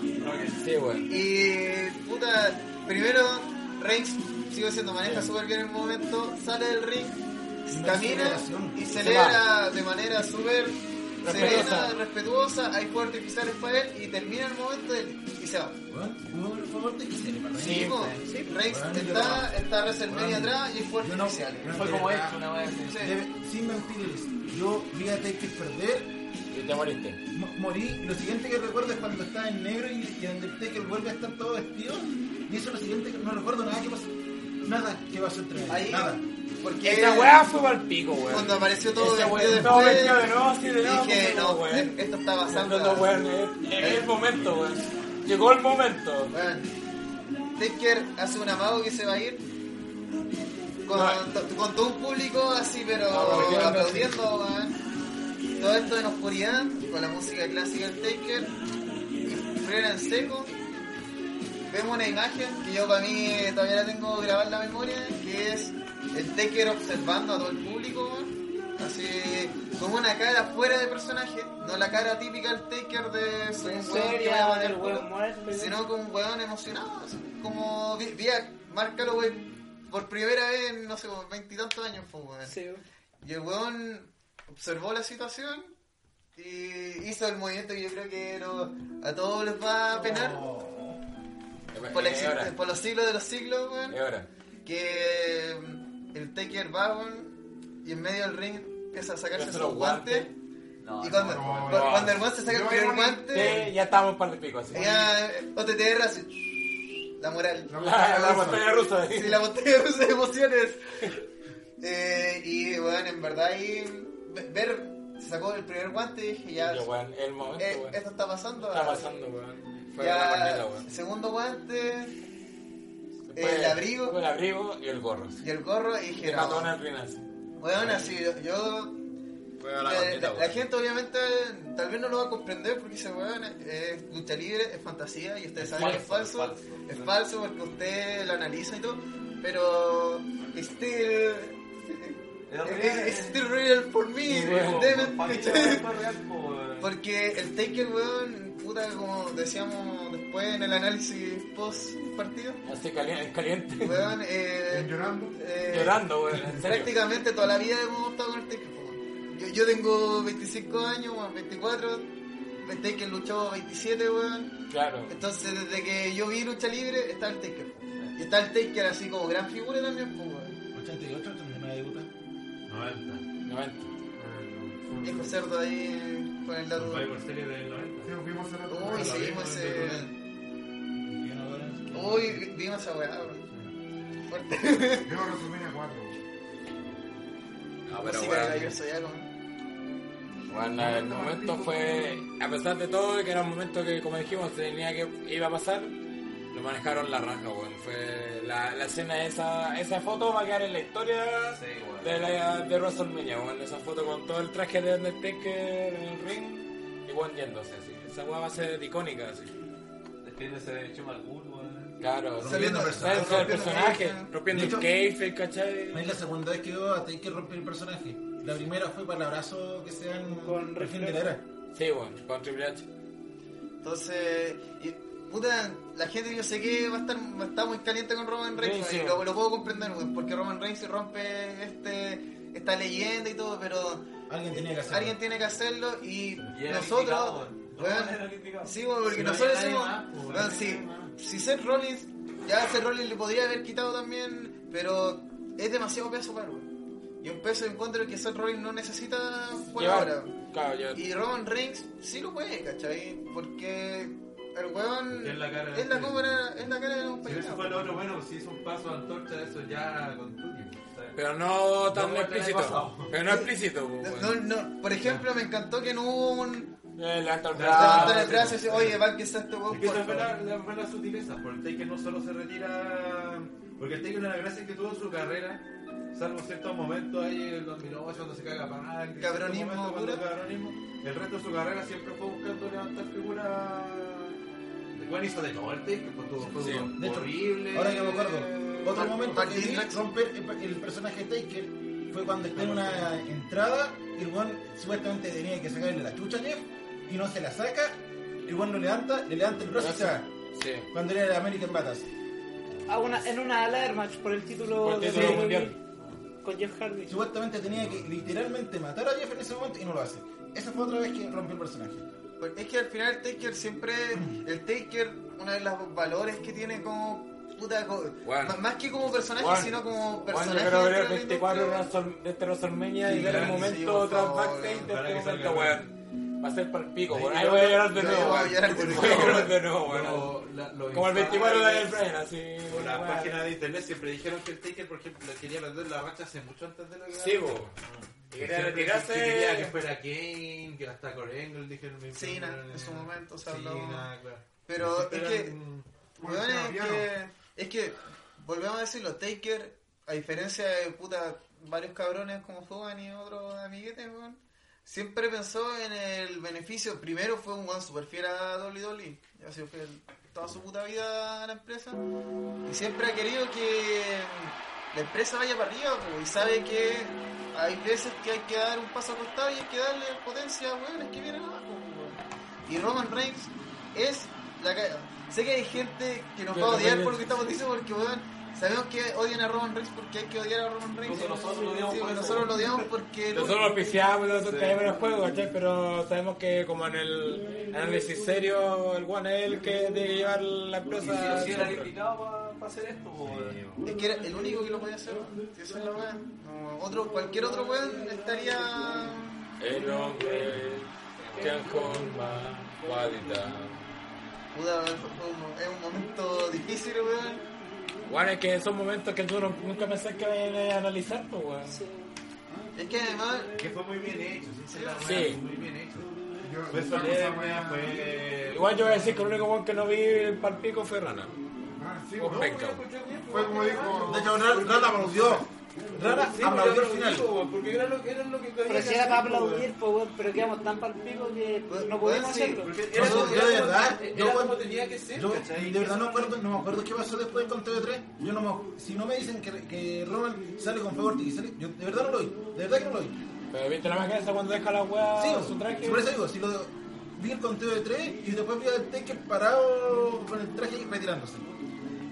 Sí, weón.
Y puta, primero Reigns sigue siendo maneja súper bien el momento, sale del ring, camina y celebra de manera súper serena,
Respetuosa.
respetuosa, hay fuegos artificiales para él y termina el momento del- y se va.
Weón, weón, por favor, Taker se le paró.
Sí, po. Reigns
Bueno, yo
está,
no.
está WrestleMania
Bueno,
atrás y hay fuegos
Yo no,
artificiales.
no
Fue
de
como
verdad,
esto, una vez.
Sí.
de- sin mentirles, yo vi a Taker perder
Y te moriste.
Mo- Morí, lo siguiente que recuerdo es cuando estaba en negro y, y Undertaker vuelve a estar todo vestido. Y eso es lo siguiente que no recuerdo nada que pasó. Nada que pasó entre medio,
Ahí,
Nada.
porque
Esa weá fue para el pico, weón.
cuando apareció todo
Esa
vestido
weá,
después,
todo vestido de nuevo, así de nuevo.
dije,
como,
no,
weón.
esto está pasando.
Pasando, weón, es- es el momento, weón. Llegó el momento.
Bueno, Taker hace un amago que se va a ir con, to- con todo un público así, pero aplaudiendo, weón. Todo esto en oscuridad, con la música clásica del Taker. Frena en seco. Vemos una imagen que yo para mí eh, todavía la tengo grabada en la memoria, que es el Taker observando a todo el público, weón. así como una cara fuera de personaje, no la cara típica del Taker de soy un weón que voy a
Seria,
matar
el weón
todo
muerto. y-
sino con un weón emocionado, así, como vi, vi a Mark Calloway por primera vez en, no sé, como veintitantos años, fue weón.
Sí, weón.
Y el weón observó la situación y hizo el movimiento que yo creo que no- a todos les va a penar
Oh,
por, la
Es
existen-
hora.
por los siglos de los siglos, weón.
Es hora.
Que mm, el Taker va, weón, y en medio del ring empieza a sacarse
Hace
sus
los guantes.
guantes. y cuando,
no,
cu-
no.
cuando el weón se saca el
Yo
primer
era un
guante,
Sí, ya estamos par de pico así.
ella, eh, OTTR así, la moral.
La
La, la
montaña rusa.
montaña rusa. sí.
Sí, la montaña rusa de emociones. Eh, y bueno, en verdad ahí ve- ver, se sacó el primer guante y dije ya,
Ya, weón, el momento,
eh,
weón.
esto está pasando.
Está
ah.
pasando, weón. Fue la
ya,
corneta, weón.
segundo guante
Fue
el abrigo.
fue El abrigo y el gorro. sí.
y el gorro y dije,
Que
no,
mató a una rinaza.
weón, así yo- yo
Juega la
La,
bandita,
la- la
weón.
gente obviamente tal vez no lo va a comprender porque ese weón es, es lucha libre, es fantasía y ustedes saben que es falso, es falso, porque usted lo analiza y todo, pero still es es still real for me, damn it, ¿cachai? porque el Taker weón, puta como decíamos después en el análisis post partido,
Así caliente, caliente.
weón eh,
Llorando.
eh,
Llorando, weón. En serio.
Prácticamente toda la vida hemos estado con el Taker. po, weón. Yo, yo tengo 25 años, weón, 24. El Taker luchó 27, weón.
Claro.
Entonces, desde que yo vi lucha libre, está el Taker. po. Y está el Taker así como gran figura también, po,
Eh,
weón.
88, también me debuta.
90.
90.
Viejo cerdo ahí con el dato.
Survivor Series del 90.
Sí, nos vimos en la-
Uy, seguimos ese. Uy, vi- vimos esa weá, weón. Fuerte.
Yo lo resumí en cuatro.
Ah, pero
Música de la
weón.
Yoso Yako, ¿no?
Bueno, el momento fue, a pesar de todo, que era un momento que, como dijimos, tenía que iba a pasar, lo manejaron la raja, weón. Fue la, la escena esa, esa foto va a quedar en la historia de la de WrestleMania, weón. Esa foto con todo el traje de Undertaker en el ring y weón yéndose así. Esa weá va a ser icónica, así.
Despidiéndose de Chumal Gun, weón.
Claro,
Rompiendo personaje,
rompiendo el personaje,
personaje.
rompiendo el
De hecho-
cave, ¿cachai?
Es la segunda vez que veo a Taker romper el personaje. La primera fue para el abrazo que se dan
Con
al fin de la era.
Sí, weón, con Triple H.
Entonces, y- puta, la gente yo sé que va a estar, va a estar muy caliente con Roman Reigns,
Sí, sí.
y lo, lo puedo comprender, weón, porque Roman Reigns rompe este esta leyenda y todo, pero
Alguien tenía que hacerlo.
alguien tiene que hacerlo y,
Y era
nosotros,
criticado, weón.
weón,
Era criticado.
sí, weón, porque
Si no
nosotros
había nadie
decimos,
más, pues, weón,
weón,
no
si-
había nadie
si Seth Rollins, ya Seth Rollins le podría haber quitado también, pero es demasiado peso para él, weón. y un peso encuentro que Seth Rollins no necesita por
Llevar-
ahora.
Claro, yo-
Y Roman Reigns sí lo puede, ¿cachai? Porque el weón
Porque es la cara de-
es la cámara, es la cara de la
Si
compañía.
eso fue lo otro bueno, pues si hizo un paso a antorcha, eso ya con Tuti.
Pero no tan
No, weón,
explícito.
pasado.
Pero no explícito, pues, weón.
No, no, por ejemplo, me encantó que no hubo un
Eh, levanta el
levantar
brazo.
el brazo y decir, oye, va que está este weón
Es que
por
esa fue la,
favor.
la- fue la sutileza, porque el Taker no solo se retira. Porque el Taker, una de las gracias que tuvo en su carrera, salvo ciertos momentos ahí en el 2008 cuando se caga para
Cabronismo puro.
cabronismo, el resto de su carrera siempre fue buscando levantar figuras. Bueno, hizo de todo el Taker, pues tuvo fue
Sí.
un
De hecho,
horrible.
Ahora que me acuerdo, otro
Mar-
momento
Martin
que vi
Jackson.
romper el, el personaje de Taker fue cuando está en una entrada y el weón supuestamente tenía que sacarle la chucha a Jeff y no se la saca. El weón lo levanta, le levanta el brazo y se va.
Sí.
Cuando era el American Batas.
A Ah, una, en una alarma por el título,
Por el
de
título
WWE con Jeff Hardy.
Supuestamente tenía que literalmente matar a Jeff en ese momento y no lo hace. Esa fue otra vez que rompió el personaje.
Pues Es que al final el Taker siempre, el Taker, uno de los valores que tiene como puta, co-
Bueno.
más- más que como personaje,
Bueno,
sino como
Bueno,
personaje.
yo quiero ver el
dentro de la
24 de
industria.
Wrestle- de este WrestleMania y
Sí,
ver el
sí,
momento
por
tras
favor,
backstage de este
para que
momento,
salga
weón. Va a ser para el pico, weón.
Sí,
Ahí
yo-
voy a llorar de
yo-
nuevo,
yo voy a
weón.
llorar de
Voy a
nuevo.
llorar de nuevo, weón.
Lo- la- lo
Como el 24 de Brian, así.
Por
una
las
weá.
páginas de internet siempre dijeron que el Taker, por ejemplo, le quería perder la racha hace mucho antes de la
Sí, weón. Y quería
Siempre que Quería que
retirarse.
fuera Kane, que hasta Corey Angle dijeron. mi-
Cena, en su momento se
Cena,
habló.
claro.
Pero es
Pero
que
eran-
Weón, es que, es que, volvemos a decirlo, Taker, a diferencia de puta, varios cabrones como Hogan y otros amiguetes, weón, siempre pensó en el beneficio. Primero fue un weón super fiel a Dolly Dolly, así fue el- toda su puta vida a la empresa. Y siempre ha querido que la empresa vaya para arriba, po, y sabe que hay veces que hay que dar un paso costado y hay que darle potencia a weones que vienen abajo. po, weón. Y Roman Reigns es la ca- Sé que hay gente que nos va a odiar por lo que estamos diciendo porque, weón, Sabemos que odian a Roman Reigns porque hay que odiar a Roman Reigns.
Porque nosotros lo odiamos
Sí,
por eso.
nosotros lo odiamos porque...
Nosotros lo pifiamos, nosotros caemos en el juego, ¿cachai? Pero sabemos que como en el análisis serio, el one es el que tiene que llevar la empresa.
Si Ah, era el invitado para hacer esto, po, weón.
Es que era el único que lo podía hacer, weón. Si esa es la weá. No, otro, cualquier otro weón estaría.
El hombre que colma cualidad.
Puta, weón, fue un- es un momento difícil, weón.
Bueno, es que esos momentos que tú no- nunca pensás que vas a analizar, pues, weón.
Es que además.
Que fue muy bien hecho, sinceramente.
Sí.
Muy bien hecho.
Yo,
Fue
esa
solemne,
weá-
fue.
Igual yo voy a decir que el único weón que no vi el palpico fue Rana.
Ah, sí,
O
weón.
Penca.
Fue como dijo.
De hecho, Rara, Rara aplaudió. Rara
Sí, pues,
aplaudió
yo
al
lo
final.
digo, weón, Porque era lo que era lo que había
Pero
que
si era
hacer,
para
po, weón.
aplaudir, pues, weón, pero quedamos tan palpicos que no podemos
Pues, sí,
hacerlo.
Porque
Yo-
era como- era
yo de
como-
verdad,
era
yo
como
cuando-
tenía que ser,
Yo
¿cachai?
de verdad no, acuerdo, no me acuerdo qué pasó después con TV3. Yo no me- si no me dicen que, que Roman sale con fuego artificial, yo de verdad no lo oí. De verdad que no lo oí.
Pero viste la máquina esa cuando deja la weá
Ah,
Sí,
su traje.
por eso digo, si lo vi el conteo de 3 y después vi al Taker parado con el traje y retirándose.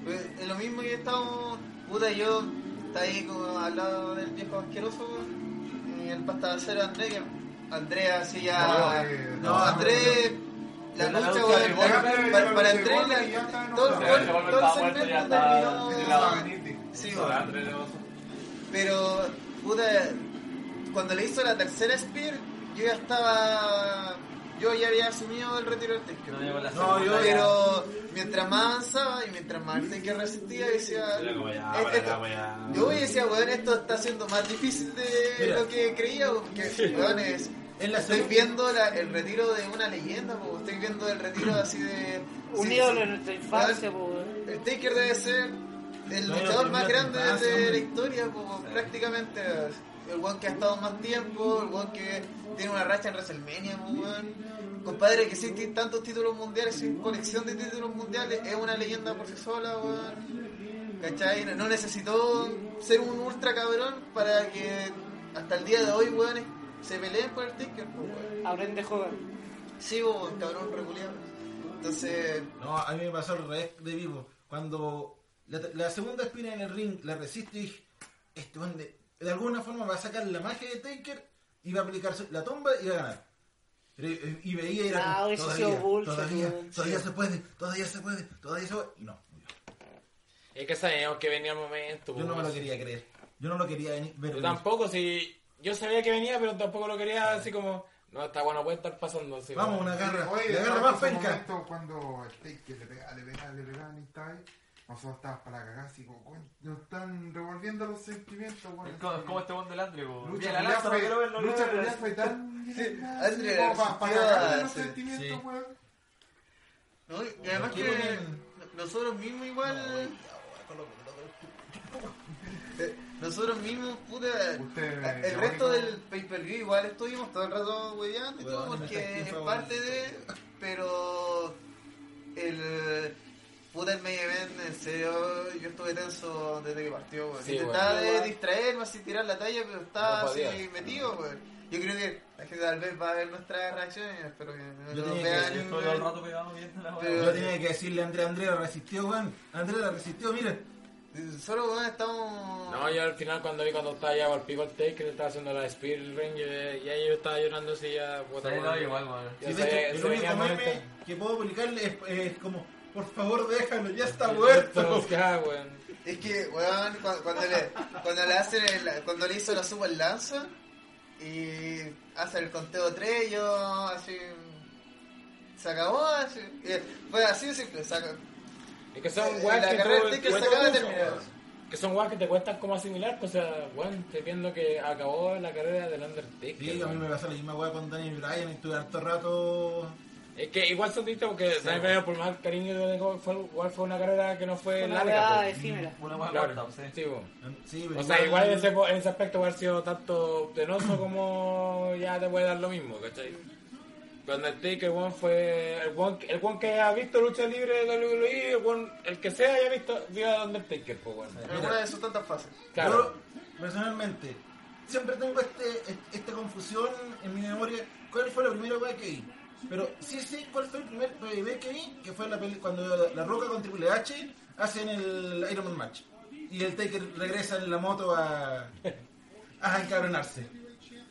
Pues, es lo mismo que estamos. Puta, yo estaba ahí como al lado del viejo asqueroso, weón. Y el pasta de Andrés. que- Andrés así ya.
No, eh,
No,
no,
Andrés. La
La
lucha,
lucha de
weón. la-
Goldberg,
para-
la lucha
Para
de
Andrés,
Goldberg ya
la-
está
todo
enojado.
el-
Ya, Goldberg
todo el
estaba muerto, ya
segmento
estaba
terminó.
clavado.
Sí,
Sobre
weón.
Andrés Leoso.
Pero, puta, cuando le hizo la tercera spear, yo ya estaba. Yo ya había asumido el retiro del Taker.
No llegó la
No, yo-
segunda, ya.
Pero mientras más avanzaba y mientras más el Taker resistía, decía.
Era como, ya,
"Es-
para
esto-
acá, weá.
yo decía, weón, esto está siendo más difícil de
Mira.
lo que creía, porque, weón, es.
En la
Estoy
serie-
viendo la- el retiro de una leyenda, po, estoy viendo el retiro así de.
Un
sí,
ídolo
sí.
de nuestra infancia, pues, weón.
El Taker debe ser el
No,
luchador
no,
más
no,
grande
no,
de
no.
la historia, como prácticamente. El one que ha estado más tiempo, el one que tiene una racha en WrestleMania, pues, weón. Compadre, que existen tantos títulos mundiales, sin colección de títulos mundiales, es una leyenda por sí sola, weón. ¿Cachai? No- No necesitó ser un ultra cabrón para que hasta el día de hoy, weón, se peleen por el Taker, pues, weón.
Aprende a jugar.
Sí, weón, cabrón reculeado. Entonces,
No, a mí me pasó al revés de vivo. Cuando la, la segunda espina en el ring la resiste y dije, este weón de, de alguna forma va a sacar la magia de Taker y va a aplicarse la tumba y va a ganar. Pero, eh, y veía y era
Ah,
como,
hubiese sido
todavía,
bullshit,
todavía,
weón.
todavía se puede, todavía se puede, todavía se puede. Y no, murió.
Es que sabíamos que venía el momento,
yo no me
pues.
lo quería creer. Yo no lo quería venir- ver.
Yo tampoco, si yo sabía que venía, pero tampoco lo quería así como, no, está bueno, puede estar pasando así.
Vamos,
bueno.
una garra.
Oye,
la garra
aparte
más
ese
penca.
momento Cuando el Taker le pegaba, le pegaba, le pegaba en esta vez, nosotros estábamos para la cagada, así como, coño, nos están revolviendo los sentimientos, weón.
Es como- es como este buen del Andre, po. Mira,
Lucha
la lanza, no quiero verlo,
culiá
no
lucha
quiero verlo.
culiá fue tan...
André
como
la
pa- pa'
resistió
cagarle
a
los
hacer-
sentimientos, weón.
No, y además que nosotros mismos igual... Eh, Nosotros mismos, puta...
Usted,
Eh,
a- eh, El
Giovanni,
resto
¿no?
del pay-per-view igual estuvimos todo el rato hueveando y todo,
Weón, me
porque
está
es
aquí
parte de... Pero... El... Puta, el main event, en serio, yo estuve tenso desde que partió, weón.
Sí,
Intentaba
weón.
de distraerme, así tirar la talla, pero estaba
No
así
podía.
metido, weón. Yo creo que la gente tal vez va a ver nuestras reacciones, espero que no
Yo
nos
tenía que
vean,
Yo estoy todo el
weón.
rato pegado viendo la weá.
Pero-
Yo tenía que decirle a Andrea, Andrea la resistió, weón. Andrea la resistió, mire.
Solo weón estamos.
No, yo al final cuando vi cuando estaba ya al pico el take, que le estaba haciendo la Spear Ring, yo- y ahí yo estaba llorando así ya, puta,
Sí,
bueno.
no, igual, weón.
Ya
Y de
sabía-
hecho, el
sabía que
único
no
meme
está.
que puedo publicarle es, es como, por favor déjalo, ya está
Pero,
muerto.
ya, weón.
Es que, weón, cu- cuando, le, cuando le hacen el- cuando le hizo la suba al lanza y hace el conteo 3, yo así. Se acabó, así. eh, Fue así de simple, se acabó.
Es que son
Eh,
weas
la
que,
carrera
tú-
de Taker
que
se acaba de
tú-
terminar.
que son weas que te cuestan como asimilar, pues, o sea, weón, estoy viendo que acabó la carrera del Undertaker.
Sí, a mí
weón.
me pasó la misma weá con Daniel Bryan, estuve harto rato.
Es que igual son distintos porque Daniel Bryan, por más cariño que le tengo, fue, igual fue una carrera que no fue
Una
larga.
weá
pues.
efímera.
Una weá
Claro,
corta, o sea.
sí, pues.
Sí, pero
O sea, igual en ese, en ese aspecto puede haber sido tanto penoso como ya te puede dar lo mismo, ¿cachai? Cuando el Taker One fue. El one, el one que ha visto lucha libre de WWE, el, one, el que sea haya visto, vio a Undertaker, pues bueno.
Alguna de sus tantas fases.
Claro.
Yo, personalmente, siempre tengo este, este- esta confusión en mi memoria. ¿Cuál fue la primera weá que vi? Pero sí sé cuál fue el primer PB que vi, que fue la peli- cuando la, la Roca con Triple H hacen el Iron Man Match. y el Taker regresa en la moto a, a encabronarse.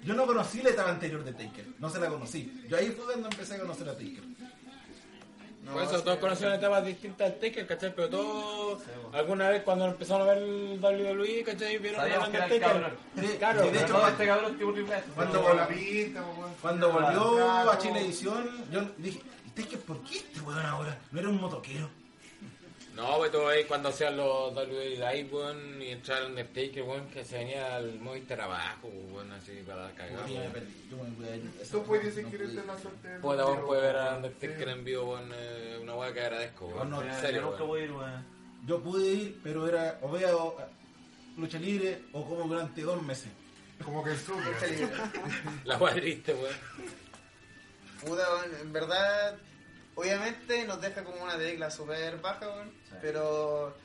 Yo no conocí la etapa anterior de Taker, no se la conocí. Yo ahí fue cuando empecé a conocer a Taker.
Por eso todos conocieron etapas distintas del Taker, ¿cachai? Pero todos, alguna vez cuando empezaron a ver el WWE, ¿cachai? Vieron
Sabíamos que
hablando
era
del
el
Taker.
cabrón.
Claro,
Y
pero
de
este-
hecho,
No, este cabrón es tipo Triple H.
Cuando
Cuando
volvió-
con la pinta, weón.
Cuando volvió
Claro.
a Chile Edición, yo dije, Taker, ¿por qué este weón ahora? No era un motoquero.
No, pues todo ahí cuando hacían los WWE Live, weón, y entraron el Undertaker, weón, que se venía al Movistar abajo, weón, así para cagar,
Yo me
weón.
perdí, yo me voy a ir.
Tú puedes decir
No
que
pude
eres
ir.
de la suerte. del
Puta, weón,
tiro,
puede ver a
weón.
Undertaker en vivo, weón, eh, una weá que agradezco, weón.
No, no,
en
Ya,
serio,
Yo nunca
weón.
voy a ir, weón.
Yo pude ir, pero era o vea o- ah, lucha libre o como durante dos meses.
Como que el
Lucha
super.
libre.
La weá triste, weón.
Puta, weón, en verdad, obviamente nos deja como una tecla súper baja, weón, pero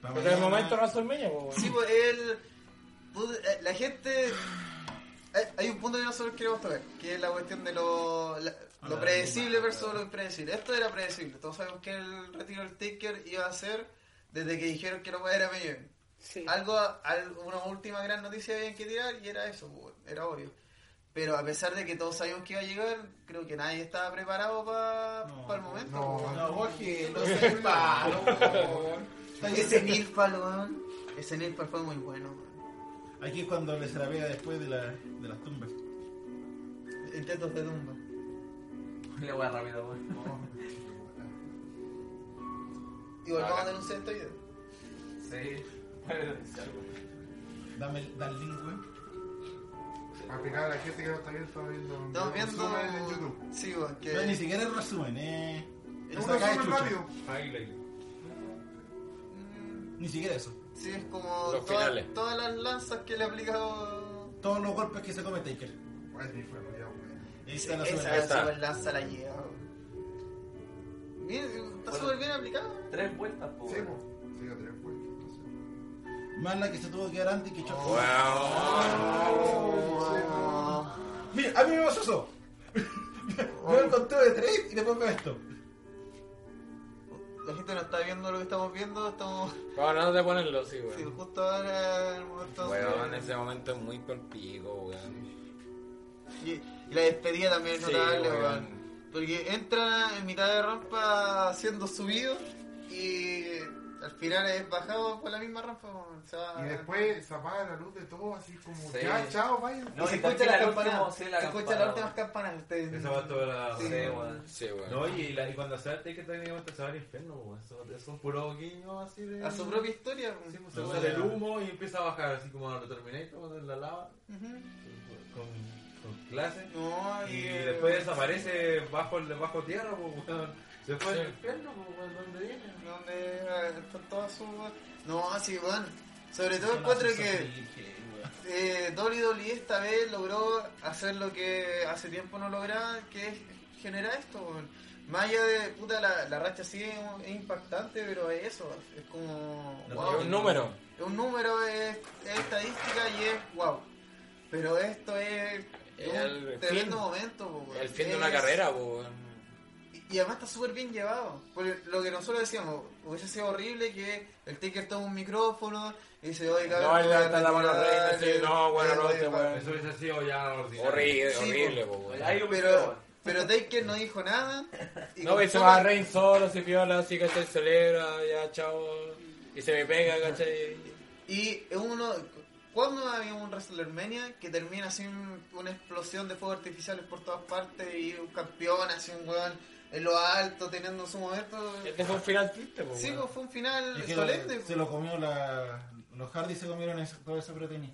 Para
Pero en el
mañana-
momento WrestleMania, po, weón.
sí, pues él, puta, eh, la gente, eh, hay un punto que nosotros queremos tocar, que es la cuestión de lo, la- lo predecible versus lo impredecible. Esto era predecible, todos sabemos que el retiro del Taker iba a ser desde que dijeron que no puede era Mayor.
Sí.
Algo, al- una última gran noticia había que tirar y era eso, pues, era obvio. Pero a pesar de que todos sabíamos que iba a llegar, creo que nadie estaba preparado para
No,
el momento.
no,
pues.
No, Jorge, no
Ese
sé.
Nilpal,
Está ahí.
Ese Nilpal, weón. Ese Nilpal fue muy bueno. weón.
Aquí es cuando le se la pega después de, la- de las tumbas.
Intentos de tumba.
Le voy a rápido, weón.
Y volvamos a denunciar este video.
Sí.
Dame el dan link, güey.
Aplicada a la gente que no está viendo, está viendo. un
Estamos viendo.
resumen en YouTube.
Sí, weón. Que...
Pero ni siquiera el resumen, eh.
Es
Lo
Eh, Un
saca de
resumen
chucha.
rápido.
Mm,
Ni siquiera eso.
Sí, es como.
Los
todas-
finales.
todas las lanzas que le ha aplicado.
Todos los golpes que se come Taker.
Ay, mi fue, ya, weón.
Ahí está la
Esa
suerte.
está.
super lanza la lleva, weón. Bien, está
Bueno.
súper bien aplicado.
Tres vueltas, po.
Sí,
weón.
po. Sí, ya tenés fuerte, entonces.
Más la que se tuvo que dar antes que chocó.
Oh,
Mira, a mí me pasó eso. Yo el conteo de tres y después veo esto.
La gente no está viendo lo que estamos viendo, estamos
Vamos no de ponerlo, sí,
sí,
weón.
justo ahora en el momento
Weón, en ese momento es muy perpigo, weón.
Y, y la despedida también es
Sí,
notable,
weón.
weón. Porque entra en mitad de rampa siendo subido y al final es bajado por la misma rampa. weón. Se va-
Y después se apaga la luz de todo, así como,
Sí.
ya, chao, vaya.
Y
No,
se
y
escucha
también
la
al
campanada.
último,
Se
sí, la
escucha
campanada,
las últimas
weón.
campanadas. ustedes-
Esa va toda la.
Sí, weón.
Sí, weón.
No, y, la, y cuando se da el take también obviamente se va al infierno, weón. Eso, eso es un puro guiño así de.
A su propia historia. weón.
Sí, pues, se sale el humo y empieza a bajar así como a lo Terminator, cuando en la lava,
Ujú.
con, con clase.
No,
Y
y, eh,
después desaparece bajo, el- bajo tierra, pues, weón. Se fue al infierno, pues, weón, ¿dónde viene?
Donde eh, están todas sus. No, sí, weón. Sobre todo encuentro que. eh, WWE esta vez logró hacer lo que hace tiempo no lograba, que es generar esto. weón. Más allá de puta, la, la racha sí es, es impactante, pero es eso, es como.
No,
wow.
Es un número.
Es un número, es, es estadística y es wow. Pero esto es. es
El
un tremendo
fin.
momento, po, weón.
El fin de una
Es-
carrera, po, weón.
y- Y además está súper bien llevado. Porque lo que nosotros decíamos, hubiese sido horrible que el Taker toma un micrófono y dice, oye, cabrón.
No, él
voy a
levanta la mano al
retirar,
reino, sí, no, bueno,
eh,
no,
voy
este
a-
weón.
Eso hubiese sido ya ordinario.
Horrible,
Sí,
horrible,
po.
po, weón.
Ahí lo
pues, Pero,
pero...
pero Taker no dijo nada. y
No, y se
con
va a
todo-
Reign solo, se viola, así que se celebra, ya, chao. Y se me pega, ¿cachai?
Y es uno. ¿Cuándo había un WrestleMania que termina así un- una explosión de fuegos artificiales por todas partes y un campeón así un weón en lo alto teniendo su momento?
Este fue un final triste, po,
Sí,
weón.
pues, fue un final
Y que lo-
solemne. pues.
se lo comió la. Los Hardy se comieron esa- toda esa proteína.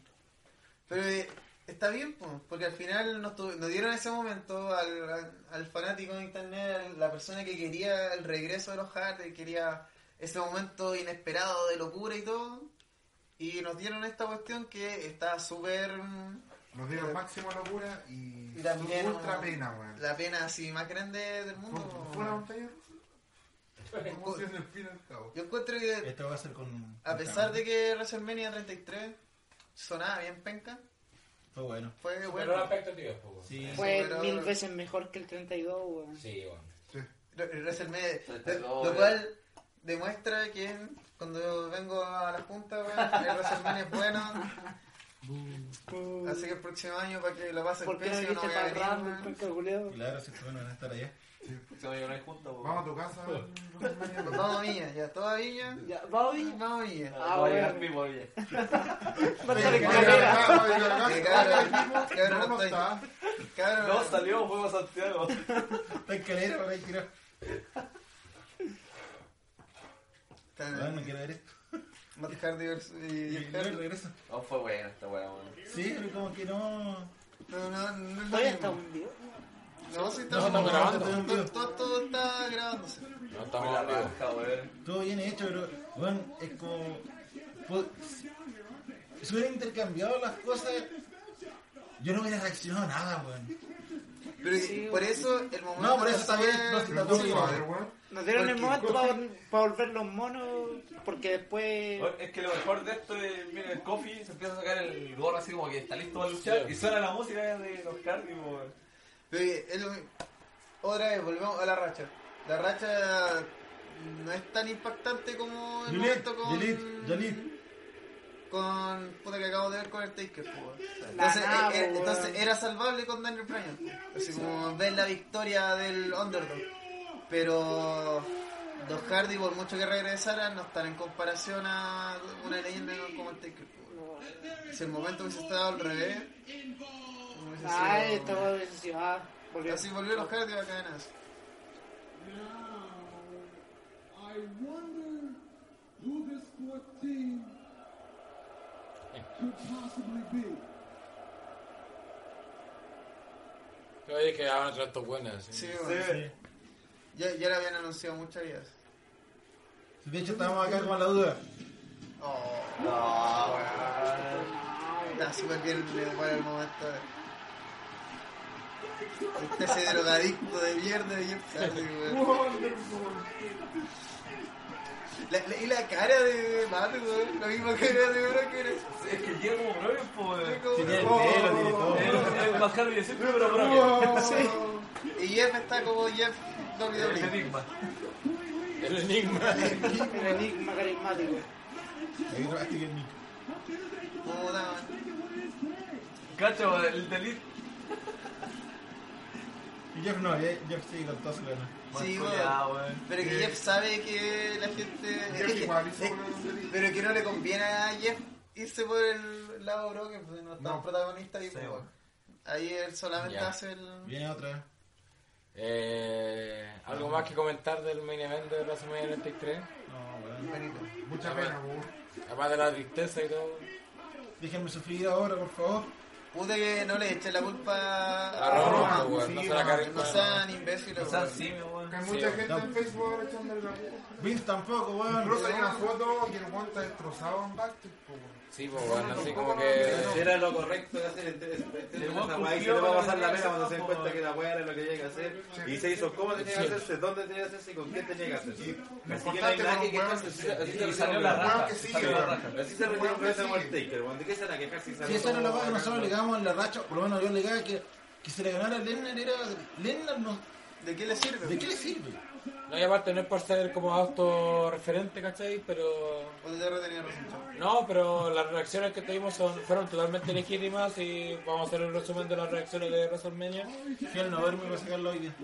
Pero eh, está bien, pues, porque al final nos, tu- nos dieron ese momento al, al- al fanático de internet, a la persona que quería el regreso de los Hardy, quería ese momento inesperado de locura y todo. Y nos dieron esta cuestión que está súper. mm,
Nos dieron máxima locura y
Y también,
ultra
weón,
pena, weón.
La pena así más grande del mundo.
Fue-
pues,
Fue una
weón.
montaña rusa. Como si en el fin y al cabo.
Yo encuentro que,
Esto va a ser con.
a pesar de que WrestleMania 33 sonaba bien penca,
Fue bueno.
fue
Pero la
bueno.
expectativa, po, weón.
Sí.
Fue
Fue
Pero- mil
mil
veces
veces mejor que el 32, weón.
Sí, weón.
Re- WrestleMania.
Treinta y dos,
Lo
eh.
cual, demuestra que cuando vengo a la junta, weón, el WrestleMania es bueno. Así que el próximo año, para que lo pasen
¿Por qué no
precio, no
viniste
voy
para
a
el
venir,
ramo,
weón.
cuenco de culiao?
Claro, si bueno, van a estar allá.
Se va a llorar juntos, po.
Vamos a tu casa.
Pues Vamos a Villa, ya, toda Villa.
Ya, ¿Vamos Villa?
Vamos a Villa.
Ah,
Va a llegar
bueno.
vivo, oye.
Va a estar en
Oye,
carrera.
Que cabrón, cabrón, no estoy. Cabrón,
No, salió, fue a Santiago.
Está en calera, por ahí
Eh,
quiero.
está-
No, no quiero ver esto.
Matt Hardy versus- y-
Y
y
luego
Hardy.
regreso.
No, fue buena esta weá, weón.
Sí, pero como que no.
No, no, no es lo
Todavía está
mismo.
un video.
No, sí, está
No, estamos grabando.
todo- todo- Todo, todo está grabándose.
No
Fue
estamos
la
hablando.
raja, weón.
Todo bien hecho, pero bueno, es como. po- Si hubieran intercambiado las cosas, yo no hubiera reaccionado nada, weón.
Pero y- por eso el momento.
No, por eso está
fue-
bien, no, sí, está todo
sí,
bien.
weón.
Nos dieron el
Porque-
momento para, para volver los monos, porque después...
Oye, Es que lo mejor de esto es, mira, el coffee se empieza a sacar el gorro así como que está listo para luchar y suena la música de los Cardi, po, weón.
Pero es lo mismo. Otra vez, volvemos a la racha. La racha no es tan impactante como el
Delete,
momento con.
delete, delete.
Con. Puta que acabo de ver con el Taker, po, weón.
La
Entonces,
nabo,
eh, eh,
weón.
entonces era salvable con Daniel Bryan. po. Así como ves la victoria del Underdog. Pero. Los Hardy, por mucho que regresaran, no están en comparación a una leyenda como el Taker. po, weón. Si el momento hubiese estado al revés. hubiese
Ay,
sido-
estaba desencivada. Ah, Volvió.
Así volvió los Hardy a cadenas.
I wonder who this fourth team could possibly be.
Yo dije que hablan tantos buenas.
Sí,
Sí.
bueno, sí. Ya, ya la habían anunciado muchas veces.
De hecho, estábamos acá con la duda.
Oh,
No, weón.
está súper bien eh, para el momento. Este ese drogadicto de mierda de Jeff Hardy, weón. La- la- Y la cara de Mate, weón. La misma cara de Broker.
Es que llega como propio, po, weón.
Tiene el pelo, tiene
Oh.
todo.
Es
Eh,
el más Hardy de siempre, pero propio.
Y Jeff está como Jeff E.
El
WWE.
enigma.
El enigma.
El enigma carismático.
Ahí trabajaste bien, Nico.
Puta, man.
Cacho, el delito.
Y Jeff no, eh, Jeff sí, con todo su lana.
Sí,
Más
weón.
culiao, weón.
Pero que Jeff sabe que la gente.
Jeff igual hizo
Eh,
una-
Pero que no le conviene a Jeff irse por el lado broken, porque no está
No.
un protagonista ahí. pues,
bueno.
Ahí él solamente
Ya.
hace el.
Viene otra.
Eh, ¿Algo más que comentar del main event de WrestleMania 93?
No, weón.
Benito.
Mucha pena, weón.
Además de la tristeza y todo.
Déjenme sufrir ahora, por favor.
Puta que no le eche la culpa
A Roma,
Roma,
weón. No
sí,
se la
no,
carguen
No
con-
sean imbéciles,
Quizás
weón.
sí, weón.
Que hay mucha
Sí,
gente en Facebook ahora echándole la culpa.
Vince tampoco,
Incluso
weón.
hay una foto que el weón está destrozado en Bactic, po, weón.
Sí, pues bueno, así como que.
Era lo correcto de hacer este, entre entre-
El
esa
buen
weá, y se
cumplió
le va este, a
con
pasar
lo
la
que
pena cuando se den
hizo, po.
cuenta que la weá era lo que tenía que hacer. Y se hizo cómo tenía que hacerse, dónde tenía que hacerse y con qué tenía que hacerse. Así que no hay
importante,
nada
pero
que
weón,
quejarse. así- Así se
Y salió
resolvió
la
la
Weón
raja.
que
se
sigue,
Salió la
weón.
raja.
Así se resolvió el problema con el Taker, weón. ¿De qué se van a quejar si
Si
salió
esa era la
como-
weá que nosotros le digamos en la racha, por lo menos yo le digaba que, que se le ganara a Lennon era. Lennon no.
¿De qué le sirve?
¿De qué le sirve?
No, y aparte, no es por ser como autorreferente, ¿cachai? Pero.
O de TR tenía razón, chavo.
No, pero las reacciones que tuvimos son, fueron totalmente legítimas y vamos a hacer un resumen de las reacciones de WrestleMania.
Fiel no verme para sacarlo hoy día.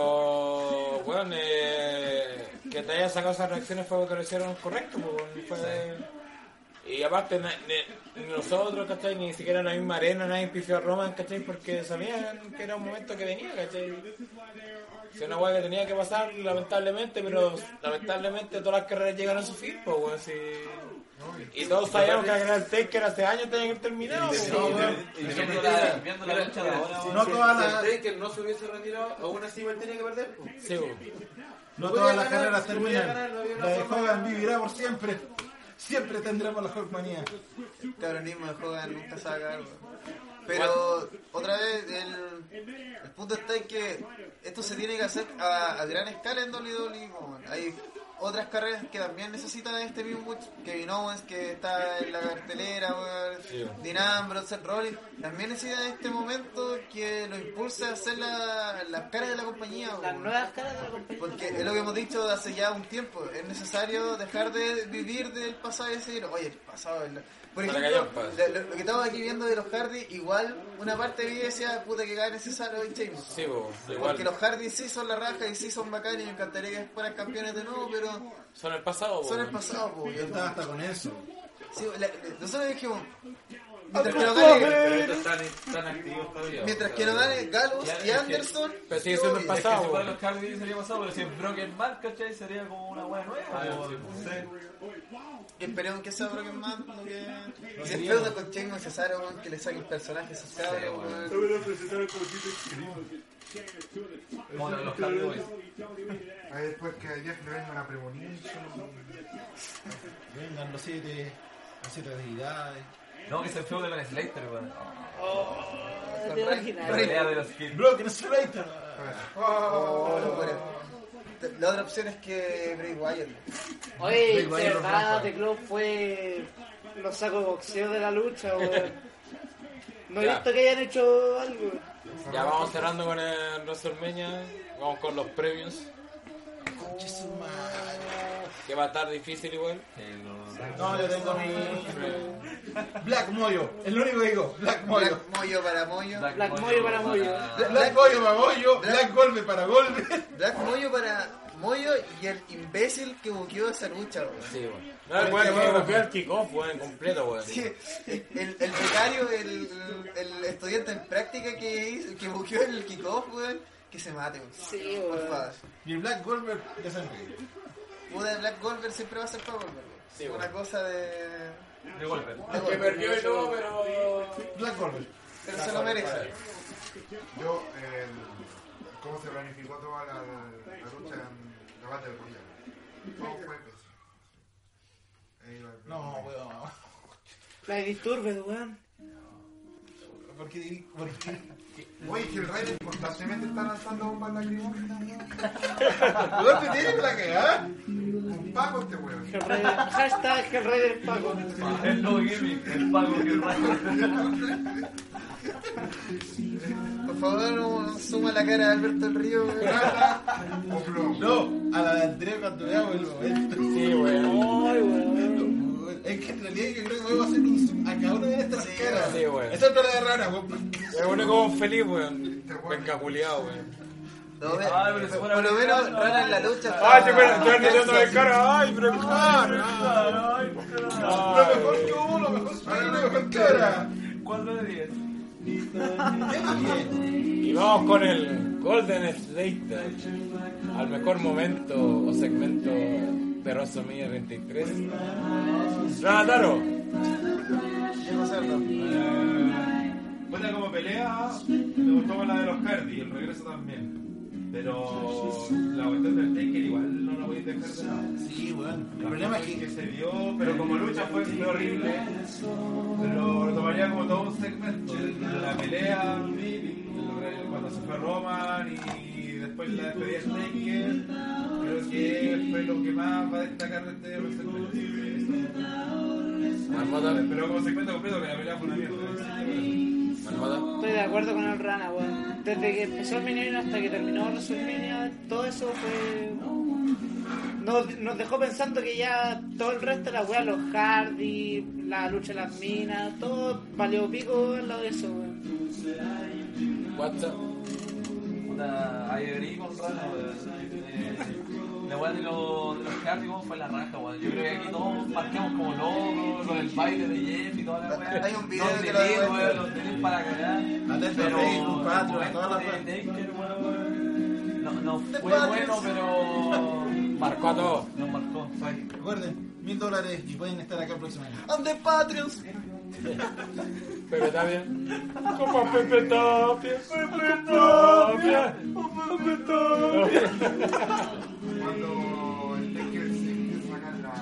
Pero, bueno, eh, que te haya sacado esas reacciones fue porque lo hicieron correcto. pues, bueno, fue- Y aparte, na- ni- ni nosotros, ¿cachai? Ni siquiera en la misma arena nadie pifió a Roman, ¿cachai? Porque sabían que era un momento que venía, ¿cachai? Es una hueá que tenía que pasar, lamentablemente, pero lamentablemente todas las carreras llegaron a su fin, pues, bueno, sí. Y todos sabíamos que la carrera del Taker hace años tenía que terminar, pues,
Sí,
bueno.
weón.
Y viendo la- viendo la lucha de ahora,
No
No
todas las-
Si el Taker no se hubiese retirado, aún así igual tenía que perder. po.
Sí, pues.
No
No podía
todas las
ganar,
carreras
si podía ganar,
terminan.
no había una
La de
forma de
Hogan
ganar.
vivirá por siempre. Siempre tendremos la Hulkmanía.
cabronismo de Hogan nunca se va a acabar, weón. Pero otra vez, el, el punto está en que esto se tiene que hacer a, a gran escala en WWE. E, weón. Hay otras carreras que también necesitan este mismo Butch, Kevin Owens que está en la cartelera, weón, Dean Ambrose, Seth Rollins, también necesitan este momento que lo impulse a hacer la- las caras de la compañía.
Las
weón.
nuevas caras de la compañía.
Porque es lo que hemos dicho hace ya un tiempo, es necesario dejar de vivir del pasado y decir, oye, el pasado es la-". Por
Para que
ejemplo,
haya paz.
lo, lo- lo que estamos aquí viendo de los Hardy, igual una parte de mí decía, puta que cae necesario hoy James.
Sí, bo, pues, igual.
Porque los Hardy sí son la raja y sí son bacanes y me encantaría que fueran campeones de nuevo, pero
Son el pasado, pues, bo.
son el pasado, po,
Yo
weón.
estaba hasta con eso.
Sí, la- la- nosotros dijimos, mientras que no gane,
Pero estos están, están activos todavía.
mientras que no gane Gallows y Anderson,
Pero sigue siendo el
yo-
Es que si
pasado, pues.
fuera
bo.
los Hardy sería pasado, pero si es Brock and Mark, ¿cachai? Sería como una wea nueva. o- Sí.
Esperemos que sea Broken Man, no que... Y se enfrenta con Chengo y Cesaro, weón, que le saque el personaje a esos cabros, weón.
Como los Hardy Boys.
Ahí después que al Jeff le venga una premonición.
Vengan los siete, las siete deidades.
No, que se fue de Ben Slater, weón.
¿Te
La
imaginas?
pelea de los Kids.
Broken Slater.
Oh, locura. La otra opción es que Bray Wyatt.
Oye, de
Big Bang y los
verdad,
Rampage.
The Club fue los sacos de boxeo de la lucha, weón. No he
Ya.
visto que hayan hecho algo.
Ya vamos cerrando con el WrestleMania. Vamos con los previos. Que va a estar difícil igual.
No, yo tengo mi. Black Moyo, es lo único que digo. Black Moyo.
Black Moyo para Moyo. Black,
Black Moyo para Moyo.
Black Moyo para Moyo, Black Golpe para Golpe.
Moyo para Moyo y el imbécil que buqueó esa lucha, weón.
Sí, bueno. No, el weón que copió el kickoff, weón, completo, weón.
Sí, El, el becario, el, el estudiante en práctica que, hizo- que buqueó el kickoff, weón, que se mate, weón.
Sí,
Por
weón.
favor.
Y el Black Golpe de San Pedro.
Una de Black Goldberg siempre va a ser para Goldberg.
Sí,
una
bueno.
cosa de.
De golpe.
de
Que
Goldberg.
perdió y todo, pero.
Black Golpe.
Pero se lo merece.
Yo, eh, ¿cómo se planificó toda la, la lucha en la Battle Royale? Todo fue pésimo. Ahí va el-
No, weón.
La de Disturbed, weón.
¿Por qué? ¿Por qué?
Oye, que el Raiden constantemente está lanzando bombas lacrimógenas, weón.
¿Dónde tienes la cagada?
Con Paco este weón.
Hellraider. Hashtag Hellraider Paco.
El nuevo gimmick, el pago que rayo.
Por favor, no suma la cara de Alberto del Río. weón.
O Bro.
No, a la de Andrés cuando veamos el momento.
Sí, weón.
Ay, weón.
Es que en realidad yo creo que voy a hacer un zoom a cada una de estas
Sí,
caras.
sí, weón.
Excepto la de Rana, weón.
Se pone como feliz, weón. Venga, culiado, weón.
No, ve-
Ay, Ah, pero se fuera
por lo
a
menos
brincar, no. Ah,
Rana en la lucha.
Ay, te
está-
pero te
está-
tirando de cara. Ay, pero
Lo mejor que hubo, lo mejor que hubo, la mejor cara.
¿Cuánto de 10?
Y vamos con el Golden Slater. Al mejor momento o segmento de WrestleMania 23. Ranataro.
Diego Cerdo.
Buena como pelea, me gustó más la de los Hardy y el regreso también. Pero la cuestión del Taker igual no la voy a dejar de lado.
Sí, weón. El problema es
que
que.
se dio, pero como lucha fue fue horrible. Pero lo tomaría como todo un segmento. La pelea, cuando se fue Roman y después la despedida de Taker. Creo que fue lo que más va a destacar de este segmento.
Marmota.
Pero como segmento completo que la pelea fue una mierda.
Marmota.
Estoy de acuerdo con el Rana, weón. Desde que empezó el Minion hasta que terminó WrestleMania, todo eso fue. Nos, nos dejó pensando que ya todo el resto de la weá, los Hardy, la lucha de las minas, todo valió pico al lado de eso, weón.
WhatsApp.
Puta, ahí abrí con rana, weón. Eh, La weá de los, de los Hardy, weón, fue la raja, weón. Yo creo que aquí todos marcamos como locos, lo del baile de Jeff y toda la weá.
Hay un video
Los
que lo
delirios,
demuestra.
weón, los delirios para cagar.
Atento a Facebook, Patreon,
el
todas las
momento de Taker, weón, No, no
De
fue
Patreon.
bueno, pero
Marcó a todos.
Nos marcó.
Recuerden, mil dólares y pueden estar acá el próximo año.
On the Patreons.
Pepe Tapia. Como Pepe Tapia. Pepe Tapia.
Cuando el Taker se empieza a sacar la,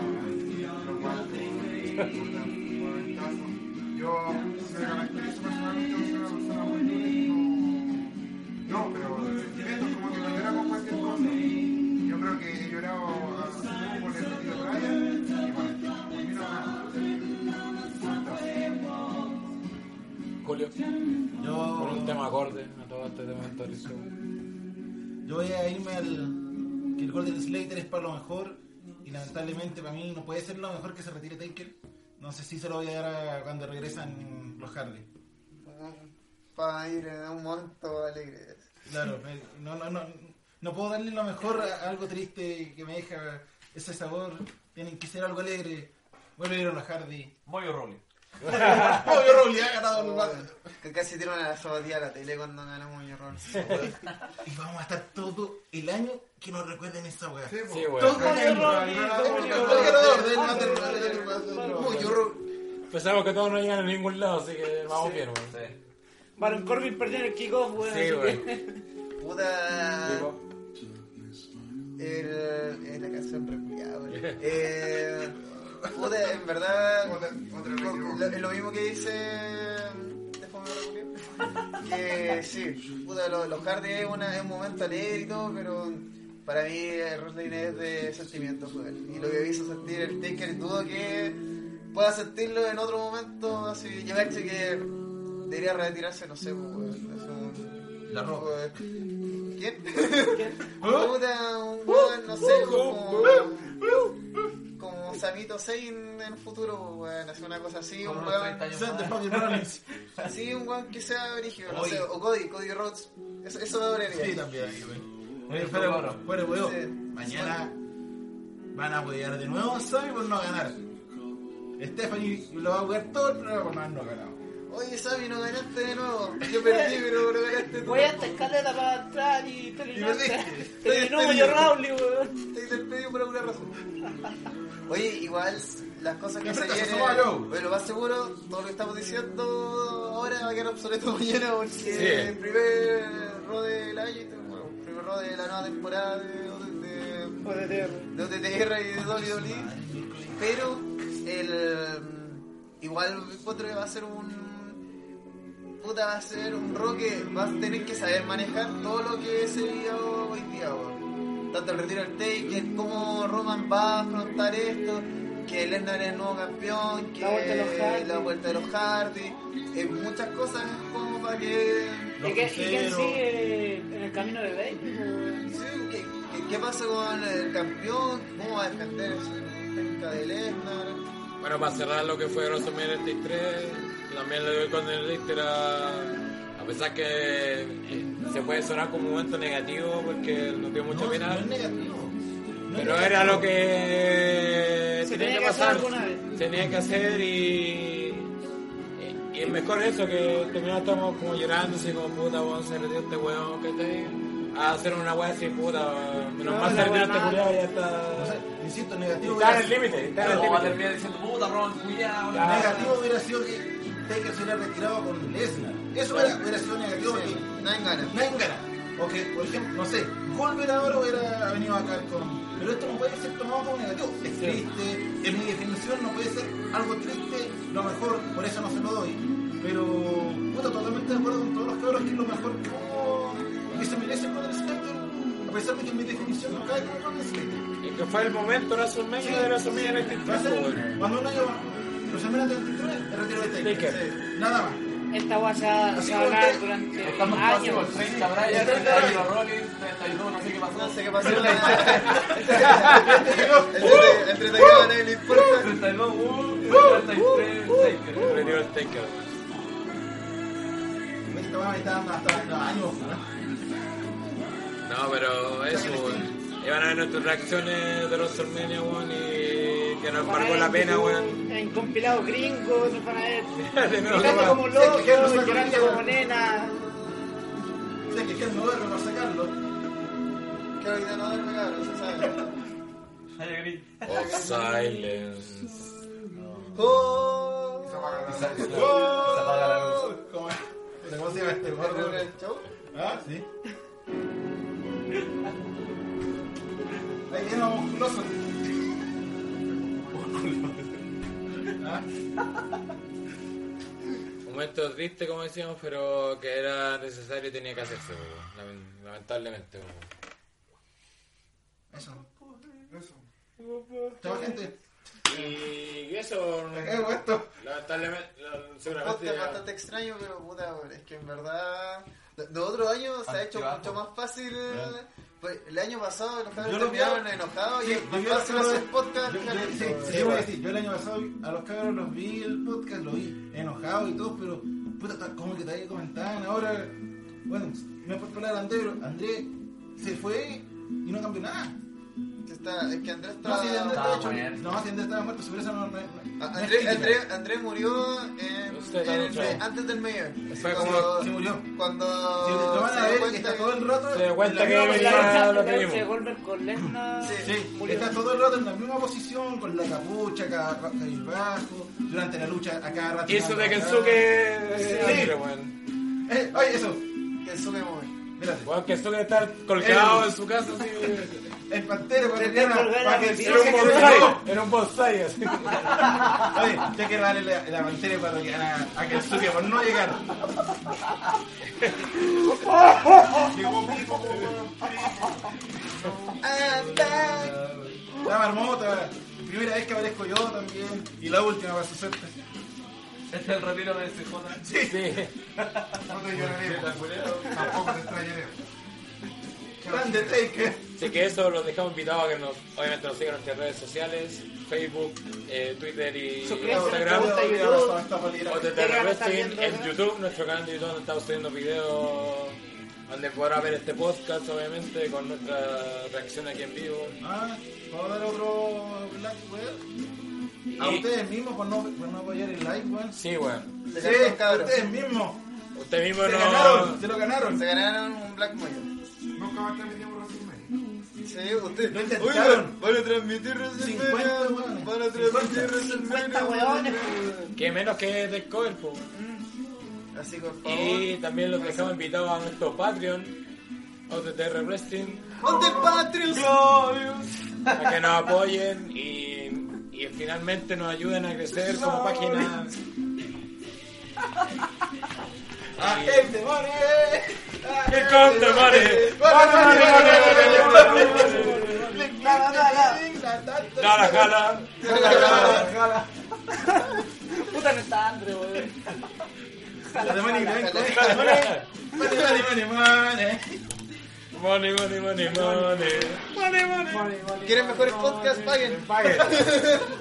los guantes, el tazo, yo me caracterizo personalmente por ser una persona muy libre, no, no, pero sentimientos como que no llora con cualquier cosa. Yo creo que he llorado a
Julio.
Yo-
Con un tema acorde a todo este tema histórico.
Yo voy a irme al. que el Golden Slater es para lo mejor. Y lamentablemente para mí no puede ser lo mejor que se retire Taker. No sé si se lo voy a dar a cuando regresan los Hardy.
Para ir a un monto alegre.
Claro, me- no, no, no, no puedo darle lo mejor a algo triste que me deja ese sabor. Tienen que ser algo alegre. Vuelve a los Hardy.
Moyo Robles.
Obvio, Robles ha ganado los Hardy.
Que casi tiraron a la zapatilla a la tele cuando ganamos un error.
Y vamos a estar todo el año que nos recuerden esa weá.
Sí,
Todo
weón.
el año. Todo el ganador del Underground, del Underground. Muy horror.
Pensamos que todos no llegan a ningún lado, así que vamos bien, weón.
Baron Corbin perdió en el kickoff, weón.
Sí,
así
weón.
que-
Puta.
Digo,
El, es la canción reculiada, eh, Puta, en verdad.
Otra- otra vez,
lo- lo, lo mismo que dice. Déjame reculiar. Que Eh, sí, puta, lo- los Hardy es, una- es un momento alegre y todo, pero. Para mí, eh, Wrestling es de sentimientos, weón. Y lo que me hizo sentir el Taker, dudo que pueda sentirlo en otro momento. Así, yo me cacho que debería retirarse, no sé, pues, weón. Es un-
La Roca.
weón. ¿Quién? Puta, un weón, no sé, como. Como Samito Sein en el futuro, pues, weón, hace una cosa así, un
unos
weón.
30 años
Send the
más.
fucking Rollins.
Así, un weón que sea brígido, no
Oye.
sé, o Cody, Cody Rhodes. Eso, eso me dolería.
Sí, también ahí, güey. Oye, fuera, fuera, weón.
Sí.
Mañana van a apoyar de nuevo a Sammy por no ganar. Stephanie lo va a jugar todo el programa por no haberlo ganado.
Oye, Sammy, no ganaste de nuevo. Yo perdí, pero no ganaste tú.
Voy hasta escalera para atrás y terminaste.
perdiste.
Terminó
Estoy
Moyo
despedido.
Robles, weón.
Estoy despedido por alguna razón. Oye, igual las cosas que se
Enfrenta a
vienen.
Sassuolo.
Bueno, lo más seguro, todo lo que estamos diciendo ahora va a quedar obsoleto mañana porque el primer rode del año, y todo, bueno, el primer rode de la nueva temporada de, de,
Joder, tío.
de OTTR y de WWE. Pero el igual encuentro que va a ser un puta va a ser un rock que vas a tener que saber manejar todo lo que se vio hoy día, weón. Tanto el retiro del Taker, como Roman va a afrontar esto, que Lesnar es el nuevo campeón, que
La vuelta de los Hardy.
la vuelta de los Hardy, eh, muchas cosas como para que
¿Y qué- y quién
cruceros.
sigue eh, en el camino de Baby, weón?
Sí, ¿qué, qué, qué pasa con el campeón? ¿Cómo va a defender su técnica de Lesnar?
Bueno, para cerrar lo que fue Grosso Medio 23, también le doy con el Richter a, a pesar que eh, se puede sonar como un momento negativo porque no dio mucha
No,
pena,
no es negativo. No es
pero
negativo.
era lo que
Se tenía que hacer alguna vez.
tenía que hacer y, y, y es mejor eso que terminamos estamos como llorando así como puta weón se retiró este weón que te a hacer una weá así puta menos
No,
mal se
la
retiró
weá
este
nada.
culiado ya está
O sea, insisto, negativo.
está en
hubiera
el límite está en el
Pero va a
límite Ah.
terminar diciendo, puta, Ron, cuidado.
sido- Negativo hubiera sido que Taker se hubiera retirado con Lesnar. Eso hubiera, hubiera sido negativo
Sí,
porque
no hay ganas.
no hay ganas. O que, por ejemplo, no sé, Goldberg ahora hubiera venido acá con. Pero esto no puede ser tomado como negativo. Es triste, en mi definición no puede ser algo triste, lo mejor, por eso no se lo doy. Pero, puta, totalmente de acuerdo con todos los cabros que es lo mejor que hubo y que se merece el Golden Slater, a pesar de que en mi definición no cae como el Golden Slater.
Y que fue el momento WrestleMania
Sí.
de WrestleMania en este
Va a
tiempo,
ser cuando uno lleva WrestleMania 33, el retiro de Taker.
Taker.
Sí, Nada más.
Esta weá se va se va a hablar durante
Estamos casi
años.
con 30 Brian, 31 Rollins, 32, no sé qué
No
pasó.
sé qué pasó. el 32 el 32 a nadie le importa.
32, uh, 33, Taker.
weón. Retiro el Taker.
Esta va a estar hasta hasta años. ¿no?
No, pero eso, weón. Y van a ver nuestras reacciones de WrestleMania, weón, y que nos
Van a
valgó
ver
la
en
pena,
YouTube,
weón.
En compilado gringo, nos van a
De
ver.
nuevo,
Gritando
weón.
como
Sí, es
loco,
que ya no saco
llorando
nada.
como nena.
O sea, que es que no duerme para sacarlo.
Que ahorita no duerme, cabrón, se sabe.
Ay, gris.
Of silence.
¡Oh!
Se apaga la luz.
Se apaga la luz.
¿Cómo, ¿Cómo se llama este gordo?
¿El show?
Ah, sí. Ahí viene los musculosos. ¿Ah?
Un momento triste, como decíamos, pero que era necesario y tenía que hacerse, weón. Lament- Lamentablemente, weón.
Eso. Eso. Chao, gente.
Y eso,
Eh, esto.
Lamentablemente, la- seguramente.
este,
Podcast
ya-
bastante extraño, pero puta, weón, es que en verdad. Los otros años se ha hecho
Altibajo.
mucho más fácil. Pues, el año pasado los
Yo
cabros
lo
terminaron
veo-
enojados y
Sí,
es más
yo lo
fácil
veo-
hacer podcast
Yo, yo-
que al-
sí, sí, yo voy a decir, yo el año pasado a los cabros los vi el podcast, los vi enojados y todo, pero puta, ta- como que todavía comentaban ahora. Bueno, me puedo hablar de André, pero André se fue y no cambió nada.
que está- Es que Andrés
No, si
está.
André estaba,
Estaba muerto.
hecho, no, si Andrés estaba muerto, sobre eso no. no- no-
A-
no es
Andrés
crítica.
Andrés- Andrés murió en-
Usted
en el-
está
antes del mayor.
Fue
Cuando-
Se murió.
Cuando.
Si lo van a
se dio
ver, que
cuenta
está todo el rato.
Se dio cuenta
en
que
la misma
venía-
posición.
lo que vimos.
se vuelve con Lesnar.
Sí.
Sí, está todo el rato en la misma posición, con la capucha, acá acá y bajo, durante la lucha, acá cada rato.
Y eso de
acá.
Kensuke. eh,
Sí.
Andre, weón.
Eh, oye, eso,
que sube móvil.
espérate.
Weón, Kensuke está colgado
El-
en su casa así.
El pantero con
Te
el
voy a colgar la
Oye,
bebida.
Era un bonsai, era un bonsai así.
tengo que darle la, la pantera para que a, a Kensuke por no llegar.
Anda.
La marmota, primera vez que aparezco yo también, y la última para su suerte.
Este es el retiro de CJ.
Sí.
No te lloraremos. Tampoco te extrañaremos.
Grande Taker.
Así que eso los dejamos invitados a que nos, obviamente nos sigan en nuestras redes sociales, Facebook, eh, Twitter y
Suscríbanse,
Instagram.
gusta
Oye,
YouTube.
hasta- hasta polera.
O de
Instagram
Terra
está
Wrestling
viendo,
en
¿no?
YouTube, nuestro canal de YouTube donde estamos subiendo videos, donde podrá ver este podcast obviamente con nuestra reacción aquí en vivo.
Ah, vamos a dar otro Black Wear. A
Y-
ustedes mismos por no, por no apoyar el like, weón.
Sí, bueno.
Se
Sí,
ganaron, cabros.
ustedes mismos.
Usted mismo
Se
no...
ganaron, se lo
Se
ganaron.
ganaron un Black Mayor.
Nunca más transmitimos resumen.
Sí, ustedes.
Lo intentaron.
van a transmitir WrestleMania,
50 hueones.
Van a transmitir
50.
WrestleMania,
50 hueones.
Que menos que Discover, po.
Así por favor.
Y también los dejamos invitados a nuestro Patreon, OTTR Wrestling,
¡Ponte Patreon!
a que nos apoyen y, y finalmente nos ayuden a crecer como página.
Gente, more.
¡Qué conte, mare!
Nada, nada.
¡Jala, jala!
Puta, no está Andre, weón.
Dale, money, ven, ven, dale, money. Money, money, money, money.
Money, money, money, money.
¿Quieren mejores podcasts? Paguen.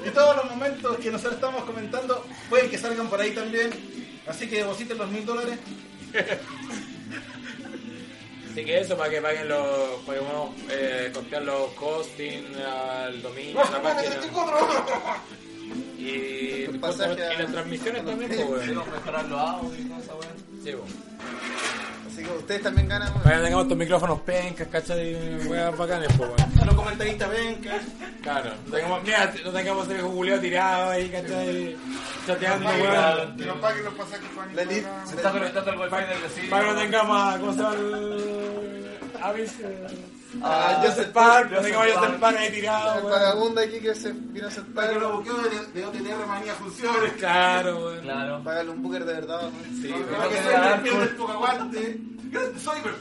Y todos los momentos que nosotros estamos comentando pueden que salgan por ahí también. Así que depositen los mil dólares.
Así que eso, para que paguen los. para que podamos eh, costear los costing al dominio, a la página. Y, y
Pasaje a-
las transmisiones también, pues, weón.
Quiero mejorar los audios y toda esa weá.
Sí, pues.
Así que ustedes también ganan.
Para que tengamos estos micrófonos pencas, ¿cachai? Weas bacanes, pues, weón.
Los comentaristas ven que...
Claro. No tengamos, mira, no tengamos el Julio tirado ahí, ¿cachai? Chateando, weón.
Que nos paguen los pasajes para
La li-
Nicolás.
Se está conectando al wifi del vecino.
Para que no tengamos a ¿cómo se llama el- Avis, eh,
Ah, yo sé.
Park, no tengamos a Joseph Park ahí
El
tirado, weón.
vagabundo aquí que se vino a ser
Para que los
padre.
buqueos de, de OTTR manía funcionen.
Claro, weón.
Claro.
Págale un booker de verdad. weón.
Sí, weón.
Para que soy el campeón del Pocahuante. Grande Cyber.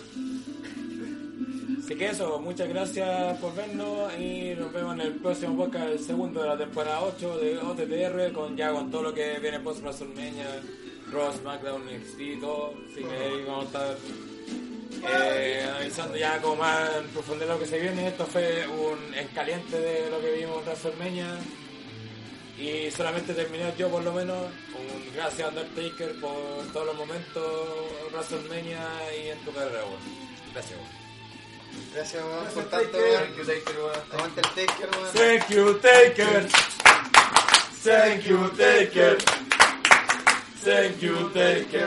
Así que eso, muchas gracias por vernos y nos vemos en el próximo podcast, el segundo de la temporada 8 de OTTR, con ya con todo lo que viene post WrestleMania, Raw, SmackDown, NXT y todo. Así que ahí vamos a estar eh, analizando ya como más en profundidad lo que se viene. Esto fue un en caliente de lo que vimos en WrestleMania. Y solamente terminé yo por lo menos. Un gracias Undertaker por todos los momentos WrestleMania y en tu carrera, weón. Gracias, weón.
Gracias, weón, por tanto,
Thank
weón.
you, thank you, weón.
Aguante el taker, weón.
Thank you, taker. Thank you, taker. Thank you, taker.